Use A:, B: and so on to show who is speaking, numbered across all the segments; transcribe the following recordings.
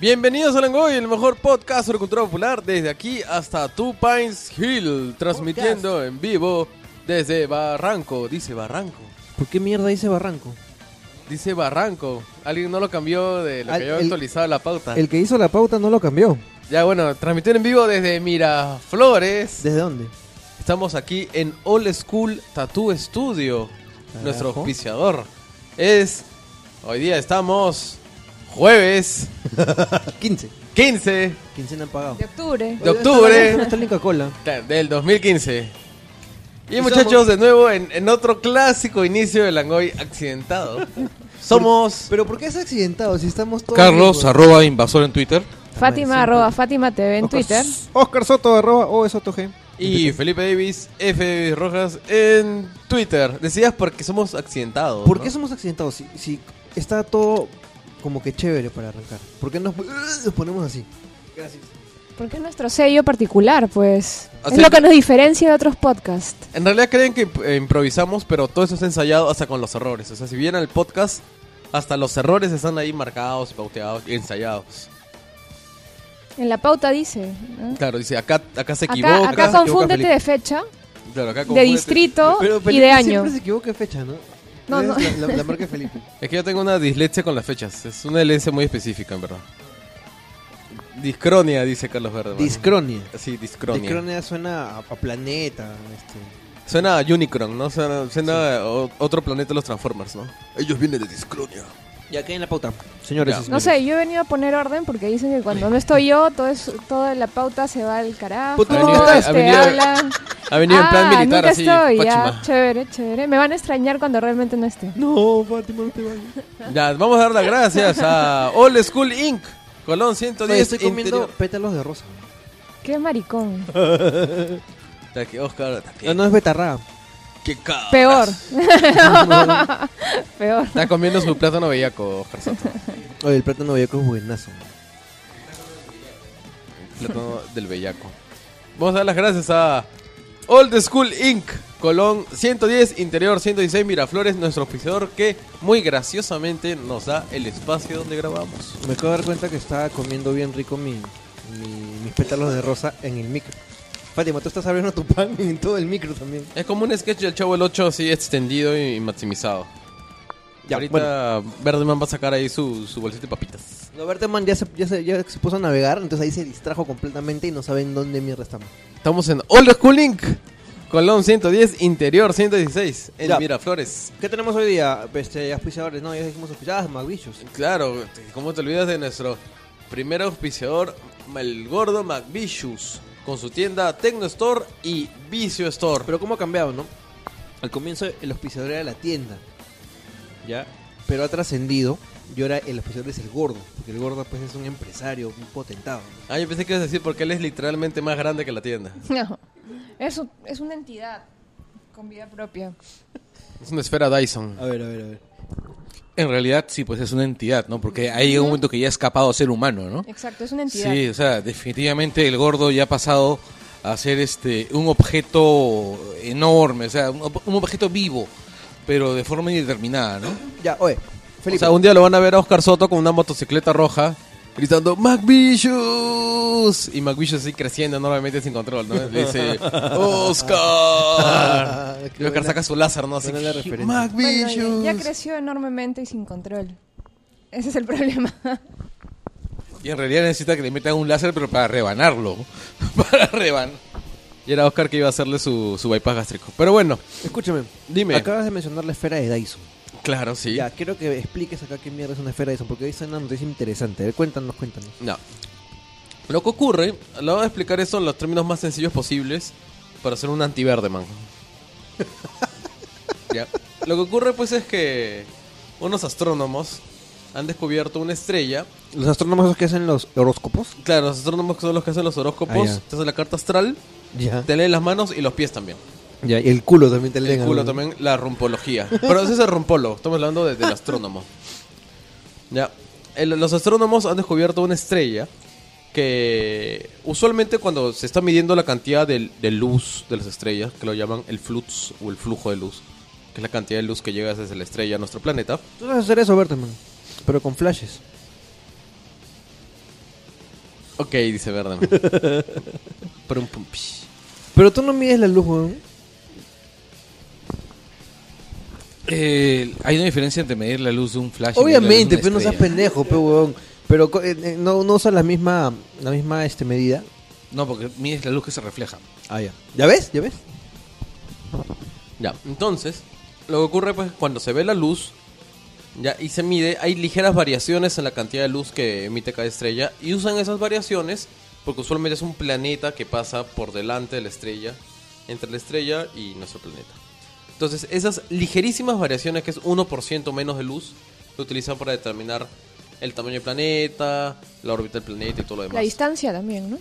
A: Bienvenidos a Langoy, el mejor podcast sobre cultura popular desde aquí hasta Two Pines Hill, transmitiendo en vivo desde Barranco. Dice Barranco,
B: ¿Por qué mierda dice Barranco?
A: dice Barranco. Alguien no lo cambió de lo que
B: Al-
A: yo he
B: el-
A: actualizado la pauta.
B: El que hizo la pauta no lo cambió.
A: Ya bueno, transmitiendo en vivo desde Miraflores.
B: ¿Desde dónde?
A: Estamos aquí en Old School Tattoo Studio. Nuestro
B: Carajo.
A: auspiciador es. Hoy día estamos jueves
B: 15.
A: 15
B: Quincena pagado.
C: De octubre.
A: De octubre.
B: Está en Coca-Cola.
A: Claro, Del 2015. Y,
B: Y
A: muchachos,
B: somos-
A: de nuevo en, en otro clásico inicio de Langoy accidentado. Somos
B: Pero ¿por qué es accidentado si estamos todos
D: Carlos,
B: vivos?
D: arroba invasor en Twitter.
C: Fátima,
B: Siempre.
C: arroba Fátima TV en Twitter.
B: Oscar Soto, arroba OSOTOG.
A: y Felipe Davis, F. Davis Rojas en Twitter. Decías porque somos accidentados.
B: ¿Por
A: ¿no?
B: qué somos accidentados si, si está todo como que chévere para arrancar? ¿Por qué nos, nos ponemos así? Gracias.
C: Porque es nuestro sello particular, pues.
A: O
C: es
A: sea,
C: lo que nos diferencia de otros podcasts.
A: En realidad creen que eh, improvisamos, pero todo eso es ensayado hasta con los errores. O sea, si vienen al podcast, hasta los errores están ahí marcados, pauteados, y ensayados.
C: En la pauta dice. ¿no?
A: Claro, dice, acá, acá se
C: Acá,
A: equivoca.
C: acá
A: se equivoca
C: confúndete
A: Felipe.
C: de fecha,
A: Claro, acá
C: de
A: confúndete.
C: distrito y
B: Felipe
C: de año.
B: Siempre se equivoca de fecha, ¿no?
C: No,
B: Es La,
C: no.
B: la- la marca de Felipe.
A: Es que yo tengo una dislexia con las fechas. Es una dislexia muy específica, en verdad. Discronia, dice Carlos Verde. mano.
B: Discronia.
A: Sí, discronia.
B: Discronia suena a, a planeta. Este.
A: Suena a Unicron, ¿no? Suena, suena a o- otro planeta de los Transformers, ¿no? Ellos vienen de Discronia.
B: Ya cae en la pauta. Señores.
A: Ya.
B: y
C: No
B: señores.
C: sé, yo he venido a poner orden porque dicen que cuando no estoy yo, todo es, toda la pauta se va al carajo.
B: Puta,
A: ha venido-
C: todos
A: ha
C: te
A: venido-
C: hablan.
A: Ha venido en plan
C: Ah,
A: militar
C: nunca
A: así.
C: estoy, ya.
A: Pachima.
C: Chévere, chévere. Me van a extrañar cuando realmente no esté.
B: No, Fátima, no te vayas.
A: Ya, vamos a dar las gracias a Old School Inc. Colón 110.
B: Oye, Pues, estoy comiendo
A: interior.
B: pétalos de rosa.
C: Qué maricón.
A: Está aquí, Oscar, está aquí.
B: Ah, No, no es betarraga.
A: Qué cabras.
C: Peor. Peor.
A: Está comiendo su plátano bellaco, Oscar Soto.
B: Oye, el plátano bellaco es buenazo.
A: plátano del bellaco. Vamos a dar las gracias a Old School Inc. Colón 110, Interior 116, Miraflores, nuestro auspiciador que muy graciosamente nos da el espacio donde grabamos.
B: Me acabo de dar cuenta que estaba comiendo bien rico mi, mi- mis pétalos de rosa en el micro. Fátima, tú estás abriendo tu pan en todo el micro también.
A: Es como un sketch del Chavo el 8 así extendido y maximizado.
B: Ya,
A: Ahorita Verdeman va a sacar ahí su, su bolsita de papitas.
B: No, Berteman ya se, ya, se, ya se puso a navegar, entonces ahí se distrajo completamente y no saben dónde mierda estamos.
A: Estamos en Old School Inc. Colón 110, Interior 116, en
B: Ya.
A: Miraflores.
B: ¿Qué tenemos hoy día? Este, auspiciadores, no, ya dijimos auspiciadas, magbichos.
A: Claro, te- ¿cómo te olvidas de nuestro primer auspiciador, el gordo McVicious, con su tienda Tecno Store y Vicio Store?
B: Pero cómo ha cambiado, ¿no? Al comienzo el auspiciador era la tienda. Ya. Pero ha trascendido. Y ahora el auspiciador es el gordo. Porque el gordo pues es un empresario, un potentado. ¿no?
A: Ah, yo pensé que ibas a decir porque él es literalmente más grande que la tienda.
C: No. Es, un- es una entidad con vida propia.
A: Es una esfera Dyson.
B: A ver, a ver, a ver.
D: En realidad, sí, pues es una entidad, ¿no? Porque hay un momento que ya ha escapado a ser humano, ¿no?
C: Exacto, es una entidad.
D: Sí, o sea, definitivamente el gordo ya ha pasado a ser este un objeto enorme, o sea, un, ob- un objeto vivo, pero de forma indeterminada, ¿no?
B: Ya, oye.
A: O
B: Felipe.
A: sea, un día lo van a ver a Oscar Soto con una motocicleta roja gritando McVicious. Y McVicious así creciendo enormemente sin control, ¿no? Le dice Oscar. Y
B: Ah, qué
A: Oscar
B: buena-
A: saca su láser, ¿no? Así
B: buena la referencia.
C: Bueno,
A: McVicious.
C: ya, ya creció enormemente y sin control. Ese es el problema.
D: Y en realidad necesita que le metan un láser, pero para rebanarlo. Para reban.
A: Y era Oscar que iba a hacerle su, su bypass gástrico. Pero bueno,
B: Escúchame.
A: Dime.
B: Acabas de mencionar la esfera de Dyson.
A: claro, sí.
B: Ya, quiero que expliques acá qué mierda es una esfera de Dyson. Porque hoy está una noticia interesante. A ver, Cuéntanos, cuéntanos.
A: No. Lo que ocurre, lo voy a explicar eso en los términos más sencillos posibles para hacer un anti-Verdeman. ya. Lo que ocurre pues es que unos astrónomos han descubierto una estrella.
B: Los astrónomos esos que hacen los horóscopos.
A: Claro, los astrónomos son los que hacen los horóscopos,
B: Ah, ya.
A: te hacen la carta astral,
B: Ya.
A: te leen las manos y los pies también.
B: Ya, y el culo también te
A: El
B: leen
A: culo
B: algo.
A: también, la rumpología. Pero ese es el rumpólogo, estamos hablando de- del astrónomo. Ya. El- los astrónomos han descubierto una estrella que usualmente cuando se está midiendo la cantidad del- de, luz de las estrellas, que lo llaman el flux o el flujo de luz, que es la cantidad de luz que llega desde la estrella a nuestro planeta,
B: Tú sabes hacer eso, Berteman. Pero con flashes.
A: Ok, dice Verdam. Prum, pum, psh.
B: Pero tú no Ah, mides la luz, weón.
D: Eh, hay una diferencia entre medir la luz de un flash. y medir la luz de
B: Obviamente,
D: una
B: pero no seas
D: estrella.
B: pendejo, pe, weón. Pero co- eh, eh, no, no usas la misma, la misma este, medida.
D: No, porque mides la luz que se refleja.
B: Ah, ya. ¿Ya ves? ¿Ya ves?
A: Ya, entonces, lo que ocurre pues cuando se ve la luz ya y se mide, hay ligeras variaciones en la cantidad de luz que emite cada estrella y usan esas variaciones porque usualmente es un planeta que pasa por delante de la estrella, entre la estrella y nuestro planeta. Entonces, esas ligerísimas variaciones, que es 1% menos de luz, lo utilizan para determinar el tamaño del planeta, la órbita del planeta y todo lo demás.
C: La distancia también, ¿no?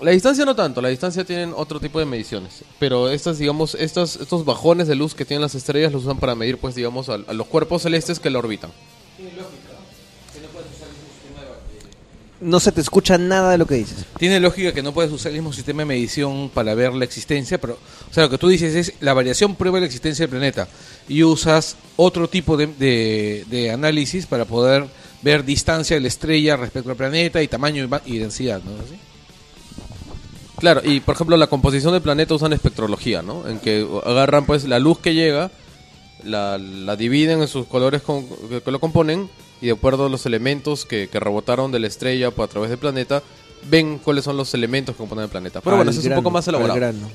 A: La distancia no tanto, la distancia tienen otro tipo de mediciones. Pero estas, digamos, estas, estos bajones de luz que tienen las estrellas los usan para medir, pues, digamos, a, a los cuerpos celestes que la orbitan.
B: No se te escucha nada de lo que dices.
D: Tiene lógica que no puedes usar el mismo sistema de medición para ver la existencia, pero o sea, lo que tú dices es la variación prueba la existencia del planeta y usas otro tipo de, de- de análisis para poder ver distancia de la estrella respecto al planeta y tamaño y, ma- y densidad, ¿no? ¿Sí?
A: Claro, y por ejemplo, la composición del planeta usan espectrología, ¿no? En que agarran, pues, la luz que llega, la, la dividen en sus colores con- que, que lo componen, y de acuerdo a los elementos que, que rebotaron de la estrella pues, a través del planeta, ven cuáles son los elementos que componen el planeta. Pero bueno,
B: Al
A: eso es
B: grano,
A: un poco más
B: al
A: elaborado.
B: grano.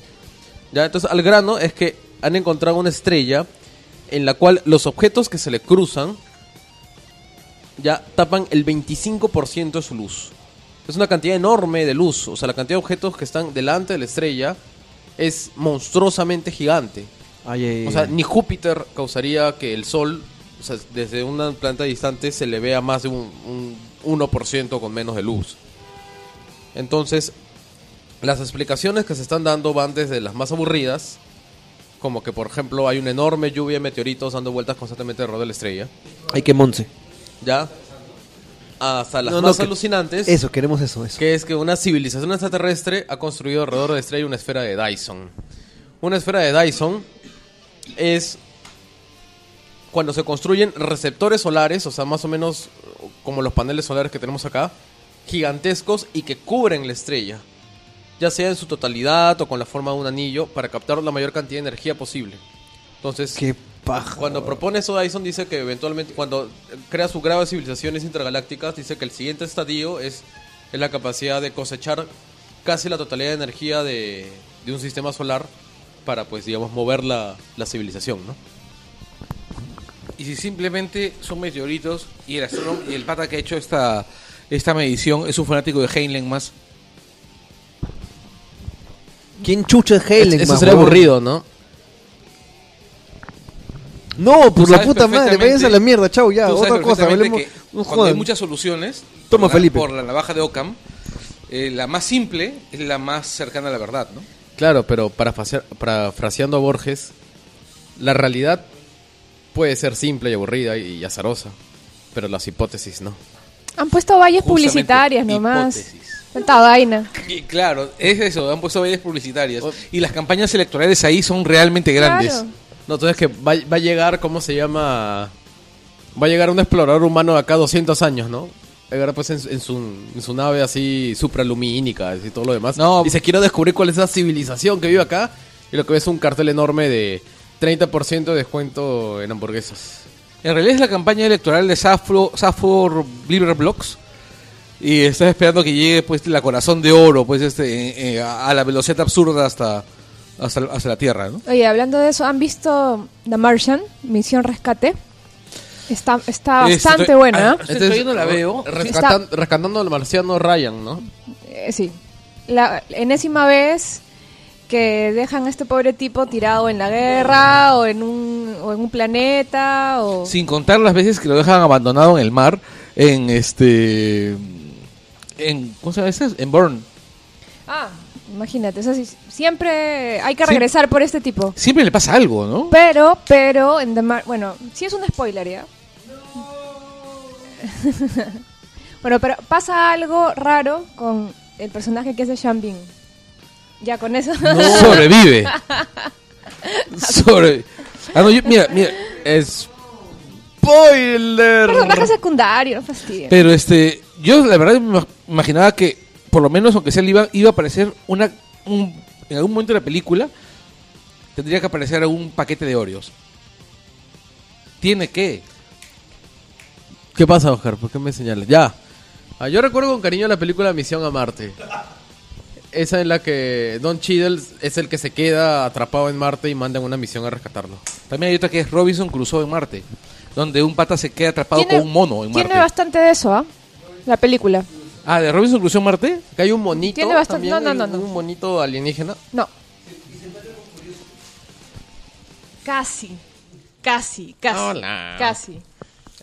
A: Ya, entonces al grano es que han encontrado una estrella en la cual los objetos que se le cruzan ya tapan el 25% de su luz. Es una cantidad enorme de luz, o sea, la cantidad de objetos que están delante de la estrella es monstruosamente gigante.
B: Ay, ay, ay.
A: O sea, ni Júpiter causaría que el Sol, o sea, desde una planta distante, se le vea más de un, un 1% con menos de luz. Entonces, las explicaciones que se están dando van desde las más aburridas, como que, por ejemplo, hay una enorme lluvia de meteoritos dando vueltas constantemente alrededor de la estrella,
B: Hay que monse.
A: ¿ya? Hasta las
B: No, no,
A: más
B: que-
A: alucinantes,
B: Eso, queremos eso, eso.
A: que es que una civilización extraterrestre ha construido alrededor de la estrella una esfera de Dyson. Una esfera de Dyson es cuando se construyen receptores solares, o sea, más o menos eh, como los paneles solares que tenemos acá, gigantescos y que cubren la estrella, ya sea en su totalidad o con la forma de un anillo, para captar la mayor cantidad de energía posible. Entonces,
B: Qué paja.
A: cuando propone eso, Dyson dice que eventualmente, cuando crea su grado de civilizaciones intergalácticas, dice que el siguiente estadio es, es la capacidad de cosechar casi la totalidad de energía de, de un sistema solar para, pues, digamos, mover la, la civilización, ¿no?
D: Y si simplemente son meteoritos y el astrónomo y el pata que ha hecho esta esta medición es un fanático de Heinlein más.
B: ¿Quién chucha es Helen?
A: Eso
B: más,
A: sería
B: huevón?
A: aburrido, ¿no?
B: No, por la
D: Sabes
B: puta madre,
D: perfectamente-
B: váyanse a la mierda, chao, ya.
D: tú sabes
B: Otra cosa,
D: perfectamente
B: hablemos-
D: que
B: no
D: cuando hay
B: jodan.
D: muchas soluciones,
B: Toma,
D: por la-
B: Felipe.
D: por la navaja de Occam, eh, la más simple es la más cercana a la verdad, ¿no?
A: Claro, pero parafrasear- parafraseando a Borges, la realidad puede ser simple y aburrida y azarosa, pero las hipótesis no.
C: Han puesto vallas
D: Justamente,
C: publicitarias nomás.
D: hipótesis.
C: Tanta vaina.
D: Y claro, es eso, han puesto vallas publicitarias.
B: Oh.
D: Y las campañas electorales ahí son realmente grandes.
C: Claro.
A: No, entonces que va, va a llegar, ¿cómo se llama? Va a llegar un explorador humano de acá 200 años, ¿no? Llegará pues en, su- en su, en su nave así supralumínica y todo lo demás.
D: No.
A: Y se quiere descubrir cuál es la civilización que vive acá. Y lo que ve es un cartel enorme de 30% de descuento en hamburguesas.
D: En realidad es la campaña electoral de Saffo, Safford Libre Blocks. Y estás esperando que llegue pues la corazón de oro pues este eh, eh, a a la velocidad absurda hasta, hasta, hasta la Tierra, ¿no?
C: Oye, hablando de eso, ¿han visto The Martian? Misión Rescate. Está, está
D: Este,
C: bastante
D: estoy-
C: buena.
D: ah,
C: ¿eh?
D: Entonces, yo no la veo.
A: rescatan- Rescatando al marciano Ryan, ¿no?
C: Eh, sí. La enésima vez que dejan a este pobre tipo tirado en la guerra o en un, o en un planeta o...
D: Sin contar las veces que lo dejan abandonado en el mar, en este... En, ¿Cómo se llama este? En Bourne.
C: Ah, imagínate, eso sí, siempre hay que
D: Sí.
C: regresar por este tipo.
D: Siempre le pasa algo, ¿no?
C: Pero, pero, en The Mar- bueno, sí es un spoiler ya. bueno, pero pasa algo raro con el personaje que es de Shambin. Ya con eso.
D: Sobrevive. Sobre... Ah, no, yo- mira, mira.
A: ¡Spoiler!
C: personaje secundario, pues, no fastidio.
D: Pero este, yo la verdad me imaginaba que por lo menos aunque sea el IVA, iba a aparecer una un- en algún momento de la película tendría que aparecer algún paquete de Oreos. Tiene que.
A: ¿Qué pasa, Oscar? ¿Por qué me señalas? Ya. Ah, yo recuerdo con cariño la película Misión a Marte. Esa en la que Don Cheadle es el que se queda atrapado en Marte y mandan una misión a rescatarlo.
D: También hay otra que es Robinson Crusoe en Marte, donde un pata se queda atrapado
C: Tiene-
D: con un mono en Marte.
C: Tiene bastante de eso, ¿ah? La película.
D: Ah, de Robinson Crusoe en Marte?
A: Que hay un monito.
C: Tiene bastante-
A: también,
C: no, no,
A: hay
C: no, no.
A: Un monito alienígena.
C: No. Casi, casi, casi.
A: Hola.
C: Casi.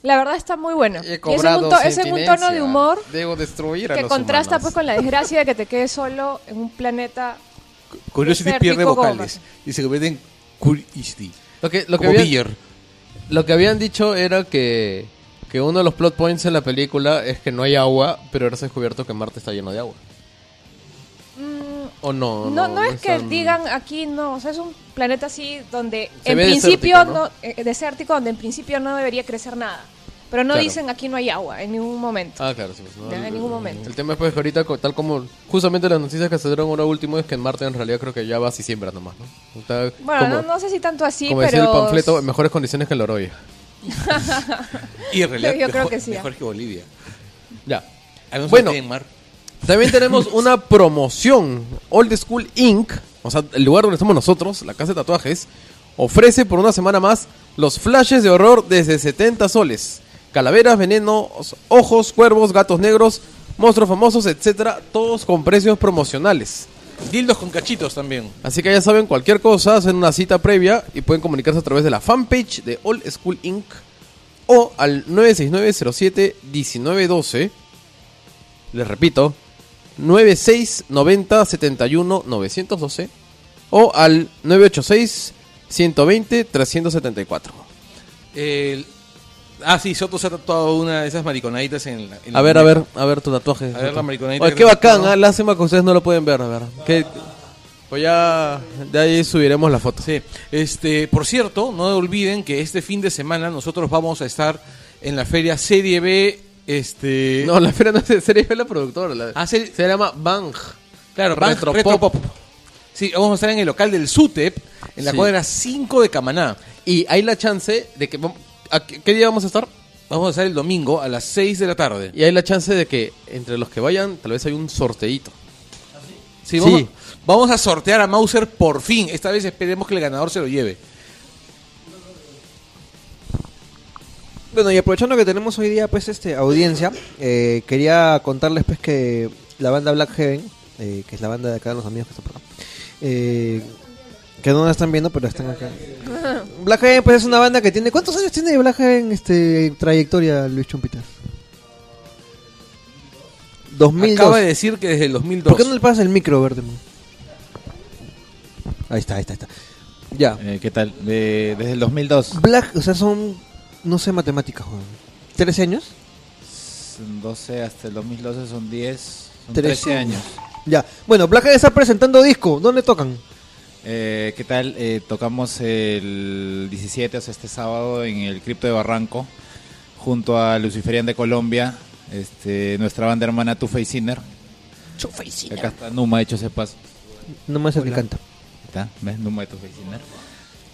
C: La verdad está muy buena. Y
A: He
C: es en un
A: cobrado
C: to-
A: sin
C: es en un
A: tenencia.
C: tono de humor
A: Debo destruir a
C: que
A: los
C: contrasta
A: humanos.
C: pues con la desgracia de que te quedes solo en un planeta
D: Curiosity
C: Ser
D: pierde
C: Rico
D: vocales y se convierte en Curiosity.
A: Lo que, lo que
D: como
A: había-
D: Biller.
A: Lo que habían dicho era que, que uno de los plot points en la película es que no hay agua, pero ahora se ha descubierto que Marte está lleno de agua. ¿O no?
C: Mm. No, no, es que
A: tan-
C: digan aquí, no, o sea, es un planeta así donde
A: Se
C: en
A: ve
C: principio
A: desértico, ¿no?
C: ¿no? eh, desértico, donde en principio no debería crecer nada. Pero no
A: Claro.
C: dicen aquí no hay agua en ningún momento.
A: Ah, claro, sí. pues, no,
C: Ya, en
A: el-
C: ningún momento.
A: El tema es pues, que ahorita, co- tal como justamente las noticias que se dieron ahora último, es que en Marte en realidad creo que ya vas y siembras nomás, ¿no? Está
C: bueno,
A: Ah, como,
C: no, no sé si tanto así,
A: como
C: pero
A: decía el panfleto, en mejores condiciones que el Oroya.
D: Y en realidad
C: Yo creo
D: mejor,
C: que sí,
D: mejor que Bolivia.
A: Ya.
D: Al menos
A: Bueno.
D: no tienen mar.
A: También tenemos una promoción. Old School Inc., o sea, el lugar donde estamos nosotros, la casa de tatuajes, ofrece por una semana más los flashes de horror desde 70 soles. Calaveras, venenos, ojos, cuervos, gatos negros, monstruos famosos, etcétera, todos con precios promocionales.
D: Dildos con cachitos también.
A: Así que ya saben, cualquier cosa, hacen una cita previa y pueden comunicarse a través de la fanpage de Old School Inc. o al 969-07-1912. Les repito, 9690-71-912 o al 986-120-374.
D: El- ah, sí, Soto se ha tatuado una de esas mariconaditas en la. en la
A: A ver, a
D: muñeca.
A: ver, a ver tu tatuaje.
D: A ver la mariconadita
A: Oye,
D: que
A: qué
D: te has
A: bacán,
D: tatuado.
A: ¿ah? lástima que ustedes no lo pueden ver, a ver. Qué- Pues ya, de ahí subiremos la foto.
D: Sí. Este, por cierto, no olviden que este fin de semana nosotros vamos a estar en la feria Serie B. Este.
A: No, la feria no es de serie, es la productora. la-
D: Ah, serie-
A: se llama Bang.
D: claro, Bang
A: Retropop.
D: Retropop. Sí, vamos a estar en el local del SUTEP, en la
A: Sí.
D: cuadra 5 de Camaná.
A: Y hay la chance de que. vam- ¿a qué, qué día vamos a estar?
D: Vamos a estar el domingo a las 6 de la tarde.
A: Y hay la chance de que entre los que vayan, tal vez hay un sorteito.
D: Sí, vamos,
A: Sí.
D: vamos a sortear a Mauser por fin. Esta vez esperemos que el ganador se lo lleve.
B: Bueno, y aprovechando que tenemos hoy día, pues, este, audiencia, eh, quería contarles, pues, que la banda Black Heaven, eh, que es la banda de acá de los amigos que están por acá, eh, que no la están viendo, pero están acá. Black Heaven, pues, es una banda que tiene... ¿Cuántos años tiene Black Heaven, este, trayectoria, Luis Chumpitas? 2002.
D: Acaba de decir que desde el 2002.
B: ¿Por qué no le pasas el micro, Verde? Ahí está, ahí está, ahí está. Ya.
E: Eh, ¿Qué tal? De- desde el 2002.
B: Black, o sea, son... No sé matemáticas, Juan. ¿13 años?
E: Son 12 hasta el 2012 son 10, son
B: Trece
E: 13 años.
B: Ya. Bueno, Black Eyed está presentando disco. ¿Dónde tocan?
E: Eh, ¿Qué tal? Eh, tocamos el 17, o sea, este sábado en el Cripto de Barranco, junto a Luciferian de Colombia, este, nuestra banda hermana Two Face Sinner. Acá está Numa, de hecho, sepas.
B: No me hace que canta.
E: Ahí está, ¿ves? Numa de Two Face Sinner.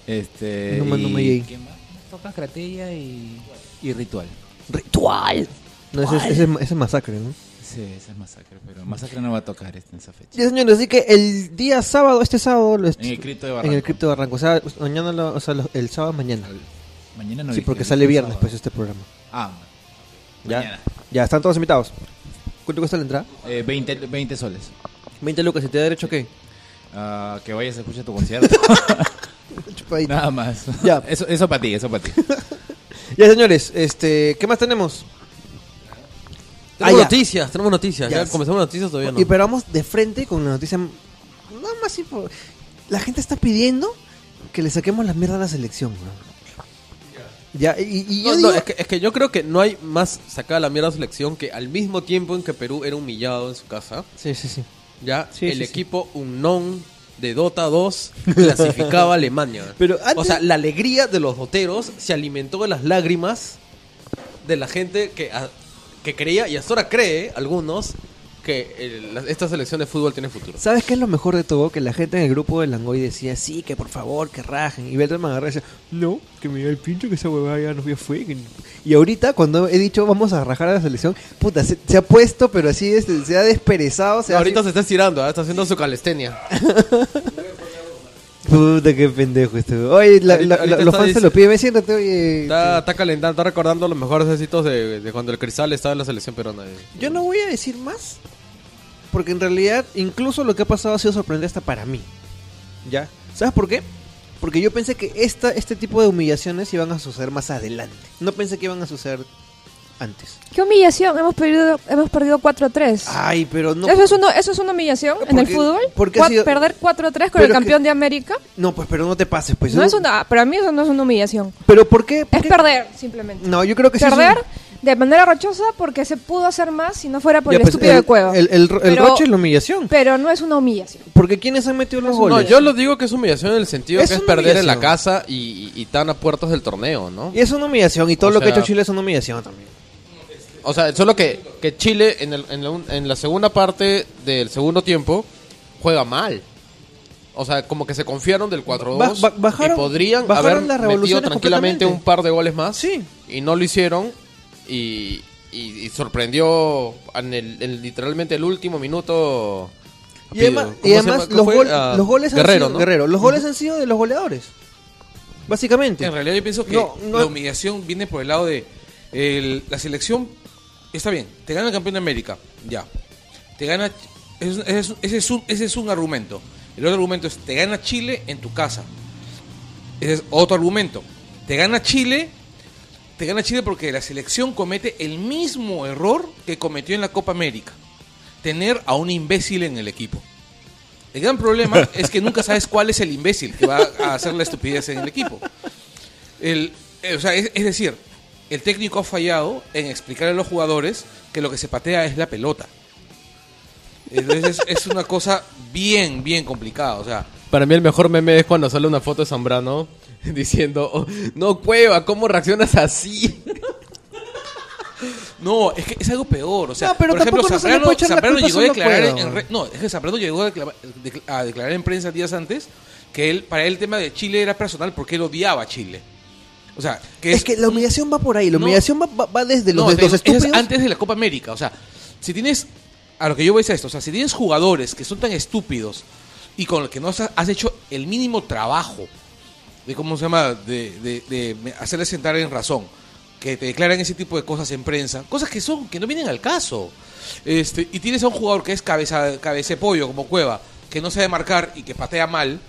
E: Este,
B: Numa,
E: y-
B: Numa y-
E: ¿quién más? Tocan Cratella y, y Ritual.
B: Ritual. No, ese, es- ese es- ese es masacre, ¿no?
E: Sí, esa es Masacre, pero Masacre no va a tocar este- en esa fecha.
B: Ya, señores, así que el día sábado, este sábado... lo est-
E: En el Cripto de
B: En
E: Barranco.
B: el Cripto de Barranco. O sea, pues, mañana, lo- o sea lo- el sábado es mañana.
E: Mañana no
B: Sí,
E: vi-
B: porque
E: el
B: sale viernes,
E: sábado.
B: pues, este programa.
E: Ah,
B: Ya.
E: mañana.
B: Ya, están todos invitados. ¿Cuánto cuesta la entrada?
E: Eh, 20, 20 soles.
B: 20 lucas. ¿Y te da derecho qué?
E: Ah, que vayas a escuchar tu concierto.
B: Chupadita.
E: Nada más.
B: Ya.
E: Eso, eso para ti, eso para ti.
B: Ya, señores, este, ¿qué más tenemos?
A: Tenemos
B: Ah, ya.
A: noticias, tenemos noticias. Ya
B: Ya.
A: comenzamos noticias todavía, ¿no?
B: Y pero vamos de frente con la noticia. m- Nada más. info- La gente está pidiendo que le saquemos la mierda a la selección. ¿no? Ya, y, y yo
A: No, no,
B: digo-
A: es, que, es que yo creo que no hay más sacada la mierda selección que al mismo tiempo en que Perú era humillado en su casa,
B: Sí, sí, sí.
A: ya
B: Sí,
A: el
B: sí, sí.
A: equipo Unknown de Dota 2 clasificaba a Alemania.
B: Pero
A: O
B: antes-
A: sea, la alegría de los doteros se alimentó de las lágrimas de la gente que, a- que creía, y hasta ahora cree, algunos, que el- la- esta selección de fútbol tiene futuro.
B: ¿Sabes qué es lo mejor de todo? Que la gente en el grupo de Langoy decía, sí, que por favor, que rajen. Y Beto me agarré y decía, no, que me da el pincho, que esa huevada ya nos vio fue. que no". Y ahorita, cuando he dicho, vamos a rajar a la selección, puta, se, se ha puesto, pero así este, se ha desperezado. Se ha-
A: ahorita se está estirando, ¿ah? está haciendo su calistenia.
B: Puta, qué pendejo este. Oye,
A: Ahorita-
B: la- la-
A: ahorita
B: los
A: está
B: fans se
A: dic-
B: lo piden, "Ven, siéntate, oye.
A: Está, está calentando, está recordando los mejores éxitos de, de cuando el Cristal estaba en la selección peruana.
B: Yo no voy a decir más, porque en realidad incluso lo que ha pasado ha sido sorprendente hasta para mí. ¿Ya? ¿Sabes por qué? Porque yo pensé que esta, este tipo de humillaciones iban a suceder más adelante. No pensé que iban a suceder antes.
C: ¡Qué humillación! Hemos perdido, hemos perdido 4-3.
B: Ay, pero Ah, no...
C: ¿Eso, es uno- ¿Eso es una humillación en el
B: Porque-
C: fútbol?
B: porque
C: Cua-
B: ha sido-
C: ¿Perder 4-3 con
B: Pero
C: el
B: es
C: campeón
B: que-
C: de América?
B: No, pues, pero no te pases, pues.
C: No
B: Eso-
C: es una, ah, para mí eso no es una humillación.
B: Pero ¿por qué? por
C: Es
B: qué-
C: perder, simplemente.
B: No, yo creo que sí es un-
C: perder de manera rochosa porque se pudo hacer más si no fuera por
B: Ya,
C: el
B: pues,
C: estúpido
B: el-
C: de Cueva.
B: El, el, el
C: Pero-
B: roche es la humillación.
C: Pero no es una humillación.
B: Porque ¿quiénes han metido los
A: No,
B: goles?
A: yo lo digo que es humillación en el sentido
B: Es
A: que es
B: una
A: perder en la
B: humillación.
A: casa y, y, y tan a puertas del torneo, ¿no?
B: Y es una humillación, y todo
A: O
B: lo que ha
A: sea-
B: hecho Chile es una humillación también.
A: O sea, solo que, que Chile en, el- en la, un- en la segunda parte del segundo tiempo juega mal. O sea, como que se confiaron del 4-2
B: Ba- ba-
A: y
B: bajaron-
A: podrían
B: bajaron
A: haber
B: las
A: metido
B: revoluciones
A: tranquilamente
B: completamente.
A: un par de goles más.
B: Sí.
A: Y no lo hicieron y, y- y sorprendió en el, en literalmente el último minuto.
B: Y
A: Pido.
B: además,
A: ¿Cómo
B: y
A: se
B: además
A: llama? ¿Cómo
B: los,
A: fue?
B: gol-
A: Ah,
B: los goles han
A: Guerrero,
B: sido,
A: ¿no?
B: Guerrero, los goles han sido de los goleadores. Básicamente.
D: En realidad yo pienso que
B: No, no-
D: la humillación viene por el lado de el- la selección. Está bien, te gana el campeón de América, ya. Te gana. es- es- Ese es, un, ese es un argumento. El otro argumento es: te gana Chile en tu casa. Ese es otro argumento. Te gana Chile. Te gana Chile porque la selección comete el mismo error que cometió en la Copa América: tener a un imbécil en el equipo. El gran problema es que nunca sabes cuál es el imbécil que va a hacer la estupidez en el equipo. El, eh, o sea, es, es decir, el técnico ha fallado en explicarle a los jugadores que lo que se patea es la pelota. Entonces es, es una cosa bien, bien complicada. O sea,
A: Para mí el mejor meme es cuando sale una foto de Zambrano diciendo, "Oh, no cueva, ¿cómo reaccionas así?
D: no, es que es algo peor. O sea,
B: No, pero
D: por ejemplo,
B: tampoco no se le
D: Zambrano
B: puede echar la
D: Zambrano
B: culpa
D: llegó a
B: solo a
D: declarar en,
B: Cueva.
D: en re- no, es que Zambrano llegó a declama- de- a declarar en prensa días antes que él, para él el tema de Chile era personal porque él odiaba a Chile. O sea, que
B: es, que la humillación va por ahí, la
D: No.
B: humillación va, va- va desde los,
D: No,
B: de-
D: te
B: los
D: digo, eso es
B: estúpidos.
D: antes de la Copa América. O sea, si tienes. A lo que yo voy es a esto. O sea, si tienes jugadores que son tan estúpidos y con los que no has has hecho el mínimo trabajo de cómo se llama, de, de, de me- hacerles sentar en razón, que te declaran ese tipo de cosas en prensa, cosas que son, que no vienen al caso. Este, y tienes a un jugador que es cabeza, cabece pollo como cueva, que no sabe marcar y que patea mal.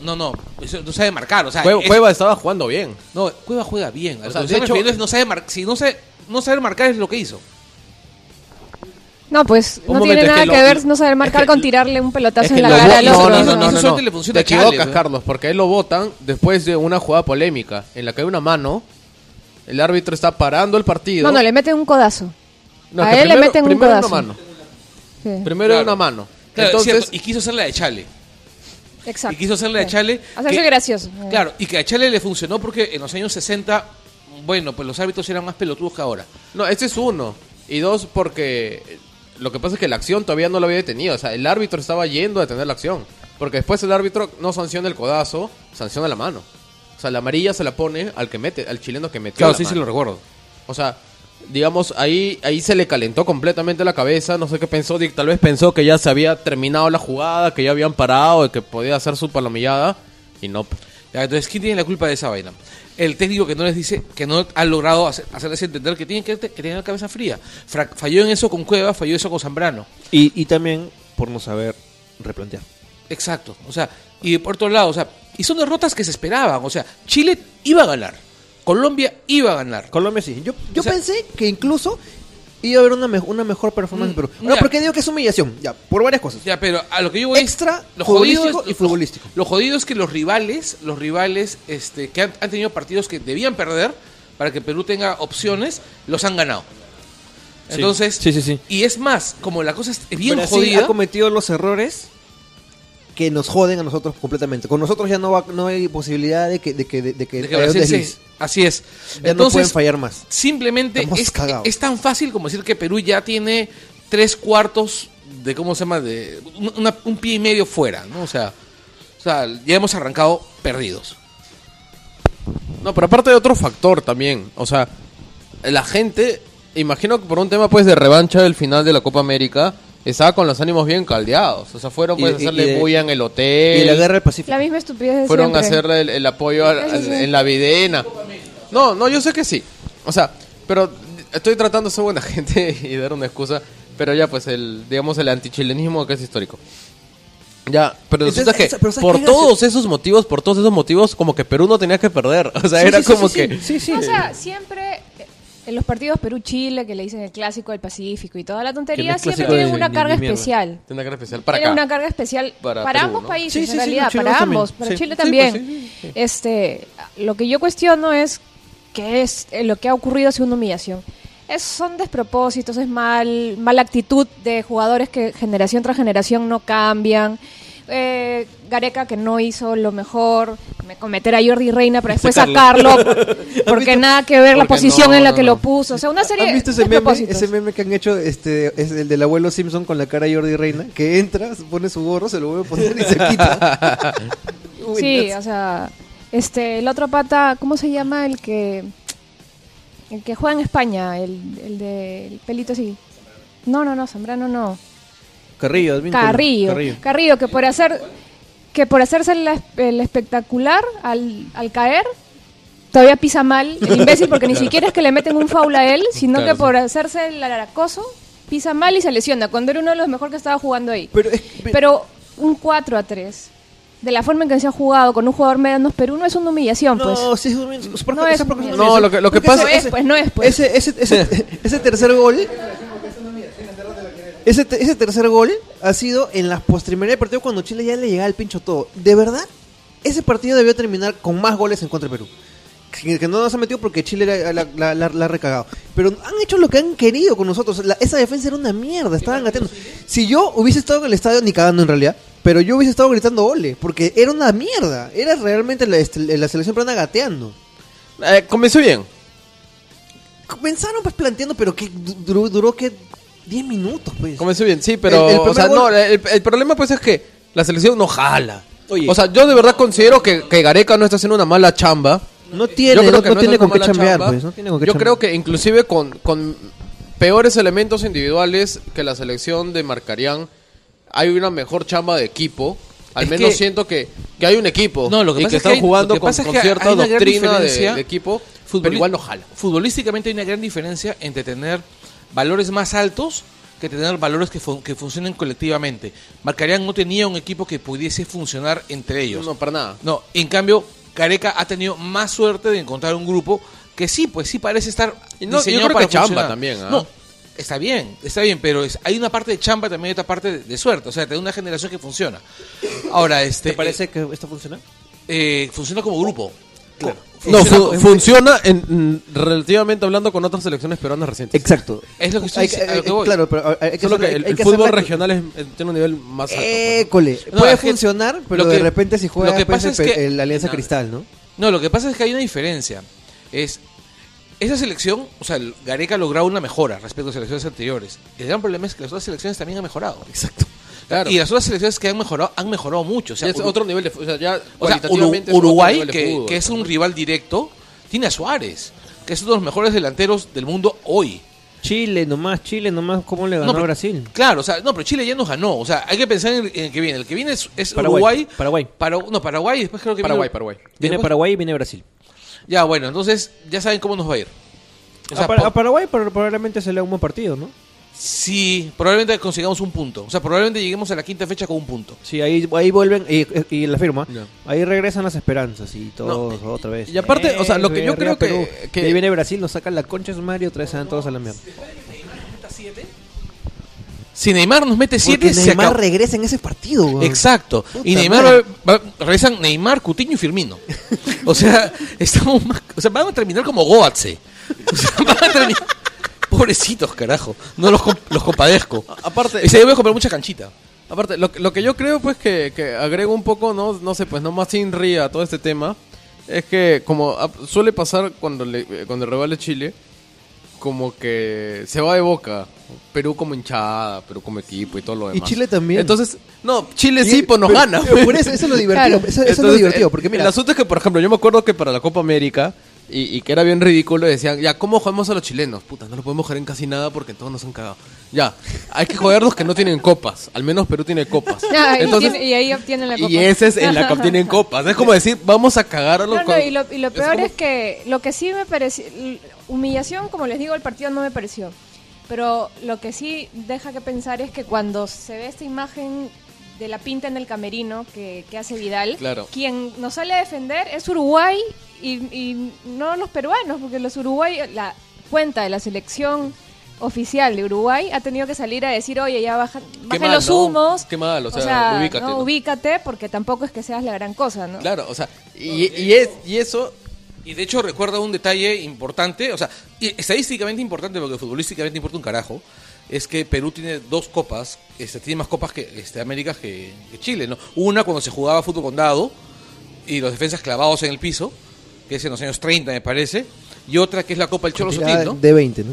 D: No, no, eso no sabe marcar, o sea,
A: Cueva,
D: es-
A: Cueva estaba jugando bien.
D: no, Cueva juega bien. A lo
A: sea,
D: que
A: de
D: estoy
A: hecho-
D: refiriendo es no sabe mar- si no sabe, no saber marcar es lo que hizo.
C: No, pues
A: Un
C: no
A: momento,
C: tiene
A: es
C: nada
A: que
C: que,
A: lo-
C: ver no saber
A: es
C: marcar
A: que-
C: con tirarle un pelotazo
A: Es que
C: en la
A: lo
C: cara al
A: votan-
C: otro. ¿no?
D: no, no, no, eso solamente le funciona
A: Te
D: a Charlie,
A: equivocas,
C: pues.
D: ¿no?
A: Carlos, porque a él lo votan después de una jugada polémica en la que hay una mano. El árbitro está parando el partido.
C: No, no, le meten un codazo.
A: No,
C: a
A: que
C: él le
A: primero-
C: meten un
A: primero una
C: codazo.
A: mano.
C: Sí,
A: Primero
D: Claro.
A: una mano.
D: Claro, es
A: Entonces,
D: cierto, y quiso hacerle de Chale.
C: Exacto.
D: Y quiso hacerle a
C: Sí.
D: Chale.
C: Hacerse
D: que-
C: gracioso.
D: Claro, y que a Chale le funcionó porque en los años 60, bueno, pues los árbitros eran más pelotudos que ahora.
A: no, este es uno. Y dos, porque lo que pasa es que la acción todavía no la había detenido. O sea, el árbitro estaba yendo a detener la acción. Porque después el árbitro no sanciona el codazo, sanciona la mano. O sea, la amarilla se la pone al que mete, al chileno que metió
D: Claro,
A: la
D: sí, sí
A: mano.
D: lo recuerdo.
A: O sea, digamos, ahí, ahí se le calentó completamente la cabeza, no sé qué pensó, Dick, tal vez pensó que ya se había terminado la jugada, que ya habían parado, y que podía hacer su palomillada, y no. pues.
D: Ya, entonces, ¿quién tiene la culpa de esa vaina? El técnico que no les dice, que no ha logrado hacer- hacerles entender que tienen que, que tener la cabeza fría. Fra- falló en eso con Cueva, falló eso con Zambrano.
B: Y, y también por no saber replantear.
D: Exacto. O sea, y por otro lado, o sea, y son derrotas que se esperaban. O sea, Chile iba a ganar. Colombia iba a ganar.
B: Colombia sí. Yo, yo
D: O sea-
B: pensé que incluso iba a haber una, mej- una mejor performance
D: Mm,
B: pero No,
D: ya.
B: porque digo que es humillación. Ya, por varias cosas.
D: Ya, pero a lo que yo voy es-
B: Extra,
D: lo
B: futbolístico
D: jodido
B: y futbolístico.
D: Lo, jodido es que los rivales, los rivales este, que han, han tenido partidos que debían perder para que Perú tenga opciones, los han ganado. Entonces,
B: Sí, sí, sí.
D: y es más, como la cosa es bien
B: Brasil
D: jodida,
B: ha cometido los errores que nos joden a nosotros completamente. Con nosotros ya no va, no hay posibilidad de que, de que, de, de que
D: De que
B: haya un
D: Brasil se-
B: desliz.
D: así es.
B: Ya no pueden
D: Entonces,
B: fallar más.
D: simplemente
B: Estamos
D: es,
B: cagados.
D: es tan fácil como decir que Perú ya tiene tres cuartos de, ¿cómo se llama? De, un- una- un pie y medio fuera, ¿no? O sea, o sea, ya hemos arrancado perdidos.
A: No, pero aparte de otro factor también. O sea, la gente, imagino que por un tema pues de revancha del final de la Copa América, estaba con los ánimos bien caldeados. O sea, fueron pues
B: Y-
A: a
B: y-
A: hacerle
B: y de-
A: bulla en el hotel.
B: Y la guerra del Pacífico.
C: La misma estupidez de
A: fueron
C: siempre.
A: a hacerle el, el apoyo al- al-
C: Sí, sí, sí.
A: en la videna. No, no, yo sé que sí. O sea, pero estoy tratando de ser buena gente y dar una excusa. Pero ya, pues, el, digamos, el antichilenismo que es histórico. Ya, pero
B: Entonces,
A: resulta que
B: esa- pero ¿sabes
A: por
B: qué?
A: todos esos motivos, por todos esos motivos, como que Perú no tenía que perder. O sea,
B: Sí,
A: era
B: sí, sí,
A: como
B: sí,
A: que...
B: sí, sí, sí.
C: O sea, siempre eh, en los partidos Perú-Chile, que le dicen el clásico del Pacífico y toda la
B: Que no
C: tontería,
B: es
C: siempre
B: clásico
C: tienen
B: de-
C: una
B: ni-
C: carga
B: ni mierda.
C: especial.
A: Tiene una carga especial para
C: Tiene
A: acá.
C: una carga especial
A: Para
C: para,
A: Perú,
C: ambos
A: ¿no?
C: países,
B: Sí,
C: en
B: sí, sí, los
C: realidad,
B: chilenos
C: para
B: también.
C: ambos, para
B: Sí.
C: Chile
B: Sí,
C: también.
B: pues, sí, sí, sí.
C: Este, lo que yo cuestiono es que es eh, lo que ha ocurrido ha sido una humillación. Es, son despropósitos, es mal, mala actitud de jugadores que generación tras generación no cambian. Eh, Gareca que no hizo lo mejor, me- cometer a Jordi Reina para después sacarlo, porque nada que ver la
A: Porque
C: posición
A: no,
C: en la
A: no,
C: que
A: no.
C: lo puso. O sea, una serie
B: ¿Han visto ese
C: de
B: meme,
C: despropósitos.
B: ese meme que han hecho? Este, es el del abuelo Simpson con la cara de Jordi Reina, que entra, se pone su gorro, se lo vuelve a poner y se quita.
C: Sí, o sea, este, el otro pata, ¿cómo se llama el que el que juega en España, el, el de el pelito así? No, no, no, Zambrano no.
B: Carrillo, advíncula.
C: Carrillo, Carrillo, que por hacer que por hacerse el, es- el espectacular al, al caer todavía pisa mal el imbécil porque ni siquiera es que le meten un foul a él, sino
A: Claro,
C: que por hacerse el acoso pisa mal y se lesiona cuando era uno de los mejores que estaba jugando ahí.
B: Pero es que-
C: Pero un 4 a 3, de la forma en que se ha jugado con un jugador medianos peruano, es una humillación,
B: No,
C: pues.
B: sí, es un- es por-
C: No
B: es
C: es
B: por-
C: un-
B: es un-
A: No, lo que- lo que
B: Porque
A: pasa-
B: ese-
C: No es, pues, no es, pues.
B: Ese, ese, ese, ese tercer gol. Ese, te- ese tercer gol ha sido en la postrimería del partido cuando Chile ya le llegaba el pincho todo. De verdad, ese partido debió terminar con más goles en contra de Perú. Que, que no nos ha metido porque Chile la, la, la- la- la ha recagado. Pero han hecho lo que han querido con nosotros. La- esa defensa era una mierda, estaban atentos. Si yo hubiese estado en el estadio, ni cagando en realidad, pero yo hubiese estado gritando ole, porque era una mierda. Era realmente la, este- la selección peruana gateando.
A: Eh, comenzó bien.
B: Comenzaron pues planteando, pero que du- duró, duró que 10 minutos, pues.
A: Comenzó bien, sí, pero...
B: El- el
A: o sea,
B: primer
A: no,
B: gol-
A: el, el problema pues es que la selección no jala.
B: Oye.
A: O sea, yo de verdad considero que, que Gareca no está haciendo una mala chamba.
B: No tiene,
A: Yo creo
B: no,
A: que
B: no
A: no
B: tiene
A: es una
B: con qué
A: mala
B: chambear,
A: chamba.
B: pues. No tiene con qué
A: Yo creo
B: chambear.
A: que inclusive con, con peores elementos individuales que la selección de Marcarían, hay una mejor chamba de equipo. Al
D: Es
A: menos
D: que-
A: siento que, que hay un equipo
D: No, lo que
A: y
D: pasa
A: que
D: es que
A: están
D: hay-
A: jugando
D: lo que
A: con,
D: pasa es
A: con
D: que hay
A: cierta
D: una gran
A: doctrina de,
D: diferencia
A: de equipo, pero
D: Futboli-
A: igual no jala.
D: Futbolísticamente hay una gran diferencia entre tener valores más altos que tener valores que, fun- que funcionen colectivamente. Marcarián no tenía un equipo que pudiese funcionar entre ellos.
A: No, para nada.
D: No, en cambio, Careca ha tenido más suerte de encontrar un grupo que sí, pues sí parece estar
A: Y no, yo
D: diseñado
A: creo
D: para
A: que chamba
D: funcionar.
A: también, ¿ah?
D: No, está bien, está bien, pero es- hay una parte de chamba también hay otra parte de, de suerte. O sea, te da una generación que funciona. Ahora, este...
B: ¿Te parece que esto funciona?
D: eh, eh, funciona como grupo. Claro.
A: No, fu- funciona en, mm, relativamente hablando con otras selecciones peruanas recientes.
B: Exacto.
D: Es lo que estoy
B: Hay que- eh,
D: dic- a lo que voy.
B: Claro, pero hay que
A: Solo
B: hacerle-
A: que el,
B: hay
A: el
B: que
A: fútbol
B: hacerle-
A: regional es- eh, tiene un nivel más alto. pues, ¿no?
B: École,
D: No,
B: puede
D: es que-
B: funcionar, pero
D: lo
B: de
D: que-
B: repente si juega
D: lo que
B: pues,
D: pasa es
B: el-
D: que-
B: el Alianza
D: no.
B: Cristal, ¿no?
D: No, lo que pasa es que hay una diferencia. Es esa selección, o sea, el Gareca ha logrado una mejora respecto a selecciones anteriores. El gran problema es que las otras selecciones también han mejorado. Exacto.
A: Claro.
D: Y las otras selecciones que han mejorado han mejorado mucho. O sea,
A: Ya es
D: Uru-
A: otro nivel de fu- o sea, ya
D: o sea,
A: cualitativamente
D: Uru-
A: es otro
D: Uruguay,
A: nivel de
D: que,
A: fútbol.
D: que es un rival directo, tiene a Suárez, que es uno de los mejores delanteros del mundo hoy.
B: Chile nomás, Chile nomás, ¿cómo le
D: pero- Claro, o sea, no, pero Chile ya nos ganó. O sea, hay que pensar en el, en el que viene. El que viene es, es
F: Paraguay,
D: Uruguay.
F: Paraguay.
D: Para- no, Paraguay, después creo que
A: Paraguay,
D: viene.
A: Paraguay.
F: Viene
D: después-
F: Paraguay y viene Brasil.
D: Ya, bueno, entonces ya saben cómo nos va a ir. O sea,
B: a, Par-
D: po-
B: a Paraguay pero probablemente se le da un buen partido, ¿no?
D: Sí, probablemente consigamos un punto. O sea, probablemente lleguemos a la quinta fecha con un punto.
B: Sí, ahí, ahí vuelven, y, y la firma,
A: Ya.
B: ahí regresan las esperanzas y todos otra vez.
A: y aparte, o sea, lo que yo
B: arriba
A: creo que-
B: Perú.
A: que-
B: De ahí viene Brasil, nos sacan la concha de su madre y otra vez se dan todos a la mierda.
D: Si Neymar nos mete 7,
B: Porque
D: se acabó.
B: Neymar regresa en ese partido, weón.
D: Exacto.
B: Puta
D: y Neymar
B: madre.
D: va- va- regresan Neymar, Cutiño y Firmino. O sea, estamos más, o sea, van a terminar como Goatse. O sea, van a terminar Pobrecitos, carajo. No los, com- los compadezco.
A: aparte-
D: Ese día voy a comprar mucha canchita.
A: Aparte, lo, lo que yo creo, pues, que, que agrego un poco, ¿no? No sé, pues, nomás Inri a todo este tema. Es que, como ah, suele pasar cuando, le, eh, cuando el rival es Chile, como que se va de boca. Perú como hinchada, Perú como equipo y todo lo
B: Y
A: demás.
B: Chile también.
A: Entonces, no, Chile
B: Y-
A: sí, pues, nos
B: pero-
A: gana.
B: pero por eso, eso es lo divertido.
C: Claro.
B: Eso, eso es lo
A: Entonces,
B: divertido,
A: el-
B: porque mira,
A: El asunto es que, por ejemplo, yo me acuerdo que para la Copa América, y, y que era bien ridículo, decían, ya, ¿cómo jugamos a los chilenos? Puta, no lo podemos joder en casi nada porque todos nos han cagado. Ya, hay que joderlos que no tienen copas. Al menos Perú tiene copas.
C: Ah, y,
A: Entonces,
C: tiene- y ahí obtienen la copa.
A: y ese es en la que tienen copas. Es como decir, vamos a cagar a los
C: No, no, y lo, y lo
A: es
C: peor
A: como-
C: es que lo que sí me pareció, humillación, como les digo, el partido no me pareció. Pero lo que sí deja que pensar es que cuando se ve esta imagen de la pinta en el camerino que, que hace Vidal,
A: Claro.
C: quien nos sale a defender es Uruguay y, y no los peruanos, porque los Uruguay, la cuenta de la selección oficial de Uruguay ha tenido que salir a decir, oye, ya bajan, bajen
A: mal,
C: los
A: ¿no?
C: humos.
A: Qué mal, o sea, ubícate,
C: ¿no?
A: ¿no?
C: ubícate, porque tampoco es que seas la gran cosa, ¿no?
A: Claro, o sea, y, y es, y eso...
D: Y de hecho recuerda un detalle importante, o sea, y estadísticamente importante, porque futbolísticamente importa un carajo, es que Perú tiene dos copas, este, tiene más copas que este, América que, que Chile, ¿no? Una cuando se jugaba fútbol con dado y los defensas clavados en el piso, que es en los años 30 me parece, y otra que es la Copa del Cholo
B: era
D: Sutil, ¿no?
B: de 20, ¿no?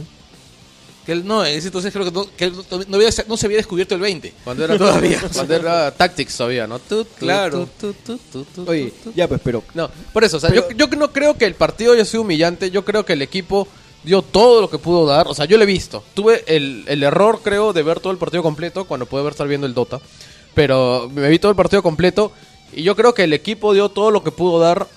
D: Que él- no, en ese entonces creo que no, que él no- no había- no se había descubierto el 20.
A: Cuando era todavía. Cuando era Tactics todavía, ¿no? Tu, tu,
D: Claro.
A: tu, tu, tu, tu, tu,
B: Oye,
A: tu,
B: ya pues, pero
A: No, por eso, o sea, yo, yo no creo que el partido haya sido humillante, yo creo que el equipo dio todo lo que pudo dar, o sea, yo lo he visto. Tuve el, el error, creo, de ver todo el partido completo cuando pude haber estar viendo el Dota, pero me vi todo el partido completo y yo creo que el equipo dio todo lo que pudo dar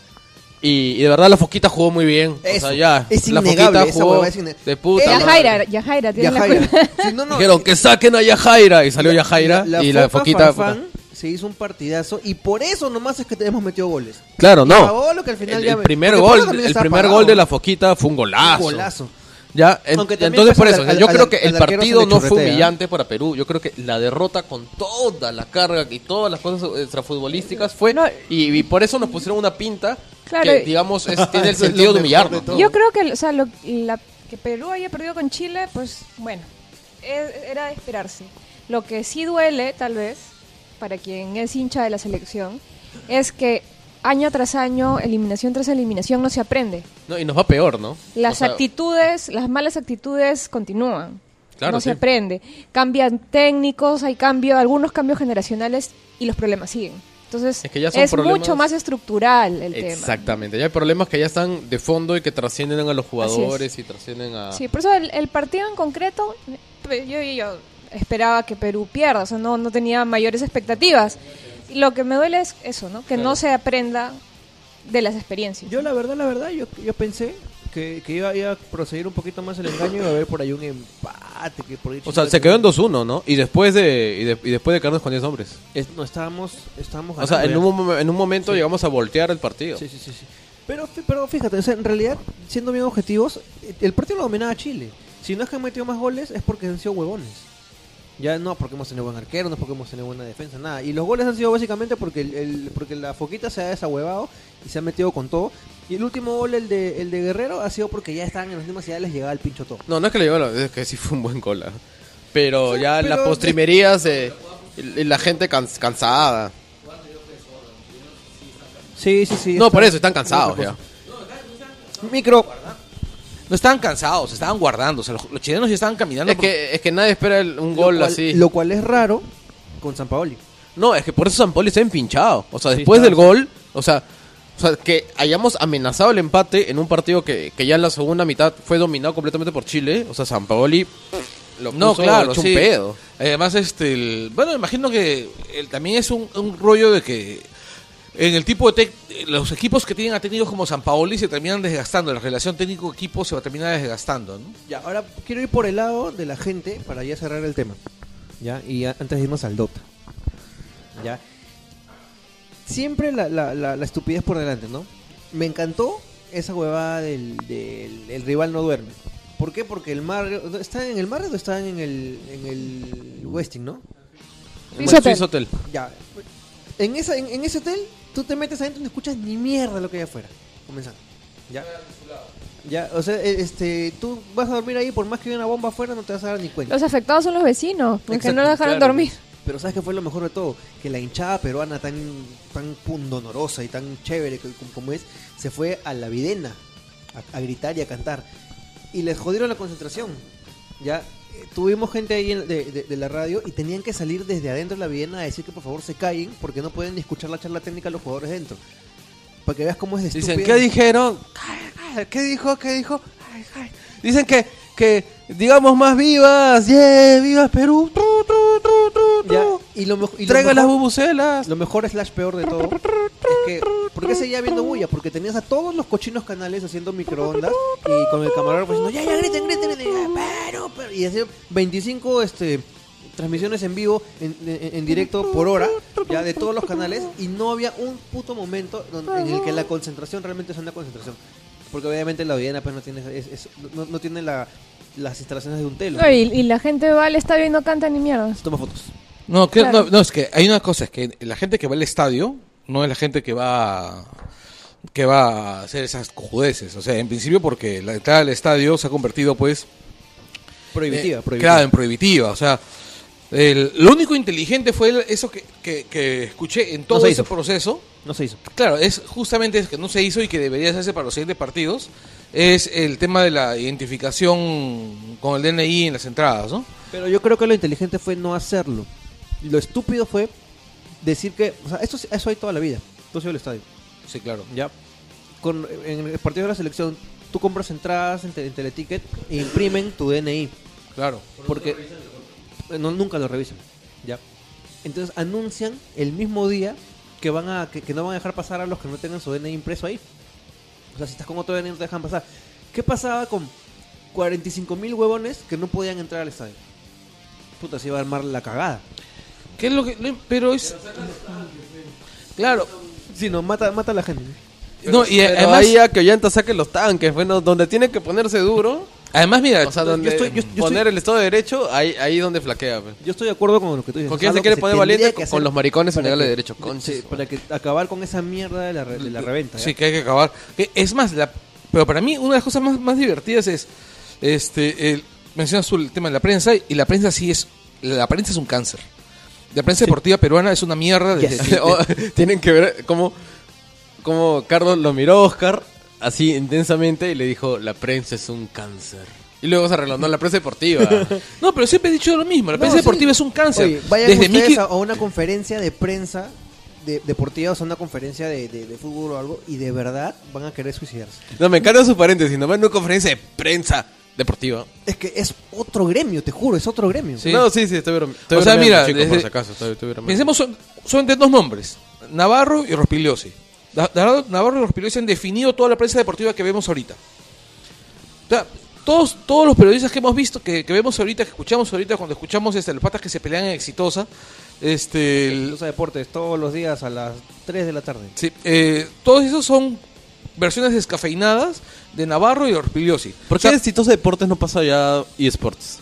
A: y, y de verdad la Foquita jugó muy bien.
B: Eso,
A: o sea, ya,
B: es
A: la
B: innegable,
A: Foquita
B: esa
A: jugó
B: huevada es inne-
A: de puta.
B: Esa-
A: madre.
C: Yajaira, Yajaira tiene la
B: Yajaira.
C: culpa.
B: Sí, no, no,
A: Dijeron que saquen a Yajaira y salió Yajaira y la
B: Fofa
A: Foquita...
B: Farfán se hizo un partidazo y por eso nomás es que te hemos metido goles.
A: Claro,
B: Y
A: no.
B: Paolo, que al final
A: el,
B: ya
A: el
B: ve-
A: primer
B: porque Paolo
A: gol,
B: también
A: el
B: está
A: primer
B: apagado,
A: gol de
B: ¿no?
A: la Foquita fue un golazo.
B: Un golazo.
A: Ya, en-
B: Aunque también
A: entonces por
B: pasa
A: eso,
B: al-
A: o sea, yo
B: al-
A: creo
B: al-
A: que
B: al
A: el
B: arquero se
A: partido
B: le
A: no fue
B: chorretea.
A: humillante para Perú. Yo creo que la derrota con toda la carga y todas las cosas extrafutbolísticas fue. y, y por eso nos pusieron una pinta
C: Claro,
A: que,
C: y-
A: digamos, es- tiene el
B: Eso es lo
A: sentido de
B: mejor
A: humillarnos.
B: de todo.
A: ¿no?
C: Yo creo que, o sea, lo- la, que Perú haya perdido con Chile, pues bueno, e- era de esperarse. Lo que sí duele, tal vez, para quien es hincha de la selección, es que año tras año, eliminación tras eliminación, no se aprende.
A: No, y nos va peor, ¿no?
C: Las
A: O sea,
C: actitudes, las malas actitudes continúan.
A: Claro,
C: no se
A: sí.
C: aprende. Cambian técnicos, hay cambio, algunos cambios generacionales y los problemas siguen. Entonces,
A: Es
C: es,
A: que ya son problemas-
C: mucho más estructural el tema.
A: Exactamente. Ya hay problemas que ya están de fondo y que trascienden a los jugadores y trascienden
B: Ah.
A: a.
C: Sí, por eso el, el partido en concreto, pe- yo, yo esperaba que Perú pierda, o sea, no, no tenía mayores expectativas. Y Lo que me duele es eso, ¿no? Que no se aprenda de las experiencias.
B: Yo la verdad, la verdad, yo, yo pensé que, que iba, iba a proceder un poquito más el engaño y iba a haber por ahí un empate. Que por ahí
A: O sea, se quedó en 2-1, ¿no? Y después de, y, de- y después de quedarnos con 10 hombres.
B: Es- no, estábamos, estábamos
A: O sea,
B: ganando
A: en
B: ya.
A: un, mom- en un momento llegamos a voltear el partido.
B: Sí, sí, sí, sí. Pero, fi- pero fíjate, o sea, en realidad, siendo bien objetivos, el partido lo dominaba Chile. Si no es que han metido más goles, es porque han sido huevones. Ya no porque hemos tenido buen arquero, no es porque hemos tenido buena defensa, nada. Y los goles han sido básicamente porque, el, el- porque la foquita se ha desahuevado y se ha metido con todo. Y el último gol, el de, el de Guerrero, ha sido porque ya estaban en las mismas ciudades, les llegaba el pincho todo.
A: No, no es que le digo, es que sí fue un buen cola. Pero
B: Sí,
A: ya
B: pero-
A: la postrimería se- y la gente cans- cansada.
B: Sí, sí, sí.
A: No,
B: está-
A: por eso están cansados
B: otra
A: ya.
B: cosa. Micro.
D: No estaban cansados, estaban guardando, o sea, los, los chilenos ya estaban caminando.
A: Es que, es que nadie espera el- un
B: Lo
A: gol
B: cual-
A: así.
B: Lo cual es raro con San Paoli.
A: No, es que por eso San Poli está empinchado. O sea,
B: Sí,
A: después
B: está.
A: del gol, o sea, o sea, que hayamos amenazado el empate en un partido que, que ya en la segunda mitad fue dominado completamente por Chile. O sea, San Paoli lo
D: No,
A: puso
D: claro,
A: hecho
D: sí.
A: un pedo.
D: Además, este, el- bueno, imagino que el- también es un, un rollo de que en el tipo de tec- los equipos que tienen a técnicos como San Paoli se terminan desgastando, la relación técnico equipo se va a terminar desgastando, ¿no?
B: Ya, ahora quiero ir por el lado de la gente para ya cerrar el tema. Ya, y a- antes de irnos al Dota. Ya. Siempre la, la- la- la estupidez por delante, ¿no? Me encantó esa huevada del, del- el rival no duerme. ¿Por qué? Porque el Mario. ¿Están en el Mario o están en el, en el Westing, no?
C: Suizo Hotel.
A: Suizo Hotel.
B: Ya. En, esa, en, en ese hotel, tú te metes adentro y no escuchas ni mierda lo que hay afuera. Comenzando. Ya. Ya, o sea, e- este, tú vas a dormir ahí, por más que haya una bomba afuera, no te vas a dar ni cuenta.
C: Los afectados son los vecinos, porque
B: Exacto,
C: no los dejaron
B: claro.
C: dormir.
B: Pero ¿sabes qué fue lo mejor de todo? Que la hinchada peruana tan, tan pundonorosa y tan chévere que- como es, se fue a la videna a, a gritar y a cantar. Y les jodieron la concentración. Ya eh, tuvimos gente ahí en- de, de- de la radio y tenían que salir desde adentro de la videna a decir que por favor se callen porque no pueden ni escuchar la charla técnica de los jugadores dentro. Para que veas cómo es de
A: Dicen,
B: estúpida-
A: ¿qué dijeron? Ay, ay, ¿Qué dijo? ¿Qué dijo? Ay, ay. Dicen que, que digamos más vivas. ¡Yeah! ¡Vivas Perú! ¡Tru, tru, tru, tru, tru!
B: Ya, y lo mejo- y lo
A: ¡Traigan las
B: mejor-
A: bubucelas!
B: Lo mejor slash peor de todo es que ¿por qué seguía viendo bulla? Porque tenías a todos los cochinos canales haciendo microondas y con el camarógrafo diciendo ya ya griten griten griten ya, pero, pero", y hacía 25 este transmisiones en vivo en, en- en directo por hora ya de todos los canales y no había un puto momento donde- en el que la concentración realmente sea una concentración porque obviamente la Viena pues no tiene es- es- no, no tiene la- las instalaciones de un telo
C: No, y, y la gente va al estadio y no canta ni mierda.
B: toma fotos
D: No, que-
C: Claro.
D: no, no, es que hay una cosa, es que la gente que va al estadio no es la gente que va que va a hacer esas cojudeces. O sea, en principio porque la entrada al estadio se ha convertido pues
B: prohibitiva
D: eh,
B: prohibitiva
D: Claro, en prohibitiva. O sea, el- lo único inteligente fue el- eso que, que- que escuché en todo
B: se
D: ese
B: hizo.
D: proceso.
B: no se hizo
D: Claro, es justamente eso que no se hizo y que debería hacerse para los siguientes partidos, es el tema de la identificación con el DNI en las entradas, ¿no?
B: Pero yo creo que lo inteligente fue no hacerlo. Lo estúpido fue decir que. O sea, eso, eso hay toda la vida. Tú has ido al estadio.
D: Sí, claro.
B: Ya. Con, en el partido de la selección, tú compras entradas en, te- en Teleticket e imprimen tu DNI.
D: Claro.
B: Porque. No, nunca lo revisan. Ya. Entonces anuncian el mismo día que van a que, que no van a dejar pasar a los que no tengan su DNI impreso ahí. O sea, si estás con otro DNI no te dejan pasar. ¿Qué pasaba con 45.000 huevones que no podían entrar al estadio? Puta, se iba a armar la cagada.
D: ¿Qué es lo que.? lo- Pero es. Claro.
B: Sí, no, mata, mata a la gente.
D: No, y
A: Pero
D: además,
A: ahí a que Ollanta saque los tanques, bueno, donde tiene que ponerse duro,
D: además, mira,
A: o sea, donde
B: estoy- Eh, yo- yo estoy-
A: poner el Estado de Derecho, ahí ahí donde flaquea. pues.
B: Yo estoy de acuerdo con lo que tú dices.
A: ¿Con quién
B: Es
A: se
B: algo
A: quiere
B: que
A: poner
B: tendría
A: valiente?
B: que
A: Con
B: hacer
A: los maricones
B: para
A: negarle
B: que-
A: derecho, concha
B: sí,
A: su
B: para que acabar con esa mierda de la, re- de la reventa. ¿ya?
D: Sí, que hay que acabar. Que Es más, la, pero para mí una de las cosas más, más divertidas es, este, el, mencionas tú el tema de la prensa y la prensa sí es, la prensa es un cáncer. La prensa deportiva peruana es una mierda. desde-
B: Yes.
D: desde-
A: O- Tienen que ver cómo, cómo Carlos lo miró a Oscar así intensamente y le dijo, la prensa es un cáncer. Y luego se arregló, no, la prensa deportiva.
D: no, pero siempre he dicho lo mismo. La
B: No,
D: prensa
B: sí.
D: deportiva es un cáncer.
B: Oye, vayan
D: desde
B: ustedes
D: Mickey-
B: a, a una conferencia de prensa de, deportiva, o sea, una conferencia de, de- de fútbol o algo, y de verdad van a querer suicidarse.
A: No, me encanta su paréntesis, nomás en una conferencia de prensa deportiva.
B: Es que es otro gremio, te juro, es otro gremio.
D: Sí.
A: No, sí, sí, estoy brome- estoy
D: O sea,
A: bromeando,
D: mira,
A: chicos, por
D: desde-
A: si acaso, estoy, estoy bromeando.
D: Pensemos son, solamente dos nombres, Navarro y Rospigliosi. Da- Navarro Navarro y Rospigliosi han definido toda la prensa deportiva que vemos ahorita. O sea, todos, todos los periodistas que hemos visto, que, que vemos ahorita, que escuchamos ahorita, cuando escuchamos este, los patas que se pelean en Exitosa, este, el-
B: O sea, deportes todos los días a las 3 de la tarde.
D: sí, eh, todos esos son versiones descafeinadas de Navarro y Rospigliosi.
A: ¿Por
D: O
A: qué
D: sea,
A: exitosos deportes no pasa ya eSports?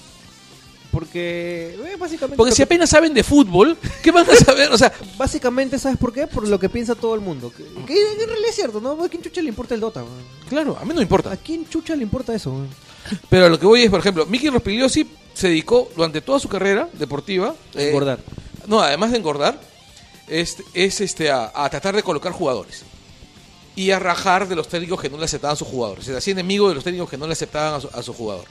B: Porque, eh, básicamente.
D: porque si apenas saben de fútbol, ¿qué van a saber? O sea,
B: Básicamente, ¿sabes por qué? Por lo que piensa todo el mundo. Que, que en realidad es cierto, ¿no? ¿A quién chucha le importa el Dota? weón?
D: claro, a mí no me
B: ¿A
D: importa.
B: quién chucha le importa eso? weón?
D: Pero a lo que voy es, por ejemplo, Mickey Rospigliosi se dedicó durante toda su carrera deportiva eh,
B: A engordar.
D: No, además de engordar, es, es este a, a tratar de colocar jugadores. Y a rajar de los técnicos que no le aceptaban a sus jugadores. Se hacía enemigo de los técnicos que no le aceptaban a su, a su jugador.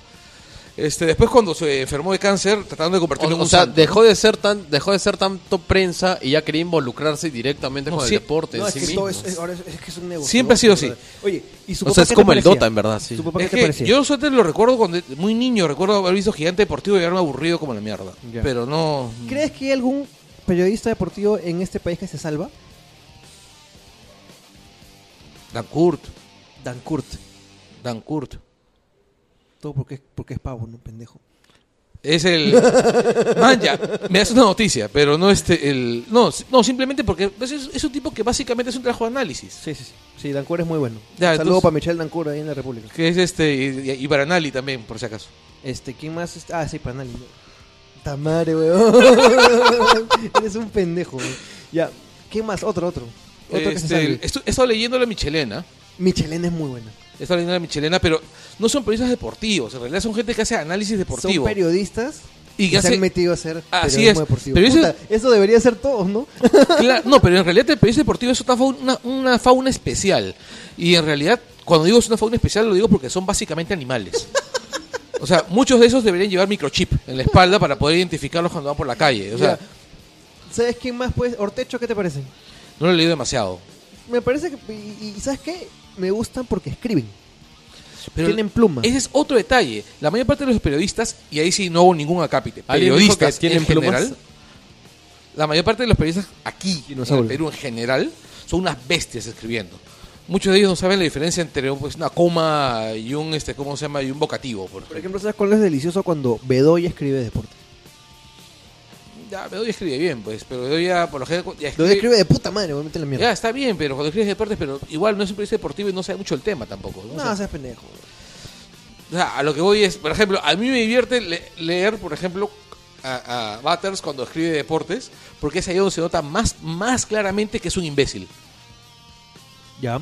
D: Este, después cuando se enfermó de cáncer, tratando de
A: O,
D: convertirlo en
A: o
D: un
A: sea,
D: santo.
A: dejó de ser tan dejó de ser tanto prensa y ya quería involucrarse directamente
D: No,
A: con
D: sí.
A: el deporte
B: No,
A: en
B: es
A: sí
B: que
A: mismo.
B: todo es, es- ahora es, es que es un negocio.
D: Siempre ha sido así.
B: Oye, ¿y su
A: O sea,
B: papá
A: es
B: qué te
A: como el
B: parecía?
A: Dota, en verdad, sí.
B: ¿Su papá
D: Es
B: qué te
D: que
B: parecía?
D: yo suerte lo recuerdo cuando muy niño, recuerdo haber visto Gigante Deportivo y haberme aburrido como la mierda.
B: Ya.
D: Pero no...
B: ¿Crees que hay algún periodista deportivo en este país que se salva?
D: Dan Kurt,
B: Dan Kurt.
D: Dan Kurt.
B: Todo porque, es- porque es pavo, ¿no? Pendejo.
D: Es el. Man, ya, me das una noticia, pero no este. el No, si- no simplemente porque pues, es, es un tipo que básicamente es un trabajo de análisis.
B: Sí, sí, sí. Sí, Dan Kurt es muy bueno.
D: Ya,
B: Un Saludo
D: entonces-
B: para Michelle Dan Kurt ahí en la República.
D: Que es este. Y, y Baranali también, por si acaso.
B: Este, ¿quién más? está? Ah, sí, Panali. Tamare, weón. Eres un pendejo, weón. Ya. ¿Quién más? Otro, otro. Otro que se
D: Este,
B: salve.
D: estu- he estado leyendo la Michelena.
B: Michelena es muy buena.
D: He estado leyendo la Michelena, pero no son periodistas deportivos. En realidad son gente que hace análisis deportivo.
B: Son periodistas
D: Y que
B: se
D: hace-
B: han metido a hacer
D: Así
B: periodismo
D: es,
B: deportivo.
D: pero eso-
B: Puta, eso debería ser todos, ¿no?
D: Claro, no, pero en realidad el periodista deportivo es otra fauna- una, fauna especial. Y en realidad, cuando digo es una fauna especial, lo digo porque son básicamente animales. O sea, muchos de esos deberían llevar microchip en la espalda para poder identificarlos cuando van por la calle. O sea,
B: Ya. ¿Sabes quién más puede? Ortecho, ¿qué te parece?
D: no lo he leído demasiado.
B: Me parece que y, y ¿sabes qué? Me gustan porque escriben.
D: Pero
B: Tienen pluma.
D: Ese es otro detalle. La mayor parte de los periodistas, y ahí sí no hubo ningún acápite,
A: ¿Alguien dijo que
D: periodistas
A: tienen
D: en
A: plumas?
D: general, la mayor parte de los periodistas aquí, en el
B: Dinosaurios.
D: Perú en general, son unas bestias escribiendo. Muchos de ellos no saben la diferencia entre pues, una coma y un, este, ¿cómo se llama? Y un vocativo, por
B: Por
D: ejemplo.
B: ejemplo, ¿sabes cuál es delicioso cuando Bedoya escribe deporte?
D: Ya, Bedoya escribe bien, pues, pero Bedoya, por lo general, ya escribe,
B: Bedoya escribe de puta madre, voy a meter la mierda.
D: ya, está bien, pero cuando escribes deportes, pero igual no es un periodista deportivo y no sabe mucho el tema tampoco. ¿no? O sea,
B: No, seas pendejo.
D: O sea, a lo que voy es, por ejemplo, a mí me divierte le- leer, por ejemplo, a, a Butters cuando escribe deportes, porque es ahí donde se nota más, más claramente que es un imbécil.
B: Ya.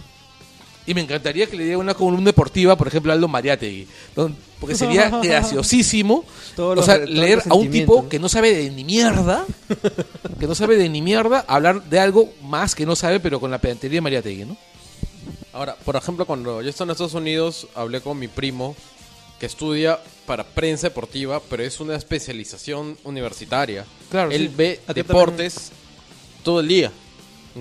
D: Y me encantaría que le diera una columna deportiva, por ejemplo, a Aldo Mariategui. don- Porque sería graciosísimo.
B: Todos
D: o
B: los
D: sea,
B: re- todos
D: leer
B: los
D: a un
B: sentimientos,
D: tipo
B: ¿no?
D: que no sabe de ni mierda, que no sabe de ni mierda, hablar de algo más que no sabe, pero con la pedantería de Mariategui, ¿no?
A: Ahora, por ejemplo, cuando yo estaba en Estados Unidos, hablé con mi primo que estudia para prensa deportiva, pero es una especialización universitaria.
D: Claro,
A: Él
D: sí.
A: ve
B: A ti
A: deportes todo el día.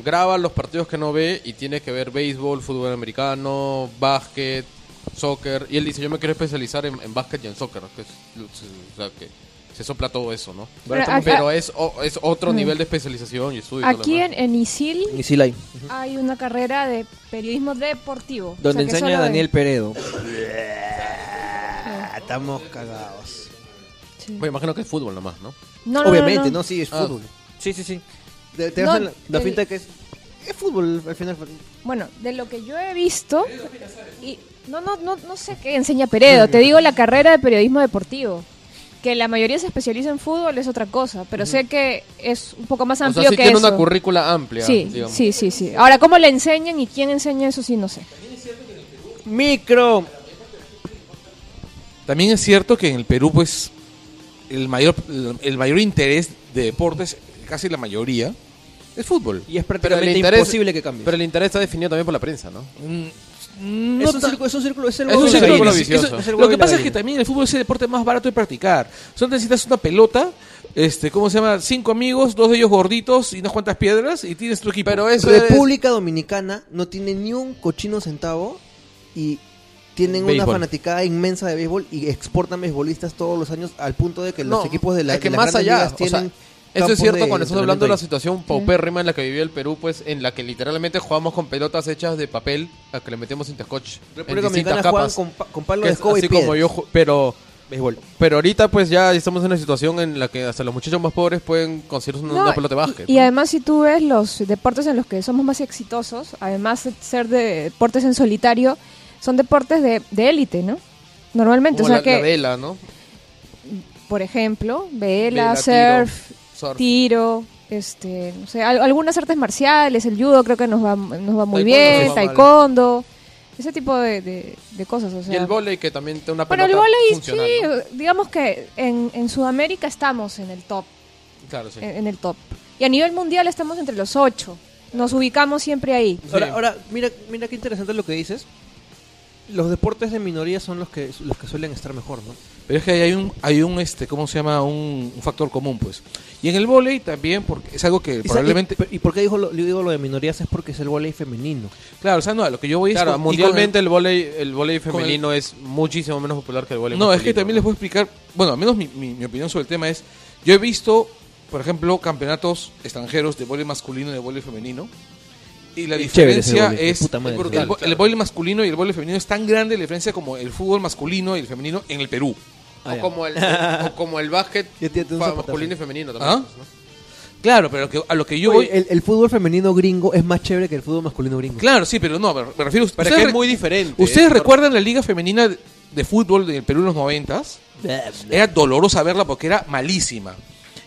A: Graba los partidos que no ve y tiene que ver béisbol, fútbol americano, básquet, soccer. Y él dice, yo me quiero especializar en, en básquet y en soccer. Que es lo- o sea, que se sopla todo eso, ¿no?
C: Pero
A: Pero,
C: acá-
A: es, o- es otro
C: Mm.
A: nivel de especialización y estudio. y todo lo
C: Aquí
A: demás.
C: en, en Isil
B: Y sí la hay.
C: hay una carrera de periodismo deportivo.
B: Donde
C: O sea, que
B: enseña a
C: solo de-
B: Daniel Peredo. Estamos cagados.
C: Sí.
A: Me imagino que es fútbol nomás, ¿no?
C: No, no,
B: Obviamente, no,
C: no, no.
B: sí, es
A: Ah.
B: fútbol. Sí, sí, sí. Te, te
C: No,
B: hacen la, la
C: el-
B: finta que es. Es fútbol al final.
C: Bueno, de lo que yo he visto. Y, no, no, no, no sé qué enseña Peredo. Te digo la carrera de periodismo deportivo. Que la mayoría se especializa en fútbol es otra cosa, pero sé que es un poco más
A: O
C: amplio
A: sea, sí
C: que
A: tiene
C: eso.
A: una currícula amplia.
C: sí,
A: digamos.
C: sí, sí, sí. Ahora, ¿cómo le enseñan y quién enseña eso? Sí, no sé.
B: Micro.
D: También es cierto que en el Perú, pues, el mayor, el mayor interés de deportes, casi la mayoría, es fútbol.
B: Y es
A: Pero el
B: prácticamente
A: interés,
B: imposible que cambie.
A: Pero el interés está definido también por la prensa, ¿no?
D: Mm,
B: es,
D: no
B: un
D: ta-
B: círculo, es un círculo. Es el
D: Es
B: huevo
D: un
B: y la
D: círculo
B: gallina.
A: vicioso.
B: Eso- es el
D: Lo
B: huevo
D: que
B: y la
D: pasa es que
B: gallina.
D: también el fútbol es el deporte más barato de practicar. Solo necesitas una pelota, este, ¿cómo se llama? Cinco amigos, dos de ellos gorditos y unas cuantas piedras y tienes tu equipo.
A: Pero eso
B: República Dominicana no tiene ni un cochino centavo y tienen una
A: Béisbol.
B: fanaticada inmensa de béisbol y exportan beisbolistas todos los años al punto de que
A: es...
B: los
A: no,
B: equipos de la
A: es que
B: de las
A: más
B: grandes
A: allá,
B: ligas
A: o sea,
B: tienen
A: eso es
B: campos
A: cierto
B: de
A: cuando estamos hablando de la
B: entrenamiento
A: situación
C: Mm.
A: paupérrima en la que vivió el Perú, pues en la que literalmente jugamos con pelotas hechas de papel a que le metemos intercoach
B: ahí.
A: en
B: República
A: distintas
B: Dominicana juegan
A: capas.
B: con, pa- con
A: que
B: palo de
A: es
B: escoba y
A: así
B: piedras.
A: como yo, ju- pero
B: béisbol.
A: pero ahorita pues ya estamos en una situación en la que hasta los muchachos más pobres pueden conseguirse una,
C: No,
A: una pelota de básquet.
C: Y, y
A: ¿no?
C: además, si tú ves los deportes en los que somos más exitosos, además de ser de deportes en solitario, son deportes de de élite, ¿no? Normalmente,
A: Como
C: o sea
A: la,
C: que,
A: la vela, ¿no?
C: por ejemplo, vela,
A: Vela, tiro,
C: surf,
A: surf.
C: tiro, este, no sé, al- algunas artes marciales, el judo creo que nos va, nos va
A: Taekwondo
C: muy bien,
A: nos va mal.
C: taekwondo, ese tipo de, de- de cosas. O sea.
A: y el volei que también tiene una
C: Bueno,
A: pelota
C: el volei, sí,
A: funcional, ¿no?
C: digamos que en, en Sudamérica estamos en el top,
A: Claro, sí.
C: en, en el top. Y a nivel mundial estamos entre los ocho, nos ubicamos siempre ahí.
B: Ahora,
A: Sí.
B: ahora, mira, mira qué interesante lo que dices. Los deportes de minoría son los que los que suelen estar mejor, ¿no?
D: Pero es que ahí hay un, hay un este, ¿cómo se llama? Un, un factor común, pues. Y en el volei también, porque es algo que
B: Y sa-
D: probablemente...
B: y, y por qué dijo lo, digo lo de minorías es porque es el voleibol femenino.
D: Claro, o sea, no, a lo que yo voy es
A: Claro,
D: con- y con el-
A: mundialmente el volei el vóley
D: con el-
A: femenino es muchísimo menos popular que el volei
D: No, es que también les puedo explicar, bueno, al menos mi, mi- mi opinión sobre el tema es, yo he visto, por ejemplo, campeonatos extranjeros de voleibol masculino y de voleibol femenino, y la
B: Es chévere ese
D: diferencia
B: voleibol, de
D: es,
B: puta madre,
D: el,
B: brutal,
D: vo- el voleibol masculino y el voleibol femenino es tan grande la diferencia como el fútbol masculino y el femenino en el Perú.
A: O como el, o como el básquet
B: Ya tiene un
A: fa-
B: zapatazo.
A: masculino y femenino también. pues,
D: ¿Ah? Claro, pero que- a lo que yo
B: Oye,
D: voy...
B: el, el fútbol femenino gringo es más chévere que el fútbol masculino gringo.
D: Claro, sí, pero no, me me refiero...
A: Pero es
D: ustedes
A: que
D: re-
A: es muy diferente.
D: ¿Ustedes
A: Es-
B: ¿eh?
D: recuerdan la liga femenina de- de fútbol del Perú en los noventas? Era dolorosa verla porque era malísima.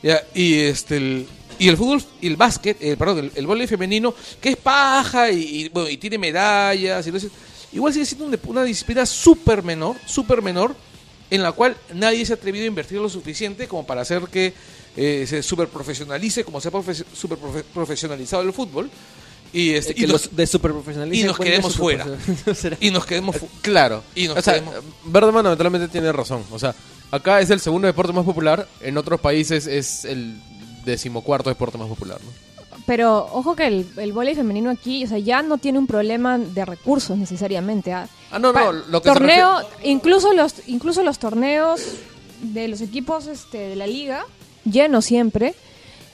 D: Ya, Y este el, y el fútbol y el básquet, eh, perdón, el, el vóley femenino, que es paja y, y, bueno, y tiene medallas y entonces, igual sigue siendo un dep- una disciplina súper menor, súper menor en la cual nadie se ha atrevido a invertir lo suficiente como para hacer que eh, se superprofesionalice, como se ha profe- superprofe- profesionalizado el fútbol. Y, este,
B: Que
D: y nos,
B: Eh, los de superprofesionalismo
D: y nos
B: encuentren
D: quedemos fuera.
B: superprofesional-
D: y nos quedemos, fu- claro, y nos
A: O sea,
D: quedemos-
A: Verdemano lamentablemente tiene razón. O sea, acá es el segundo deporte más popular, en otros países es el decimocuarto deporte más popular, ¿no?
C: Pero ojo que el, el vóley femenino aquí, o sea, ya no tiene un problema de recursos necesariamente. ¿ah?
A: Ah, no, no,
C: Pa-
A: lo que se
C: torneo, incluso los incluso los torneos de los equipos este, de la liga llenos siempre,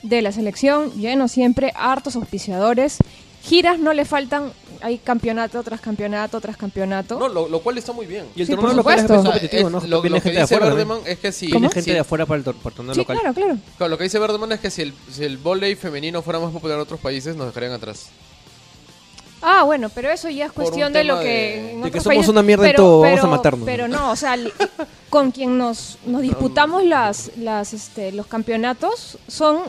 C: de la selección llenos siempre, hartos auspiciadores, giras no le faltan, hay campeonato tras campeonato tras campeonato.
A: No, lo, lo cual está muy bien.
B: Y el
C: Sí,
B: torneo
C: por
B: local es
C: supuesto.
B: más
A: O sea,
B: competitivo,
A: es-
B: ¿no?
A: Lo,
B: Viene
A: lo que
B: gente de
A: dice
B: afuera. ¿no?
A: Verdeman es que si...
B: Viene
A: si-
B: gente de afuera para el tor- para el torneo
C: sí,
B: local.
C: claro, claro.
A: claro, lo que dice Verdeman es que si el, si el vóley femenino fuera más popular en otros países, nos dejarían atrás.
C: Ah, bueno, pero eso ya es
A: Por un
C: cuestión de
A: tema
C: lo que.
A: de-
C: en
A: de
C: otros
B: que somos
C: países-
B: una mierda en todo, vamos a matarnos.
C: Pero no, o sea, l- con quien nos, nos disputamos las, las, este, los campeonatos son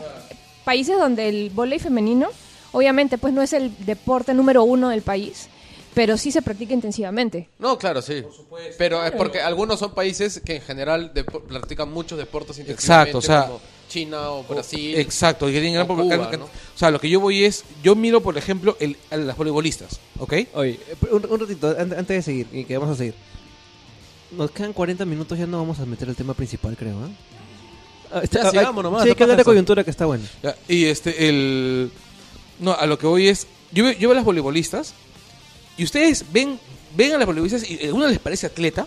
C: países donde el vóley femenino, obviamente, pues no es el deporte número uno del país, pero sí se practica intensivamente.
A: No, claro, sí. Pero es porque algunos son países que en general depo- practican muchos deportes intensivamente,
D: Exacto, o sea-
A: como China o Brasil.
D: Exacto, y tienen
A: O
D: gran popu-
A: Cuba,
D: gran-
A: ¿no?
D: O sea, lo que yo voy es, yo miro, por ejemplo, el, a las voleibolistas, ¿ok?
B: Oye, eh, un, un ratito, an- antes de seguir, y que vamos a seguir. Nos quedan 40 minutos, ya no vamos a meter el tema principal, creo, ¿ah? Ah, este-
A: Ya,
B: ah,
A: sigamos
B: hay-
A: nomás,
B: Sí, hay
A: no
B: que
A: pasa
B: hablar de
A: eso.
B: coyuntura que está bueno.
D: Ya, Y este, el... No, a lo que voy es, yo veo, yo veo a las voleibolistas y ustedes ven, ven a las voleibolistas y alguna les parece atleta.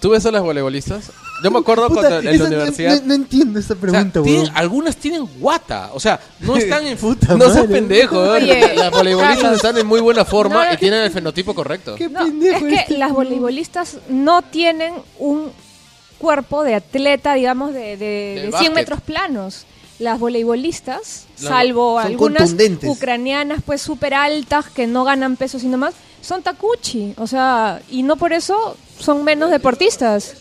A: ¿Tú ves a las voleibolistas? Yo me acuerdo cuando en la universidad...
F: entiendo esa
D: O sea,
F: pregunta,
D: tienen- algunas tienen guata, o sea, no están en
F: Puta
A: No seas
F: madre.
A: pendejo, ¿eh?
C: Oye,
A: las voleibolistas
C: Carlos.
A: están en muy buena forma
C: No, no,
A: y tienen el fenotipo correcto.
F: Qué
C: No,
F: pendejo
C: es que
F: este
C: las
F: huevón.
C: voleibolistas no tienen un cuerpo de atleta, digamos, de, de- de 100
A: básquet.
C: metros planos. Las voleibolistas,
A: Las-
C: salvo
F: son
C: algunas
F: contundentes.
C: ucranianas pues súper altas que no ganan peso sino más, son takuchi, o sea, y no por eso son menos deportistas.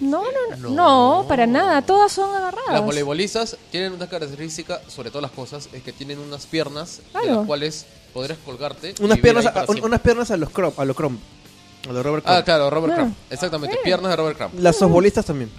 C: No, no, no, no, para nada, todas son
A: Las
C: agarradas.
A: voleibolistas tienen una característica, sobre todas las cosas, es que tienen unas piernas de
C: Claro.
A: las cuales podrías colgarte. y
B: Unas
A: vivir
B: piernas,
A: ahí
B: a,
A: para
B: un-
A: siempre.
B: unas piernas a los Crom, a los Crom, a los Robert
A: Ah,
B: Crumb.
A: claro, Robert
C: Claro.
A: Crumb. Exactamente, piernas de Robert Crumb.
B: Las softbolistas también.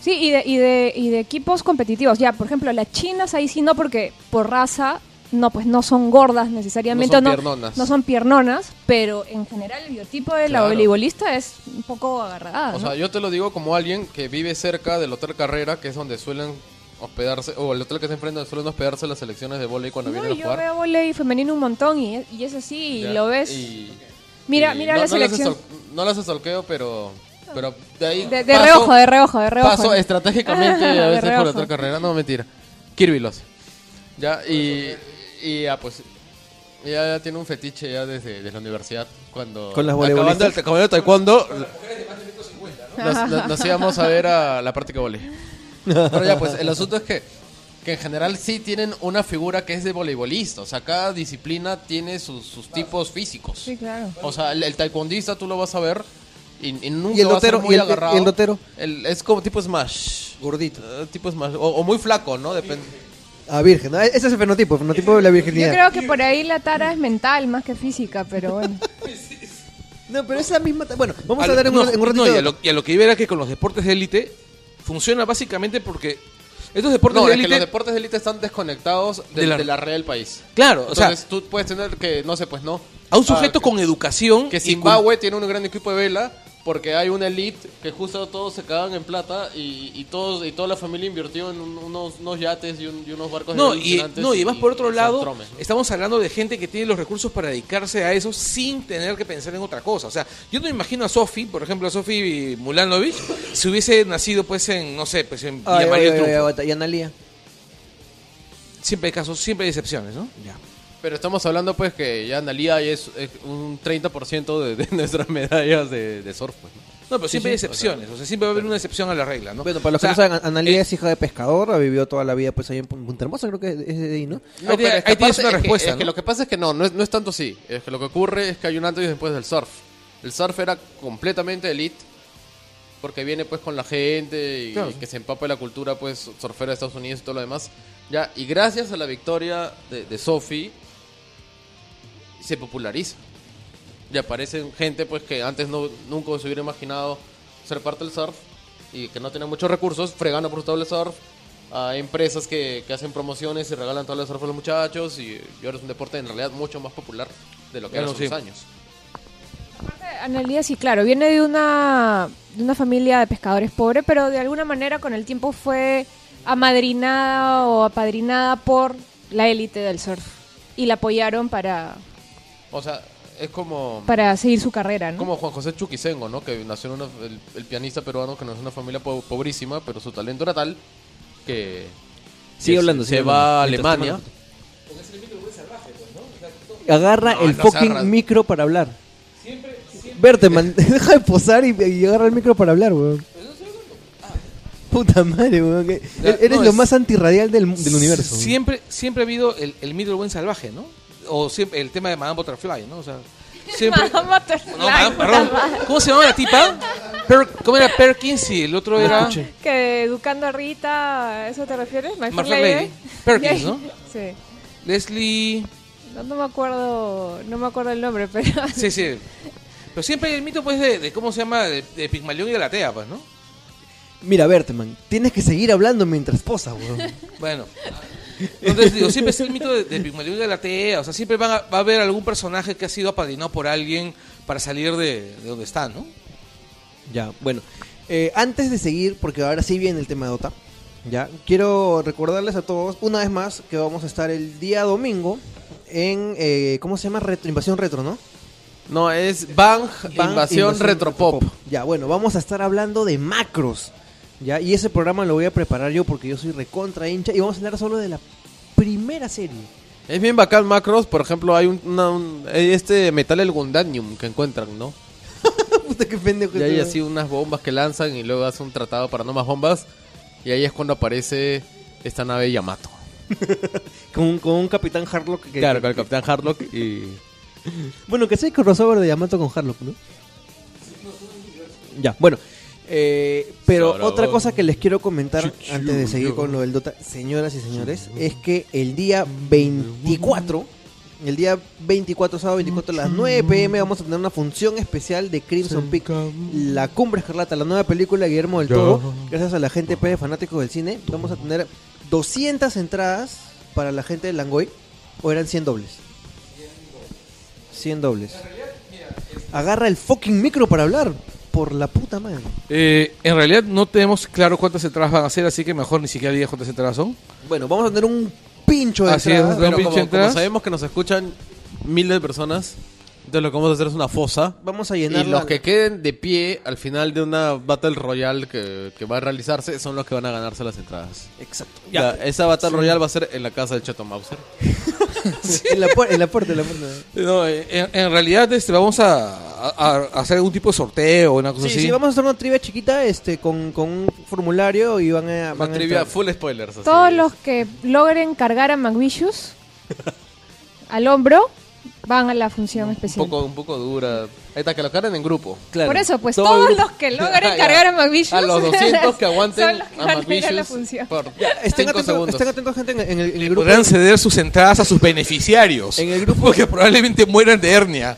C: Sí, y de, y, de, y de equipos competitivos. Ya, por ejemplo, las chinas ahí sí no, porque por raza, no, pues no son gordas necesariamente.
A: No son
C: o
A: piernonas.
C: No son piernonas, pero en general el biotipo de la
A: Claro.
C: voleibolista es un poco
A: O
C: agarrada. Ah, ¿no?
A: sea, yo te lo digo como alguien que vive cerca del Hotel Carrera, que es donde suelen hospedarse, o el hotel que se enfrenta donde suelen hospedarse las selecciones de volei cuando
C: No,
A: vienen a
C: yo
A: jugar.
C: veo volei femenino un montón y, es- y es así,
A: Ya,
C: y lo ves.
A: y-
C: mira,
A: y
C: mira
A: no-
C: la
A: no las
C: selección.
A: estal- No las estalqueo, pero, pero de ahí.
C: De, de
A: paso-
C: reojo, de reojo, de reojo.
A: Paso este
C: ¿no?
A: estratégicamente
C: De
A: a veces por
C: reojo.
A: otra carrera, no mentira. Kirby lo hace. Ya, y, y ya, pues. Ya, ya tiene un fetiche ya desde, desde la universidad. Cuando.
B: Con las
A: acabando
B: voleibolistas.
A: el, acabando el taekwondo. Nos, nos- nos íbamos a ver a la parte que volé. Pero ya, pues el asunto es que, que en general sí tienen una figura que es de voleibolista. O sea, cada disciplina tiene sus, sus tipos físicos.
C: Sí, claro.
A: O sea, el, el taekwondista tú lo vas a ver y, y nunca
B: ¿Y el
A: va a ser
B: lotero?
A: muy
B: ¿Y el-
A: agarrado.
B: y el lotero?
A: El- es como tipo smash.
B: Gordito.
A: Eh, tipo smash. O, o muy flaco, ¿no? Depende.
B: Ah, virgen. Ah, ese es el fenotipo, el fenotipo
A: Eh,
B: de la virginidad.
C: Yo creo que por ahí la tara es mental más que física, pero bueno.
B: No, pero es la misma... ta- Bueno, vamos a
D: Al-
B: hablar en,
D: no,
B: un, en un
D: no,
B: ratito.
D: y, a lo, y a lo que iba era que con los deportes de élite funciona básicamente porque estos deportes
A: No,
D: de
A: es que los
D: élite...
A: deportes de élite están desconectados de,
D: De
A: de
D: la-
A: la... red del país.
D: Claro, o sea,
A: Entonces tú puedes tener que, no sé, pues no.
D: a un
A: Ah,
D: sujeto
A: que-
D: con educación...
A: Que
D: y con-
A: Zimbabue tiene un gran equipo de vela porque hay una elite que justo todos se cagan en plata y, y todos y toda la familia invirtió en un- unos, unos yates y, un- y unos barcos. de
D: No,
A: vela
D: y,
A: alucinantes
D: no, y vas por otro
A: y
D: lado,
A: santromes, ¿no?
D: estamos hablando de gente que tiene los recursos para dedicarse a eso sin tener que pensar en otra cosa. O sea, yo no imagino a Sofi, por ejemplo, a Sofi Mulanovic, si hubiese nacido, pues, en, no sé, pues, en Villa
B: Ay, ay,
D: María del
B: ay, ay,
D: Triunfo.
B: aguanta. y Analia.
D: Siempre hay casos, siempre hay excepciones, ¿no?
A: Pero estamos hablando pues que ya Analia es, es un 30% de, de nuestras medallas de, de surf. Pues, ¿no?
D: No, pero siempre hay excepciones. O sea, siempre va a haber una excepción a la regla, ¿no?
B: Bueno, para los
D: O sea,
B: que no saben, Analia
D: eh,
B: es hija de pescador, vivió toda la vida pues ahí en Pun- Punta Hermosa, creo que es de ahí, ¿no?
A: No, pero
D: Ahí tiene-
A: es que
D: ahí tienes
A: aparte
D: una
A: es que-
D: respuesta,
A: Es que
D: ¿no?
A: lo que pasa es que no, no es, no es tanto así. Es que lo que ocurre es que hay un antes y después del surf. El surf era completamente elite. Porque viene pues con la gente y,
D: Claro.
A: y que se empapa de la cultura pues surfera de Estados Unidos y todo lo demás. Ya, y gracias a la victoria de, de Sophie se populariza. Y aparecen gente pues que antes no, nunca se hubiera imaginado
F: se reparte el surf y que no tiene muchos recursos, fregando por su tablet surf a empresas que, que hacen promociones y regalan tablet surf a los muchachos y, y ahora es un deporte en realidad mucho más popular de lo que
D: Bueno,
F: era hace
D: sí.
F: unos años.
C: Analía sí, claro, viene de una, de una familia de pescadores pobre, pero de alguna manera con el tiempo fue amadrinada o apadrinada por la élite del surf y la apoyaron para,
F: O sea, es como...
C: para seguir su carrera, ¿no?
F: Como Juan José Chuquisengo, ¿no? Que nació en una, el, el pianista peruano que nació en una familia po- pobrísima, pero su talento era tal que...
G: Sigue
F: que
G: hablando,
F: Se,
G: sigue
F: se va a
G: hablando. Mientras
F: Alemania.
B: Agarra
F: No,
B: el
F: no
B: fucking
F: agarras.
B: micro para hablar. Verte, man, deja de posar y, y agarra el micro para hablar, weón. Puta madre, weón. que-
D: Ya,
B: e- Eres
D: no,
B: lo
D: es-
B: más antirradial del, del universo. weón.
D: Siempre, siempre ha habido el, el mito del buen salvaje, ¿no? O siempre, el tema de Madame Butterfly, ¿no? O sea, siempre...
C: Mamá Butterfly,
D: No, Madame-
C: puta
D: perdón,
C: madre.
D: ¿Cómo se llamaba la tipa? Per- ¿Cómo era Perkins y el otro era...
C: Que educando a Rita, ¿a eso te refieres? My Fair
D: My Fair Lady. Perkins, ¿no?
C: Sí.
D: Leslie...
C: No, no me acuerdo, no me acuerdo el nombre, pero
D: Sí, sí. Pero siempre hay el mito, pues, de, de cómo se llama, de, de Pigmalión y de la Tea, pues, ¿no?
B: Mira, Berteman, tienes que seguir hablando mientras posas, weón.
D: Bueno. Entonces, digo, siempre es el mito de, de Pigmalión y de la Tea. O sea, siempre van a- va a haber algún personaje que ha sido apadrinado por alguien para salir de, de donde está, ¿no?
B: Ya, bueno. Eh, antes de seguir, porque ahora sí viene el tema de Dota, ya, quiero recordarles a todos, una vez más, que vamos a estar el día domingo en, eh, ¿cómo se llama? Retro, invasión Retro, ¿no?
A: No, es Bang,
B: Bang,
A: Invasión Retropop.
B: Ya, bueno, vamos a estar hablando de macros, ya, y ese programa lo voy a preparar yo porque yo soy recontra hincha y vamos a hablar solo de la primera serie.
A: Es bien bacán Macros, por ejemplo, hay un, una- un- hay este metal el Gundanium que encuentran, ¿no?
B: Puta, qué pendejo.
A: Y hay
B: este-
A: así unas bombas que lanzan y luego hace un tratado para no más bombas. Y ahí es cuando aparece esta nave Yamato.
B: Con, con un capitán Harlock. Que,
A: Claro,
B: que-
A: con el Capitán Harlock y...
B: Bueno, que sea el crossover de Yamato con Harlock, ¿no? Ya, bueno. eh, pero
A: Sarabón.
B: otra cosa que les quiero comentar antes de seguir con lo del Dota, señoras y señores, es que el día 24, el día 24, sábado 24 a las 9 pm, vamos a tener una función especial de Crimson Peak, la cumbre escarlata, la nueva película de Guillermo del Toro. Gracias a la gente P de Fanáticos del Cine, vamos a tener 200 entradas para la gente de Langoy, o eran 100 dobles. 100 dobles. Agarra el fucking micro para hablar. Por la puta madre.
D: Eh, en realidad no tenemos claro cuántas entradas van a ser, así que mejor ni siquiera digas cuántas entradas son.
B: Bueno, vamos a tener un pincho de
D: Así
B: entradas.
D: es, Don
A: Pero
D: Pinche
A: como, como
D: Entradas.
A: sabemos que nos escuchan miles de personas, entonces lo que vamos a hacer es una fosa.
B: Vamos a
A: Y
B: llenar
A: los que queden de pie al final de una Battle Royale que, que va a realizarse son los que van a ganarse las entradas.
B: Exacto.
A: Ya, esa Battle Royale va a ser en la casa del Chato Mauser.
B: en, la puer- en la puerta, en la puerta.
D: No, eh, en, en realidad este, vamos a, a- a hacer algún tipo de sorteo o una cosa
B: Sí,
D: así.
B: sí, vamos a hacer una trivia chiquita este, con, con un formulario y van a. Van
A: Una
B: a
A: trivia
B: entrar.
A: full spoilers. así.
C: todos los que logren cargar a McVicious al hombro van a la función
A: Un
C: especial.
A: poco, un poco dura. Ahí está, que lo cargan en grupo.
B: Claro.
C: Por eso, pues
A: Todo
C: todos
A: el grupo.
C: los que
A: Ah,
C: logren
A: ya.
C: cargar a McVicious
A: A los 200 que
C: son
A: aguanten
C: los que
A: a
C: van a ir a la
A: McVicious
C: función.
A: por
B: Estén
A: 5
B: atentos,
A: segundos. Pues
B: estén atentos, gente, en, en el, en el grupo.
D: Podrán ceder sus entradas a sus beneficiarios.
B: En el grupo-
D: Porque probablemente mueran de hernia.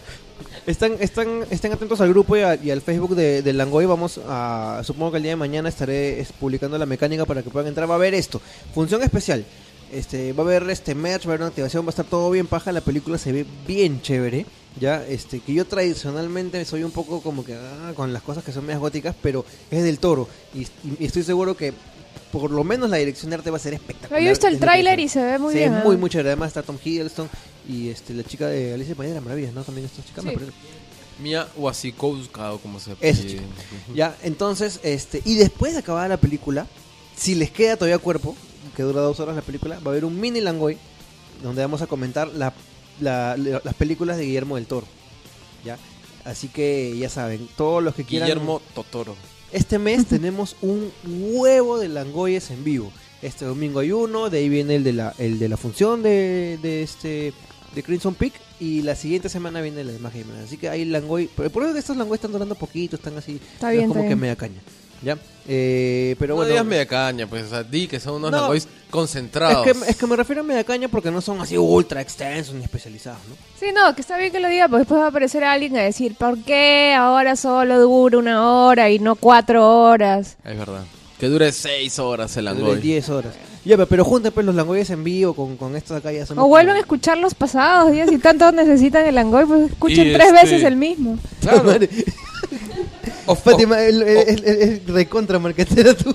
B: Están, están, estén atentos al grupo y, a- y al Facebook de, de Langoy. Vamos a. Supongo que el día de mañana estaré es, publicando la mecánica para que puedan entrar. Va a haber esto: función especial. Este, va a haber este merch, va a haber una activación, va a estar todo bien paja. La película se ve bien chévere. Ya, este, que yo tradicionalmente soy un poco como que ah, con las cosas que son medias góticas, pero es del toro. Y, y estoy seguro que por lo menos la dirección de arte va a ser espectacular.
C: Pero yo he visto
B: Es
C: el
B: lo que
C: tráiler
B: dicen.
C: y se ve muy
B: Se
C: bien.
B: ve
C: ¿ah?
B: muy, muy chévere. Además está Tom Hiddleston y este, la chica de Alicia en País de las Maravillas, ¿no? También esta chica me
C: Sí.
B: parece.
A: Mia Wasikowska o como se
B: Esa
A: apellide.
B: chica. Ya, entonces, este, y después de acabar la película, si les queda todavía cuerpo, que dura dos horas la película, va a haber un mini langoy donde vamos a comentar la- la- la- las películas de Guillermo del Toro. Ya, así que ya saben, todos los que quieran.
A: Guillermo Totoro.
B: Este mes tenemos un huevo de langoyes en vivo. Este domingo hay uno, de ahí viene el de la, el de la función de, de este de Crimson Peak y la siguiente semana viene la de Magia y Madre. Así que hay langoy, pero por eso que estos langoyes están durando poquito, están así,
C: Está
B: no es
C: bien,
B: como
C: está
B: que
C: bien.
B: media caña. ¿Ya? Eh,
A: Pero
B: pero bueno.
A: digas media caña, pues, o sea, di que son unos
B: No.
A: nagoys
B: es
A: concentrados.
B: que, es que me refiero a media caña porque no son así ultra extensos ni especializados, ¿no?
C: Sí, no, que está bien que lo diga, porque después va a aparecer alguien a decir, ¿por qué ahora solo dura una hora y no cuatro horas?
A: Es verdad. Que dure 6 horas el
B: Dure
A: langoy.
B: 10 horas. Ya, pero, pero junten pues los langoyes en vivo con, con estos acá ya son.
C: O vuelvan a escuchar los pasados días y tanto necesitan el Angoy, pues escuchen
A: Y
C: tres
A: este-
C: veces el mismo.
D: Claro. O- o-
B: Fátima, eh. el, el, el, el- el recontra marquetera tú.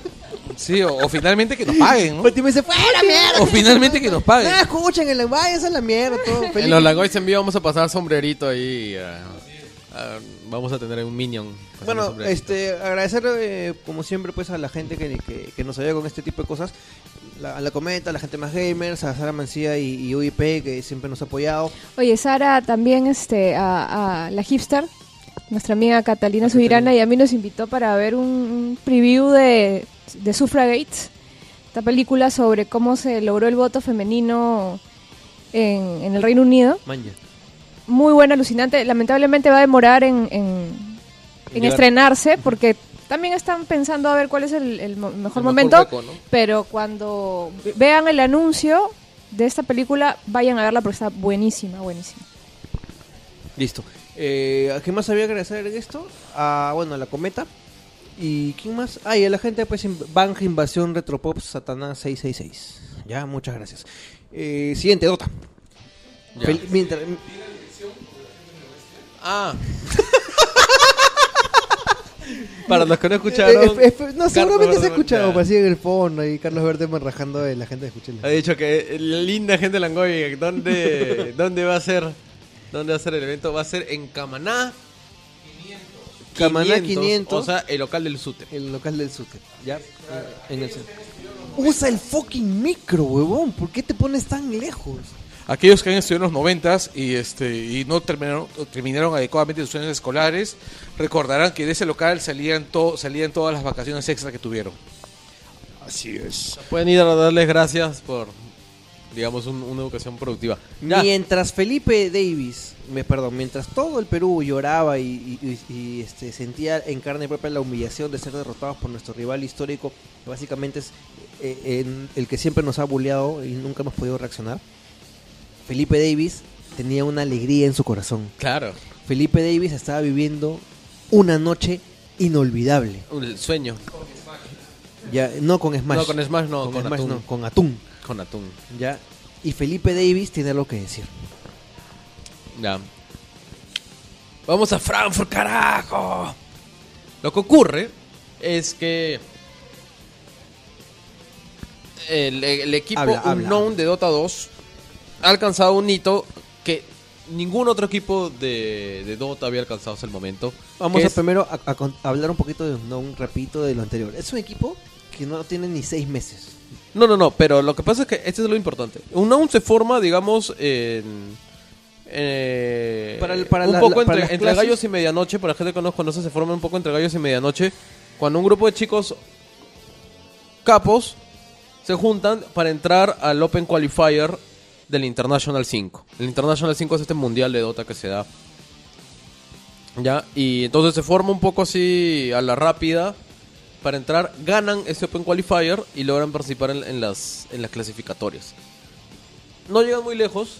D: sí, o, o finalmente que nos paguen, ¿no?
B: Fátima dice, ¡fuera mierda!
D: O finalmente que nos paguen.
B: No, escuchen, el langoy, esa es la mierda, todo.
A: En
B: feliz.
A: los langoys en vivo vamos a pasar sombrerito ahí. ah, ah, vamos a tener un minion. pasando
B: Bueno,
A: sombrerito.
B: este, agradecer eh, como siempre pues a la gente que, que, que nos ayuda con este tipo de cosas, La- a la Cometa, a la gente más gamers, a Sara Mancía y, y UIP que siempre nos ha apoyado.
C: Oye, Sara, también este, a, a la hipster, nuestra amiga Catalina Subirana, y a mí nos invitó para ver un, un preview de, de Suffragate, esta película sobre cómo se logró el voto femenino en, en el Reino Unido. Muy buena, alucinante. Lamentablemente va a demorar en, en- en
A: Llegar.
C: estrenarse porque también están pensando a ver cuál es el, el mo- mejor
A: El mejor
C: momento.
A: hueco, ¿no?
C: Pero cuando vean el anuncio de esta película, vayan a verla porque está buenísima, buenísima.
B: Listo. Eh, ¿A quién más había que agradecer en esto? A, bueno, a la Cometa. ¿Y quién más? Ah, y a la gente pues in- Banja Invasión Retropop Satanás 666. Ya, muchas gracias. Eh, siguiente, Dota.
A: Ya.
B: Fel- mientras- eh,
A: Ah. Para los que no
B: Eh,
A: escucharon.
B: eh, eh, no,
A: Carlos
B: seguramente se ha
A: Verde-
B: escuchado,
A: Ya.
B: pues, así en el fondo, y Carlos Verde rajando de la gente de Escuchela.
A: Ha dicho que eh, la linda gente de Langoy, ¿dónde, ¿dónde va a ser? ¿Dónde va a ser el evento? Va a ser en Camaná.
B: Camaná
A: O sea, el local del Sute.
B: El local del Sute. Ya. eh, En el centro. Usa el fucking micro, huevón. ¿Por qué te pones tan lejos?
D: Aquellos que han estudiado en los noventas y este y no terminaron, o terminaron adecuadamente sus años escolares, recordarán que de ese local salían to- salían todas las vacaciones extra que tuvieron.
A: Pueden ir a darles gracias por, digamos, un- una educación productiva. Ya.
B: Mientras Felipe Davis, me perdón, mientras todo el Perú lloraba y, y- y- y, este, sentía en carne propia la humillación de ser derrotados por nuestro rival histórico, que básicamente es eh, en- el que siempre nos ha bulleado y nunca hemos podido reaccionar. Felipe Davis tenía una alegría en su corazón.
A: Claro,
B: Felipe Davis estaba viviendo una noche inolvidable.
A: el sueño.
B: Ya, no con Smash.
A: No, con Smash no,
B: Con
A: con
B: Smash
A: Atún.
B: no, con Atún.
A: Con atún.
B: Ya. Y Felipe Davis tiene algo que decir.
A: Ya. Vamos a Frankfurt, carajo. Lo que ocurre es que el, el equipo
B: Habla, habla,
A: Unknown
B: habla.
A: de Dota 2 ha alcanzado un hito que ningún otro equipo de, de Dota había alcanzado hasta el momento.
B: Vamos
A: que
B: a
A: es-
B: primero a, a con- a hablar un poquito de no, un repito de lo anterior. Es un equipo que no tiene ni seis meses.
A: No, no, no, pero lo que pasa es que esto es lo importante. Unknown se forma, digamos, en... eh,
B: Para el- para
A: un
B: la-
A: poco
B: la-
A: entre,
B: para las
A: entre
B: clases.
A: gallos y medianoche, para la gente que no nos conoce, se forma un poco entre gallos y medianoche, cuando un grupo de chicos capos se juntan para entrar al Open Qualifier del International 5. El International 5 es este mundial de Dota que se da. Ya, y entonces se forma un poco así a la rápida para entrar, ganan ese Open Qualifier y logran participar en, en las, en las clasificatorias. No llegan muy lejos.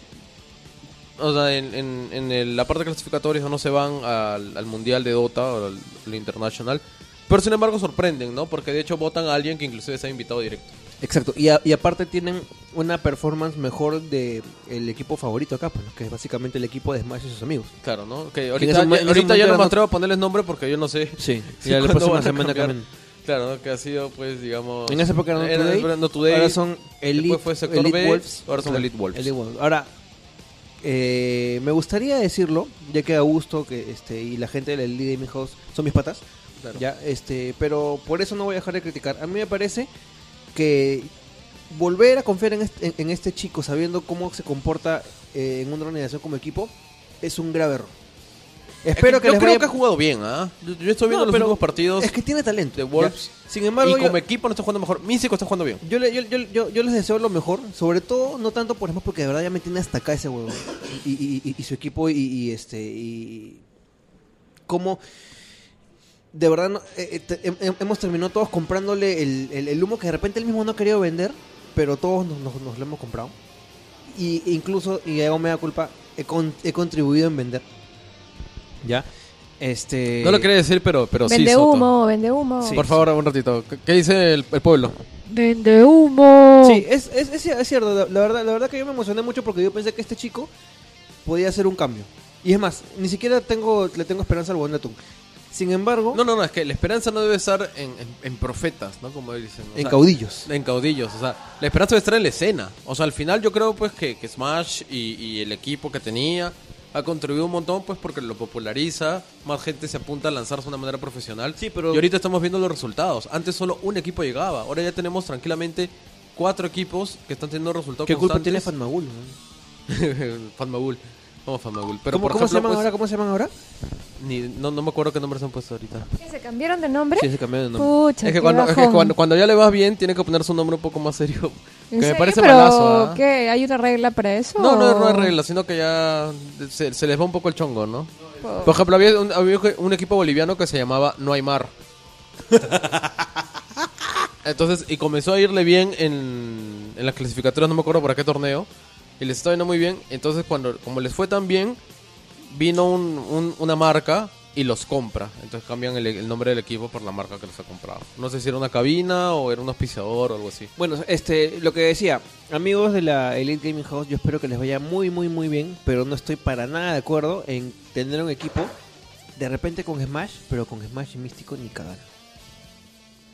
A: O sea, en, en- en el- la parte clasificatoria no se van al, al Mundial de Dota o al, al International. Pero sin embargo sorprenden, ¿no? Porque de hecho votan a alguien que inclusive se ha invitado directo.
B: Exacto. Y, a- y aparte tienen una performance mejor de el equipo favorito acá, pues, ¿no? que es básicamente el equipo de Smash y sus amigos.
A: Claro, ¿no? Que
B: ese
A: ahorita,
B: mo-
A: ya,
B: en ese
A: ahorita ya
B: momento
A: no me
B: no-
A: atrevo a ponerles nombre porque yo no sé.
B: Sí. Sí,
A: ya
B: la
A: cuándo
B: próxima
A: van a
B: semana
A: cambiar.
B: cambian.
A: Claro, ¿no? que ha sido, pues, digamos.
B: En esa época eran
A: era- era No Today,
B: Ahora son Elite,
A: después fue Sector
B: Elite
A: B,
B: Wolves.
A: Ahora son
B: Claro,
A: Elite Wolves.
B: Ahora, eh, me gustaría decirlo, ya que Augusto que, este, y la gente del Elite Gaming House son mis patas.
A: Claro.
B: Ya, este, pero por eso no voy a dejar de criticar. A mí me parece que volver a confiar en este, en- en este chico sabiendo cómo se comporta eh, en una organización como equipo es un grave error. Espero que,
A: yo
B: les
A: creo
B: vaya-
A: que ha jugado bien, ¿ah? Yo, yo estoy viendo
B: No,
A: los
B: pero
A: últimos partidos
B: es que tiene talento.
A: de
B: ya.
A: Wolves.
B: Sin embargo,
A: y
B: yo-
A: como equipo no está jugando mejor. Mísico está jugando bien.
B: yo, le- yo, yo, yo, yo les deseo lo mejor, sobre todo no tanto por ejemplo porque de verdad ya me tiene hasta acá ese huevo y, y, y- y su equipo y, y, este y cómo de verdad no- eh, eh, te- hem- hem- hemos terminado todos comprándole el, el- el humo que de repente él mismo no ha querido vender, pero todos nos, nos- nos lo hemos comprado. Y e incluso, y hago media culpa, he, con- he contribuido en vender. ¿Ya? Este...
A: No lo quería decir, pero, pero sí.
C: vende
A: Soto.
C: humo, vende humo.
B: Sí.
A: Por favor, un ratito. ¿Qué- ¿Qué dice el, el pueblo?
C: Vende humo.
B: Sí, es, es, es- es cierto. La, la verdad, la verdad que yo me emocioné mucho porque yo pensé que este chico podía hacer un cambio. Y es más, ni siquiera tengo, le tengo esperanza al Bondatun. Sin embargo,
A: No, no, no, es que la esperanza no debe estar en, en- en profetas, ¿no? Como dicen. o
B: en
A: sea,
B: caudillos.
A: En caudillos, o sea, la esperanza debe estar en la escena. O sea, al final yo creo pues que, que Smash y, y el equipo que tenía ha contribuido un montón pues porque lo populariza, más gente se apunta a lanzarse de una manera profesional.
B: Sí, pero-
A: Y ahorita estamos viendo los resultados. Antes solo un equipo llegaba, ahora ya tenemos tranquilamente cuatro equipos que están teniendo resultados
B: ¿Qué culpa tiene
A: constantes.
B: Fanmagul?
A: Fanmagul. Vamos Fanmagul. Pero
B: ¿Cómo,
A: por
B: cómo se
A: ejemplo,
B: llaman
A: pues,
B: ahora? ¿Cómo se llaman ahora?
A: ni- no, no me acuerdo qué nombres han puesto ahorita.
C: ¿Que ¿Se cambiaron de nombre?
A: Sí, se cambió de nombre.
C: Pucha,
A: es que,
C: qué
A: cuando, es que
C: bajón.
A: cuando, cuando ya le vas bien, tiene que ponerse un nombre un poco más serio. Que
C: ¿En
A: me
C: serio?
A: parece
C: ¿Pero
A: malazo. ¿ah?
C: qué? ¿Hay una regla para eso?
A: No, no, no
C: ¿O-
A: hay regla, sino que ya se, se les va un poco el chongo, ¿no? Por ejemplo, había un, había un equipo boliviano que se llamaba No hay mar. Entonces, y comenzó a irle bien en, en las clasificatorias, no me acuerdo para qué torneo. Y les estaba yendo muy bien. Entonces, cuando como les fue tan bien, vino un- un- una marca y los compra. Entonces cambian el, el nombre del equipo por la marca que los ha comprado. No sé si era una cabina o era un auspiciador o algo así.
B: Bueno, este, lo que decía, amigos de la Elite Gaming House, yo espero que les vaya muy, muy, muy bien, pero no estoy para nada de acuerdo en tener un equipo de repente con Smash, pero con Smash y Místico ni cagar.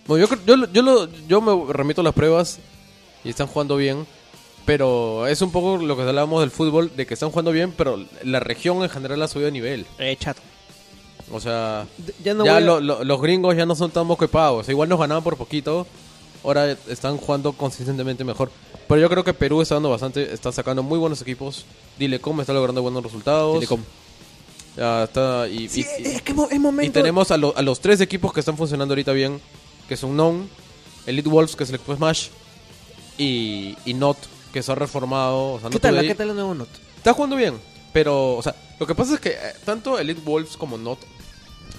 A: Bueno, yo, creo- yo, lo- yo, lo- yo me remito a las pruebas y están jugando bien, pero es un poco lo que hablábamos del fútbol, de que están jugando bien, pero la región en general ha subido de nivel.
B: Eh, chato.
A: O sea,
B: D- Ya no
A: ya
B: voy a-
A: lo- lo- los gringos ya no son tan moco y pavos. Igual nos ganaban por poquito, ahora están jugando consistentemente mejor. Pero yo creo que Perú está dando bastante, está sacando muy buenos equipos. Dilecom está logrando buenos resultados.
B: Telecom.
A: Ya está, y, y-
B: Sí,
A: y-
B: es que mo- es momento.
A: y tenemos a, lo- a los tres equipos que están funcionando ahorita bien, que son Known, Elite Wolves, que es el equipo Smash, y, y Not, que se ha reformado. O sea,
B: ¿Qué
A: Not
B: tal? la-
A: Today-
B: ¿Qué tal el nuevo Not?
A: Está jugando bien, pero, o sea, lo que pasa es que eh, tanto Elite Wolves como Not,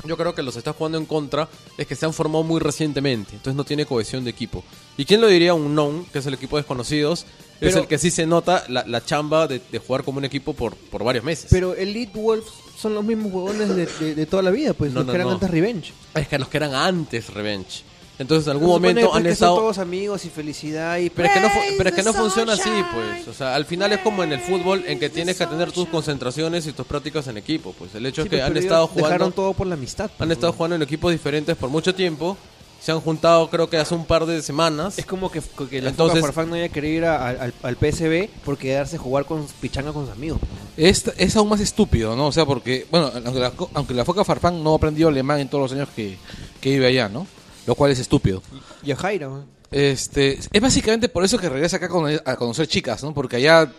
A: yo creo que los está jugando en contra, es que se han formado muy recientemente, entonces no tiene cohesión de equipo. ¿Y quién lo diría? Un Known, que es el equipo de desconocidos, es
B: Pero-
A: el que sí se nota la, la chamba de, de jugar como un equipo por, por varios meses.
B: Pero Elite Wolves son los mismos huevones de, de- de toda la vida, pues
A: No,
B: los
A: no,
B: que eran
A: no.
B: antes Revenge.
A: Es que los que eran antes Revenge. Entonces en algún
B: Se supone,
A: momento
B: pues,
A: han
B: que
A: estado...
B: son todos amigos y felicidad y pues,
A: Pero es que no, fu-
C: Raise
A: pero es que
C: the
A: no funciona así,
C: sunshine.
A: pues. O sea, al final es como en el fútbol en que
C: Raise the
A: tienes que tener tus
C: sunshine.
A: concentraciones y tus prácticas en equipo. Pues el hecho
B: Sí,
A: es que
B: pero
A: han
B: ellos
A: estado
B: Dejaron
A: jugando,
B: todo por la amistad. pues,
A: han estado jugando en equipos diferentes por mucho tiempo. Se han juntado, creo que hace un par de semanas.
B: Es como que, que la
A: Entonces-
B: Entonces, no haya querido ir a- al, al PSB por quedarse a jugar con pichanga con sus amigos. pues,
D: Es, es aún más estúpido, ¿no? O sea, porque, bueno, aunque la, aunque la foca Farfán no aprendió alemán en todos los años que, que vive allá, ¿no? Lo cual es estúpido.
B: Y a Jairo.
D: Este, es básicamente por eso que regresa acá con- a conocer chicas, ¿no? Porque allá,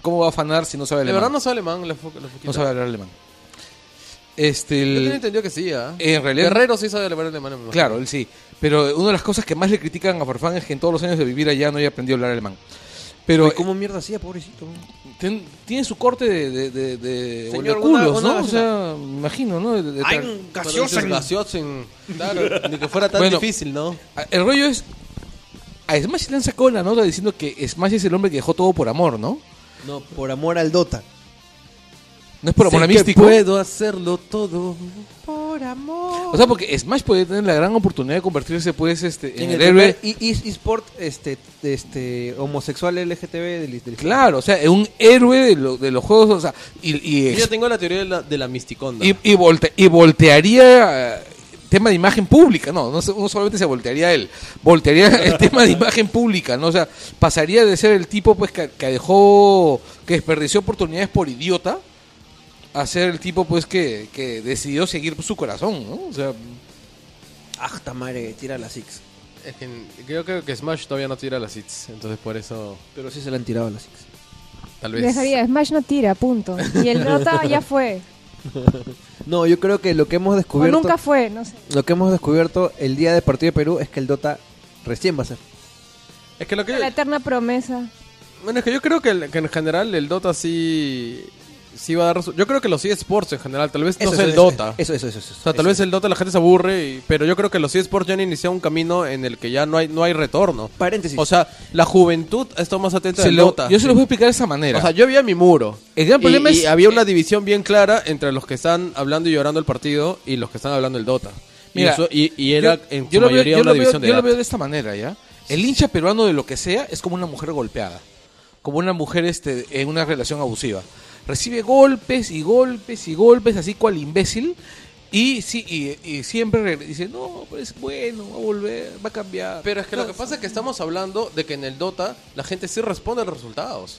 D: ¿cómo va a afanar si no sabe
A: de
D: alemán?
A: verdad no sabe alemán la fo- la foquita.
D: No sabe hablar alemán. Este,
A: Yo
D: el-
A: tenía entendido que sí, ¿ah?
D: en realidad,
A: Guerrero sí sabe hablar alemán. me imagino.
D: claro, él sí. Pero una de las cosas que más le critican a Farfán es que en todos los años de vivir allá no haya aprendido a hablar alemán. Pero
A: eh,
D: eh,
B: Ay, ¿Cómo mierda hacía, pobrecito?
D: ten- tiene su corte de, de, de, de-
B: Señor,
D: de
B: una-
D: culos,
B: una
D: ¿no? O
B: gaseosa.
D: sea, me imagino, ¿no? De- de- de-
A: Pero dices gaseosen. Claro, ni que fuera tan
D: Bueno.
A: difícil, ¿no?
D: Ah, El rollo es. A Smash le han sacado la nota diciendo que Smash es el hombre que dejó todo por amor, ¿no?
B: No, por amor al Dota.
D: No es por amor a
A: Sé que
D: místico.
A: puedo hacerlo todo.
D: O sea, porque Smash puede tener la gran oportunidad de convertirse, pues, este, en,
B: En
D: el,
B: el
D: héroe.
B: primer e- e- eSport este, este, homosexual LGTB del, del
D: Claro, o sea, en un héroe de, lo- de los juegos, o sea, y, y, este,
A: Yo ya tengo la teoría de la, de la misticonda.
D: y, y volte- y voltearía eh, tema de imagen pública, no, no, se- no solamente se voltearía él, voltearía el tema de imagen pública, ¿no? O sea, pasaría de ser el tipo pues que, que dejó, que desperdició oportunidades por idiota, a ser el tipo pues que, que decidió seguir su corazón, ¿no? O sea,
B: Ah, ta madre, tira las Six.
A: Es que yo creo que Smash todavía no tira las hits, entonces por eso
B: Pero sí se le han tirado a las Six.
A: tal vez.
C: Dejaría, Smash no tira, punto. Y el Dota ya fue.
B: No, yo creo que lo que hemos
C: O
B: descubierto.
C: nunca fue, no sé.
B: Lo que hemos descubierto el día del partido de Perú es que el Dota recién va a ser.
A: Es que lo que
C: La eterna promesa.
A: bueno, es que yo creo que, el- que en general el Dota sí sí va a dar resu- Yo creo que los eSports en general, tal vez no sea el
B: eso,
A: Dota.
B: Eso, eso, eso. eso,
A: o sea, tal vez el Dota la gente se aburre, y- pero yo creo que los eSports ya han iniciado un camino en el que ya no hay, no hay retorno.
B: Paréntesis.
A: O sea, la juventud ha estado más atenta
D: Se
A: al
D: lo-
A: Dota.
D: yo se los voy a explicar de esa manera.
A: O sea, yo había mi muro.
D: El gran
A: Y-
D: problema
A: y
D: es-
A: había una división bien clara entre los que están hablando y llorando el partido y los que están hablando el Dota. Y
D: Mira,
A: eso- y, y era
D: yo-
A: en su
D: yo lo veo-
A: mayoría
D: yo
A: una
D: lo veo-
A: división de
D: yo lo
A: edad.
D: veo de esta manera, ¿ya? El hincha peruano de lo que sea es como una mujer golpeada. Como una mujer este, en una relación abusiva. Recibe golpes y golpes y golpes, así cual imbécil. Y, sí, y, y siempre regre- dice, no, pues bueno, va a volver, va a cambiar.
A: Pero es que lo que pasa es que estamos hablando de que en el Dota la gente sí responde a los resultados.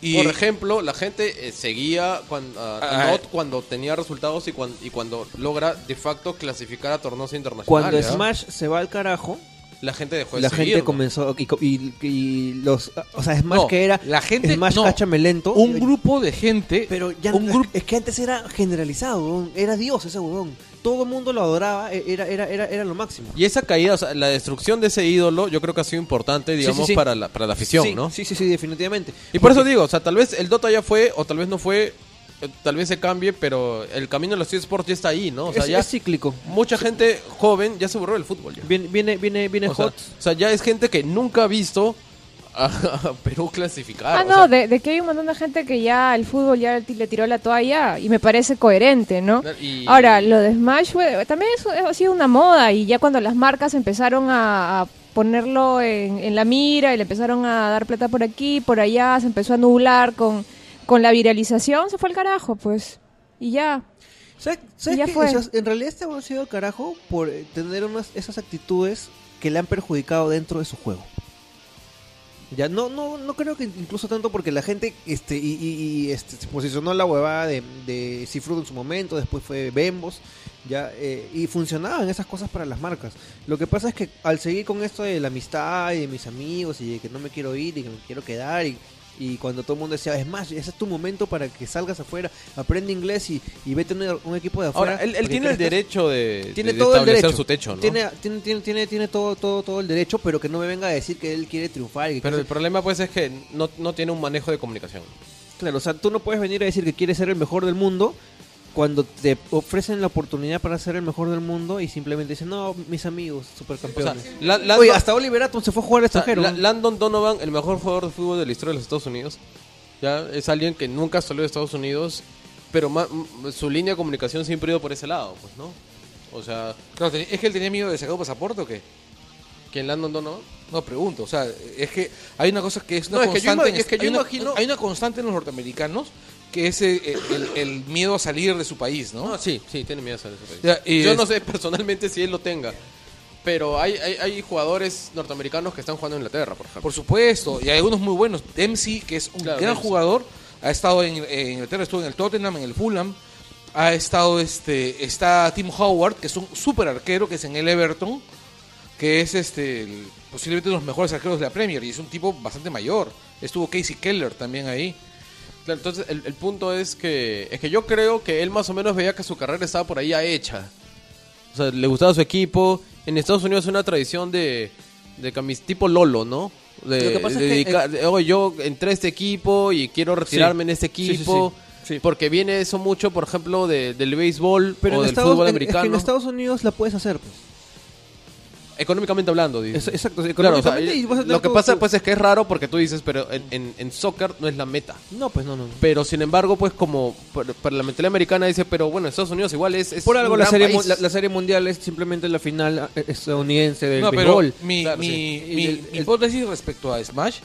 D: Y-
A: Por ejemplo, la gente eh, seguía cuan- a- a
D: Ah,
A: Dot cuando tenía resultados y, cuan- y cuando logra de facto clasificar a torneos internacionales.
B: Cuando
A: ¿ya?
B: Smash se va al carajo,
A: La gente dejó de
B: la
A: Pues seguirlo.
B: gente comenzó y, co- y- y los o sea Smash
D: No,
B: que era
D: la gente,
B: Smash
D: no,
B: cáchame lento eh,
D: un grupo de gente,
B: pero ya
D: un
B: no-
D: grupo
B: es que antes era generalizado huevón, era dios ese huevón todo el mundo lo adoraba e- era era era, era lo máximo
A: Y esa caída, o sea, la destrucción de ese ídolo, yo creo que ha sido importante, digamos,
B: sí.
A: Para, la, para la afición,
B: sí,
A: ¿no?
B: sí sí sí definitivamente
A: Y por eso digo, o sea, tal vez el Dota ya fue, o tal vez no fue, eh, tal vez se cambie, pero el camino de los eSports ya está ahí, ¿no? O sea,
B: es,
A: ya
B: es cíclico
A: mucha gente joven ya se borró del fútbol. Ya.
B: viene viene viene viene
A: O sea,
B: hot
A: o sea, ya es gente que nunca ha visto a, a Perú clasificar.
C: Ah,
A: o
C: no,
A: sea,
C: de, de que hay un montón de gente que ya el fútbol ya ti- le tiró la toalla y me parece coherente, ¿no?
A: Y-
C: Ahora, lo de Smash fue- también es- ha sido una moda y ya cuando las marcas empezaron a, a ponerlo en, en la mira y le empezaron a dar plata por aquí, por allá, se empezó a nublar con, con la viralización, se fue al carajo, pues. Y ya.
B: ¿Sabes, sabes
C: Ya
B: qué?
C: fue.
B: O sea, en realidad este huevón se ha ido al carajo por eh, tener unas esas actitudes que le han perjudicado dentro de su juego. Ya no no no creo que incluso tanto porque la gente este y, y- y, este, se posicionó la huevada de de Cifrudo en su momento, después fue Bembos, ya eh, y funcionaban esas cosas para las marcas. Lo que pasa es que al seguir con esto de la amistad y de mis amigos y de que no me quiero ir y que me quiero quedar y y cuando todo el mundo decía, es más, ese es tu momento para que salgas afuera, aprende inglés y, y vete a un, un equipo de afuera.
A: Ahora, él, él
B: porque
A: tiene el
B: crezcas".
A: derecho de,
B: Tiene
A: de
B: todo el
A: establecer
B: derecho.
A: su techo, ¿no?
B: Tiene, tiene, tiene, tiene, tiene todo, todo, todo el derecho, pero que no me venga a decir que él quiere triunfar. y que
A: Pero el
B: quiere ser-
A: problema, pues, es que no, no tiene un manejo de comunicación.
B: Claro, o sea, tú no puedes venir a decir que quieres ser el mejor del mundo cuando te ofrecen la oportunidad para ser el mejor del mundo y simplemente dicen, no, mis amigos,
A: O sea,
B: supercampeones.
A: la- la-
B: Oye,
A: la-
B: hasta Oliver Atom se fue a jugar al
A: O sea,
B: extranjero.
A: La- Landon Donovan, el mejor jugador de fútbol de la historia de los Estados Unidos. Ya es alguien que nunca salió de Estados Unidos, pero ma- m- su línea de comunicación siempre ha ido por ese lado, pues, ¿no? O sea,
D: Claro, ten- ¿Es que él tenía miedo de sacar un pasaporte o qué?
A: ¿quién Landon Donovan?
D: No, pregunto. O sea, es que hay una cosa que es una
A: No, es que yo
D: constante.
A: ima-
D: en
A: es que
D: est-
A: yo
D: hay una-
A: imagino-
D: hay una constante en los norteamericanos que es eh, el, el miedo a salir de su país, ¿no?
A: No, Ah, sí, sí, tiene miedo a salir de su país.
D: Ya, y
A: Yo
D: es-
A: no sé personalmente si él lo tenga, pero hay, hay, hay jugadores norteamericanos que están jugando en Inglaterra, por ejemplo.
D: Por supuesto, y hay algunos muy buenos. Dempsey, que es un
A: Claro,
D: gran
A: Dempsey.
D: jugador, ha estado en, en Inglaterra, estuvo en el Tottenham, en el Fulham. Ha estado este, está Tim Howard, que es un super arquero, que es en el Everton, que es este el- posiblemente uno de los mejores arqueros de la Premier, y es un tipo bastante mayor. Estuvo Casey Keller también ahí.
A: Claro, entonces el, el punto es que es que yo creo que él más o menos veía que su carrera estaba por ahí ya hecha. O sea, le gustaba su equipo. En Estados Unidos es una tradición de, de camis tipo Lolo, ¿no? De,
B: Lo que pasa es
A: de
B: que,
A: dedicar- de, "Oh, yo entré a este equipo y quiero retirarme en este
B: Sí, sí, sí.
A: equipo.
B: Sí.
A: Porque viene eso mucho, por ejemplo, de- del béisbol o
B: pero en
A: del
B: Estados,
A: fútbol
B: en- es que
A: americano.
B: en Estados Unidos la puedes hacer. Pues.
A: Económicamente hablando, dices.
B: Es- exacto, sí,
A: Claro, o sea,
B: económicamente y vas a tener
A: lo que
B: todo
A: pasa
B: tu-
A: pues es que es raro porque tú dices, pero en- en- en soccer no es la meta.
B: No, pues no, no. no.
A: Pero sin embargo, pues como para para la mentalidad americana dice, pero bueno, Estados Unidos igual es... es
B: Por algo
A: un
B: la
A: gran
B: serie, mu-
A: país.
B: la, la serie mundial es simplemente la final eh, estadounidense del
D: No, pero
B: béisbol.
D: mi,
A: Claro,
D: mi-
A: sí.
D: mi-
B: El-
D: mi
B: el-
D: hipótesis respecto a Smash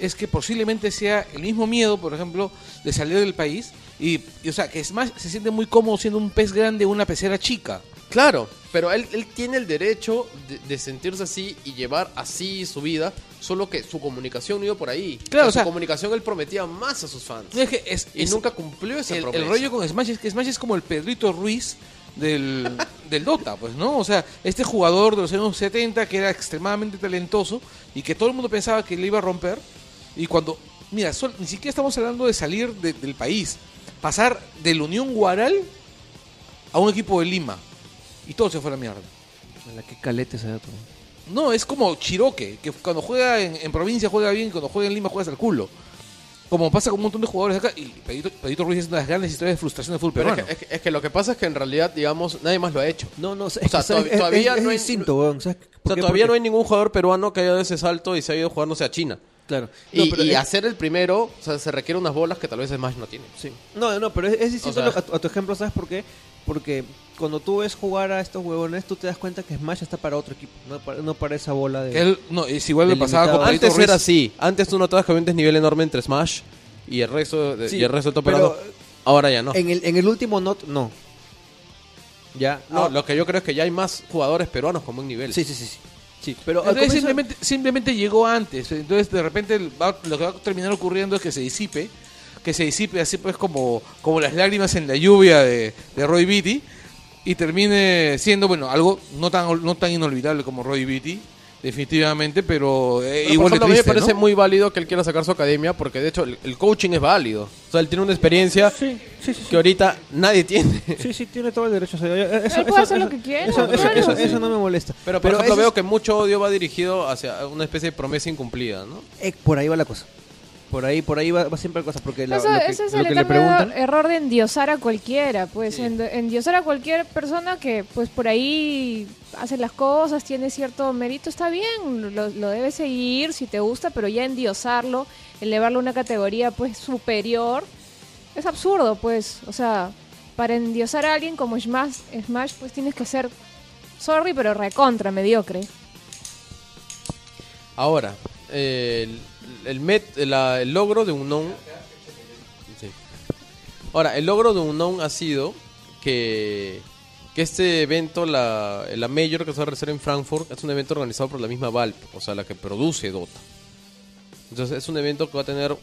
D: es que posiblemente sea el mismo miedo, por ejemplo, de salir del país. Y, y, o sea, que Smash se siente muy cómodo siendo un pez grande en una pecera chica.
A: Claro, pero él, él tiene el derecho de, de sentirse así y llevar así su vida, solo que su comunicación no iba por ahí.
D: Claro,
A: En
D: o sea-
A: su comunicación él prometía más a sus fans.
D: No, es que es-
A: Y
D: es-
A: nunca cumplió esa
D: el, el
A: promesa.
D: rollo con Smash es que Smash es como el Pedrito Ruiz del, del Dota, pues, ¿no? O sea, este jugador de los años 70 que era extremadamente talentoso y que todo el mundo pensaba que le iba a romper. Y cuando, mira, sol- ni siquiera estamos hablando de salir de- del país, pasar de la Unión Guaral a un equipo de Lima y todo se fue a la mierda.
B: A la que calete se da todo.
D: No, es como Chiroque, que cuando juega en, en provincia juega bien, cuando juega en Lima juega al culo. Como pasa con un montón de jugadores acá, y Pedrito, Pedrito Ruiz es una de las grandes historias de frustración de fútbol
F: Pero es
D: peruano.
F: que, es que- es que lo que pasa es que en realidad, digamos, nadie más lo ha hecho.
B: No, no, o sea,
F: O sea,
B: es que, ¿sabes?
F: todav-
B: Es-
F: todavía
B: es- es
F: no hay-
B: distinto, weón. ¿sabes por
A: O sea,
B: qué?
A: todavía
B: Porque-
A: no hay ningún jugador peruano que haya dado ese salto y se haya ido jugando, no sé, a China.
B: Claro.
F: Y,
B: No, pero
F: y
B: es-
F: hacer el primero, o sea, se requieren unas bolas que tal vez Smash no tiene.
B: sí. No, no, pero es, es distinto
F: O sea-
B: a, tu, a tu ejemplo, ¿sabes por qué? Porque cuando tú ves jugar a estos huevones, tú te das cuenta que Smash está para otro equipo, no para, no para esa bola de...
D: Él, no, es igual le pasaba
B: Delimitado.
D: con Pedrito
A: Antes
D: Ruiz.
A: era así. Antes tú notabas que había un desnivel enorme entre Smash y el resto, de-
B: Sí,
A: y el resto del top
B: pero-
A: peruano. Ahora ya no.
B: En, el, en el último not, no.
A: Ya, no, lo que yo creo es que ya hay más jugadores peruanos con buen nivel.
B: ah, Sí, sí, sí. sí. Sí, pero al
D: Entonces,
B: comienzo-
D: simplemente, simplemente llegó antes. Entonces, de repente, el- va- lo que va a terminar ocurriendo es que se disipe. Que se disipe así, pues, como, como las lágrimas en la lluvia de, de Roy Beatty. Y termine siendo, bueno, algo no tan, ol- no tan inolvidable como Roy Beatty, definitivamente, pero, eh,
F: Pero, por
D: igual de
F: ejemplo, a mí
D: triste,
F: me parece
D: ¿no?
F: muy válido que él quiera sacar su academia porque de hecho el, el coaching es válido.
A: O sea, él tiene una experiencia
B: Sí, sí, sí,
A: que ahorita nadie tiene.
B: Sí, sí, tiene todo el derecho. o sea, yo- eh, eso,
C: Él puede
B: eso-
C: hacer lo
B: eso-
C: que quiera,
B: Eso, eso-
C: claro.
B: eso- eso no me molesta.
A: Pero, por ejemplo,
B: ese
A: veo que mucho odio va dirigido hacia una especie de promesa incumplida, ¿no?
B: es- eh, por ahí va la cosa. Por ahí, por ahí va, va siempre la cosa. Porque lo,
C: Eso-
B: lo que,
C: ese es
B: lo
C: el
B: que le
C: eterno
B: preguntan.
C: error de endiosar a cualquiera, pues en- endiosar a cualquier persona que pues por ahí hace las cosas, tiene cierto mérito, está bien, lo, lo debes seguir si te gusta, pero ya endiosarlo, elevarlo a una categoría pues superior, es absurdo, pues, o sea, para endiosar a alguien como Smash, Smash pues tienes que ser, sorry, pero recontra, mediocre.
A: Ahora, eh, el, el met- la- el logro de un non. Sí. Ahora, el logro de un non ha sido que, que este evento, la, la Major que se va a realizar en Frankfurt, es un evento organizado por la misma Valve, o sea, la que produce Dota. Entonces, es un evento que va a tener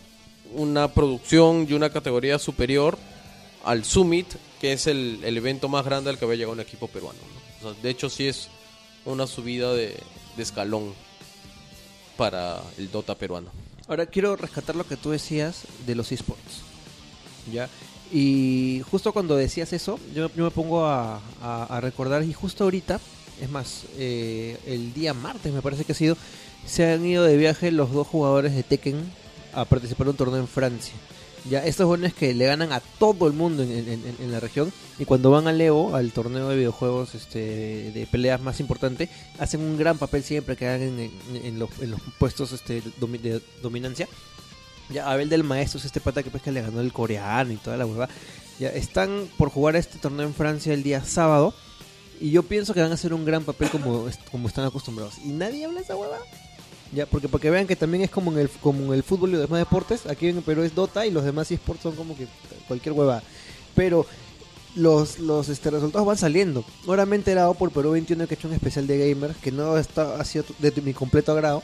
A: una producción y una categoría superior al Summit, que es el, el evento más grande al que había llegado un equipo peruano. ¿no? O sea, de hecho, sí es una subida de- de escalón para el Dota peruano.
B: Ahora quiero rescatar lo que tú decías de los esports.
A: ¿Ya?
B: Y justo cuando decías eso, yo, yo me pongo a, a- a recordar, y justo ahorita, es más, eh, el día martes me parece que ha sido, se han ido de viaje los dos jugadores de Tekken a participar en un torneo en Francia. Ya, estos jóvenes que le ganan a todo el mundo en, en- en- en la región, y cuando van a Leo, al torneo de videojuegos este, de peleas más importante, hacen un gran papel siempre que hagan en, en- en los, en los puestos este, domi- de dominancia. Ya, Abel del Maestro es este pata que pues que le ganó el coreano y toda la hueva. Ya, están por jugar este torneo en Francia el día sábado. Y yo pienso que van a hacer un gran papel como, est- como están acostumbrados. Y nadie habla de esa hueva. Ya, porque para que vean que también es como en el, como en el fútbol y los demás deportes. Aquí en Perú es Dota y los demás esports son como que cualquier hueva. Pero los, los este, resultados van saliendo. Ahora me he enterado por Perú 21 que he hecho un especial de gamers que no está, ha sido de mi completo agrado.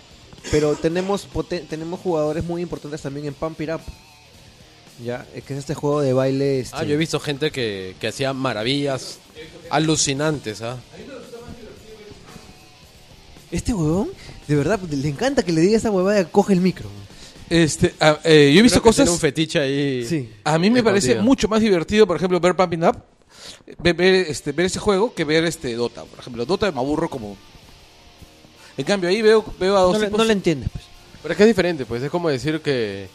B: Pero tenemos, poten- tenemos jugadores muy importantes también en Pump It Up. Ya, eh, que es este juego de baile. este,
A: Ah, yo he visto gente que, que hacía maravillas alucinantes, ¿ah?
B: Este huevón, de verdad, pues, le encanta que le diga esa huevada, coge el micro.
D: Este, ah, eh, yo he visto
A: Creo que
D: cosas.
A: tiene un fetiche ahí.
B: Sí.
D: A mí me parece
A: Escondido.
D: mucho más divertido, por ejemplo, ver Pumping Up, ver, ver, este, ver ese juego que ver este Dota. Por ejemplo, Dota me aburro como. En cambio, ahí veo, veo a dos
B: No le,
D: tipos.
B: no le entiendes, pues.
F: Pero es que es diferente, pues es como decir que,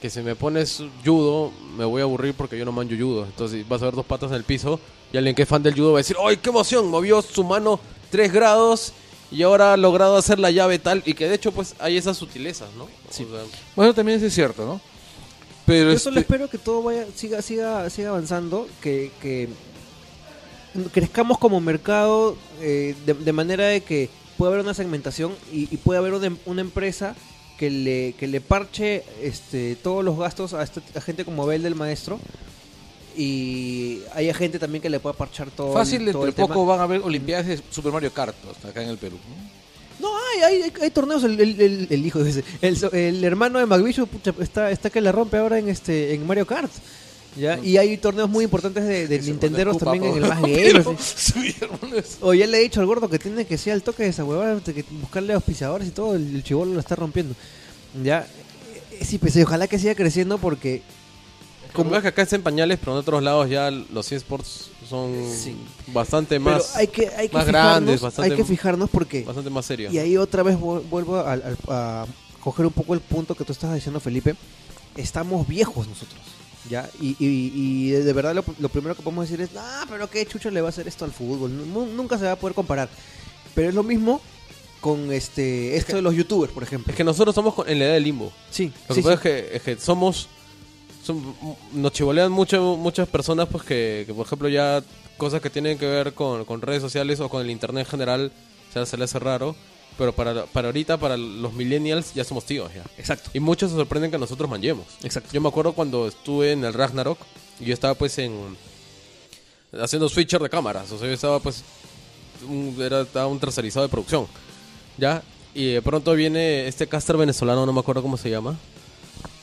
F: que si me pones judo, me voy a aburrir porque yo no manjo judo. Entonces vas a ver dos patas en el piso y alguien que es fan del judo va a decir, ¡ay, qué emoción! Movió su mano 3 grados y ahora ha logrado hacer la llave tal. Y que de hecho pues hay esas sutilezas, ¿no? O sea,
D: Bueno, también eso es cierto, ¿no? Pero
B: Yo solo
D: este,
B: espero que todo vaya, siga, siga, siga avanzando, que, que crezcamos como mercado eh, de, de manera de que pueda haber una segmentación y, y pueda haber una, em- una empresa que le, que le parche este, todos los gastos a, esta- a gente como Bel del maestro y haya gente también que le pueda parchar todo. el-
D: fácil,
B: todo
D: dentro
B: el
D: de
B: tema.
D: poco van a haber Olimpiadas de Super Mario Kart hasta acá en el Perú. ¿no?
B: No, hay, hay, hay- hay torneos. El, el- el- el hijo de ese. El, so- el hermano de McVish pucha, está, está que la rompe ahora en este en Mario Kart. ¿ya? Y hay torneos muy importantes de, de Nintenderos también en el más game. O ya le he dicho al gordo que tiene que ser al toque de esa huevada, de que buscarle auspiciadores y todo. El, el chivolo lo está rompiendo. Ya. Eh, Sí, pues ojalá que siga creciendo porque.
A: Como ves que acá está en pañales, pero en otros lados ya los esports son
B: Sí.
A: bastante
B: Pero
A: más,
B: hay que, hay que
A: más
B: fijarnos.
A: grandes, bastante,
B: hay que fijarnos porque.
A: bastante más serios.
B: Y ahí otra vez vu- vuelvo al- al- a, coger un poco el punto que tú estabas diciendo, Felipe, estamos viejos nosotros. ¿Ya? Y, y- y de verdad lo, lo primero que podemos decir es, ah, pero qué chucha le va a hacer esto al fútbol. Nu- Nunca se va a poder comparar. Pero es lo mismo con este esto de los youtubers, por ejemplo.
A: Es que nosotros somos con- en la edad del limbo.
B: sí,
A: Lo
B: sí,
A: que pasa
B: sí.
A: Es, que, es que somos. son- nos chivolean mucho, muchas personas, pues que, que, por ejemplo, ya cosas que tienen que ver con, con redes sociales o con el internet en general, o sea, se le hace raro. Pero para, para ahorita, para los millennials, ya somos tíos ya.
B: Exacto.
A: Y muchos se sorprenden que nosotros manllemos.
B: Exacto.
A: Yo me acuerdo cuando estuve en el Ragnarok y yo estaba pues en. haciendo switcher de cámaras. O sea, yo estaba pues. Un, era, estaba un tercerizado de producción. ¿Ya? Y de pronto viene este caster venezolano, no me acuerdo cómo se llama.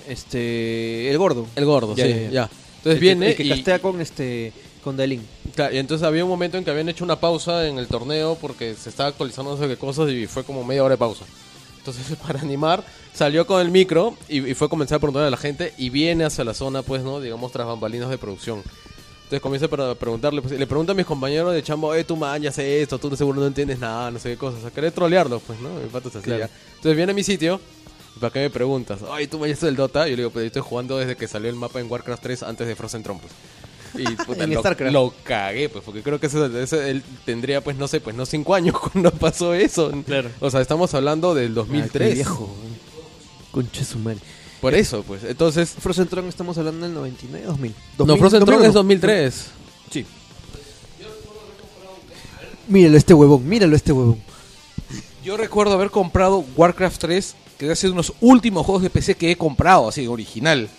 B: Este, el gordo.
A: El gordo,
B: Ya,
A: sí,
B: ya, ya.
A: ya. Entonces
B: El que-
A: viene
B: el que
A: y-
B: castea con este con Dalín.
A: Claro, y entonces había un momento en que habían hecho una pausa en el torneo porque se estaba actualizando no sé qué cosas y fue como media hora de pausa. Entonces, para animar, salió con el micro y, y fue a comenzar a preguntar a la gente y viene hacia la zona, pues, ¿no? Digamos, tras bambalinas de producción. Entonces comienza para preguntarle, pues, y le pregunto a mis compañeros de chambo, eh, tú man, ya sé esto, tú seguro no entiendes nada, no sé qué cosas. O sea, querer trolearlos, pues, ¿no? Mi pato es así, ya. Entonces viene a mi sitio, ¿y ¿para qué me preguntas? Ay, tú man, ya estás del Dota. Yo le digo, pues yo estoy jugando desde que salió el mapa en Warcraft 3 antes de Frozen Throne, pues. Y puta,
B: En
A: lo,
B: StarCraft.
A: lo cagué, pues, porque creo que ese- ese- él tendría, pues, no sé, pues, no cinco años cuando pasó eso.
B: Claro.
A: O sea, estamos hablando del 2003.
B: Ah, qué viejo. güey. Concha su madre.
A: Por eso, pues. Entonces,
B: Frozen Throne estamos hablando del 99, 2000.
A: no,
B: 2000,
A: Frozen Throne
B: 2001.
A: es 2003.
B: Sí. Míralo este huevón, míralo este huevón.
D: Yo recuerdo haber comprado Warcraft 3, que ha sido uno de los últimos juegos de PC que he comprado, así, original.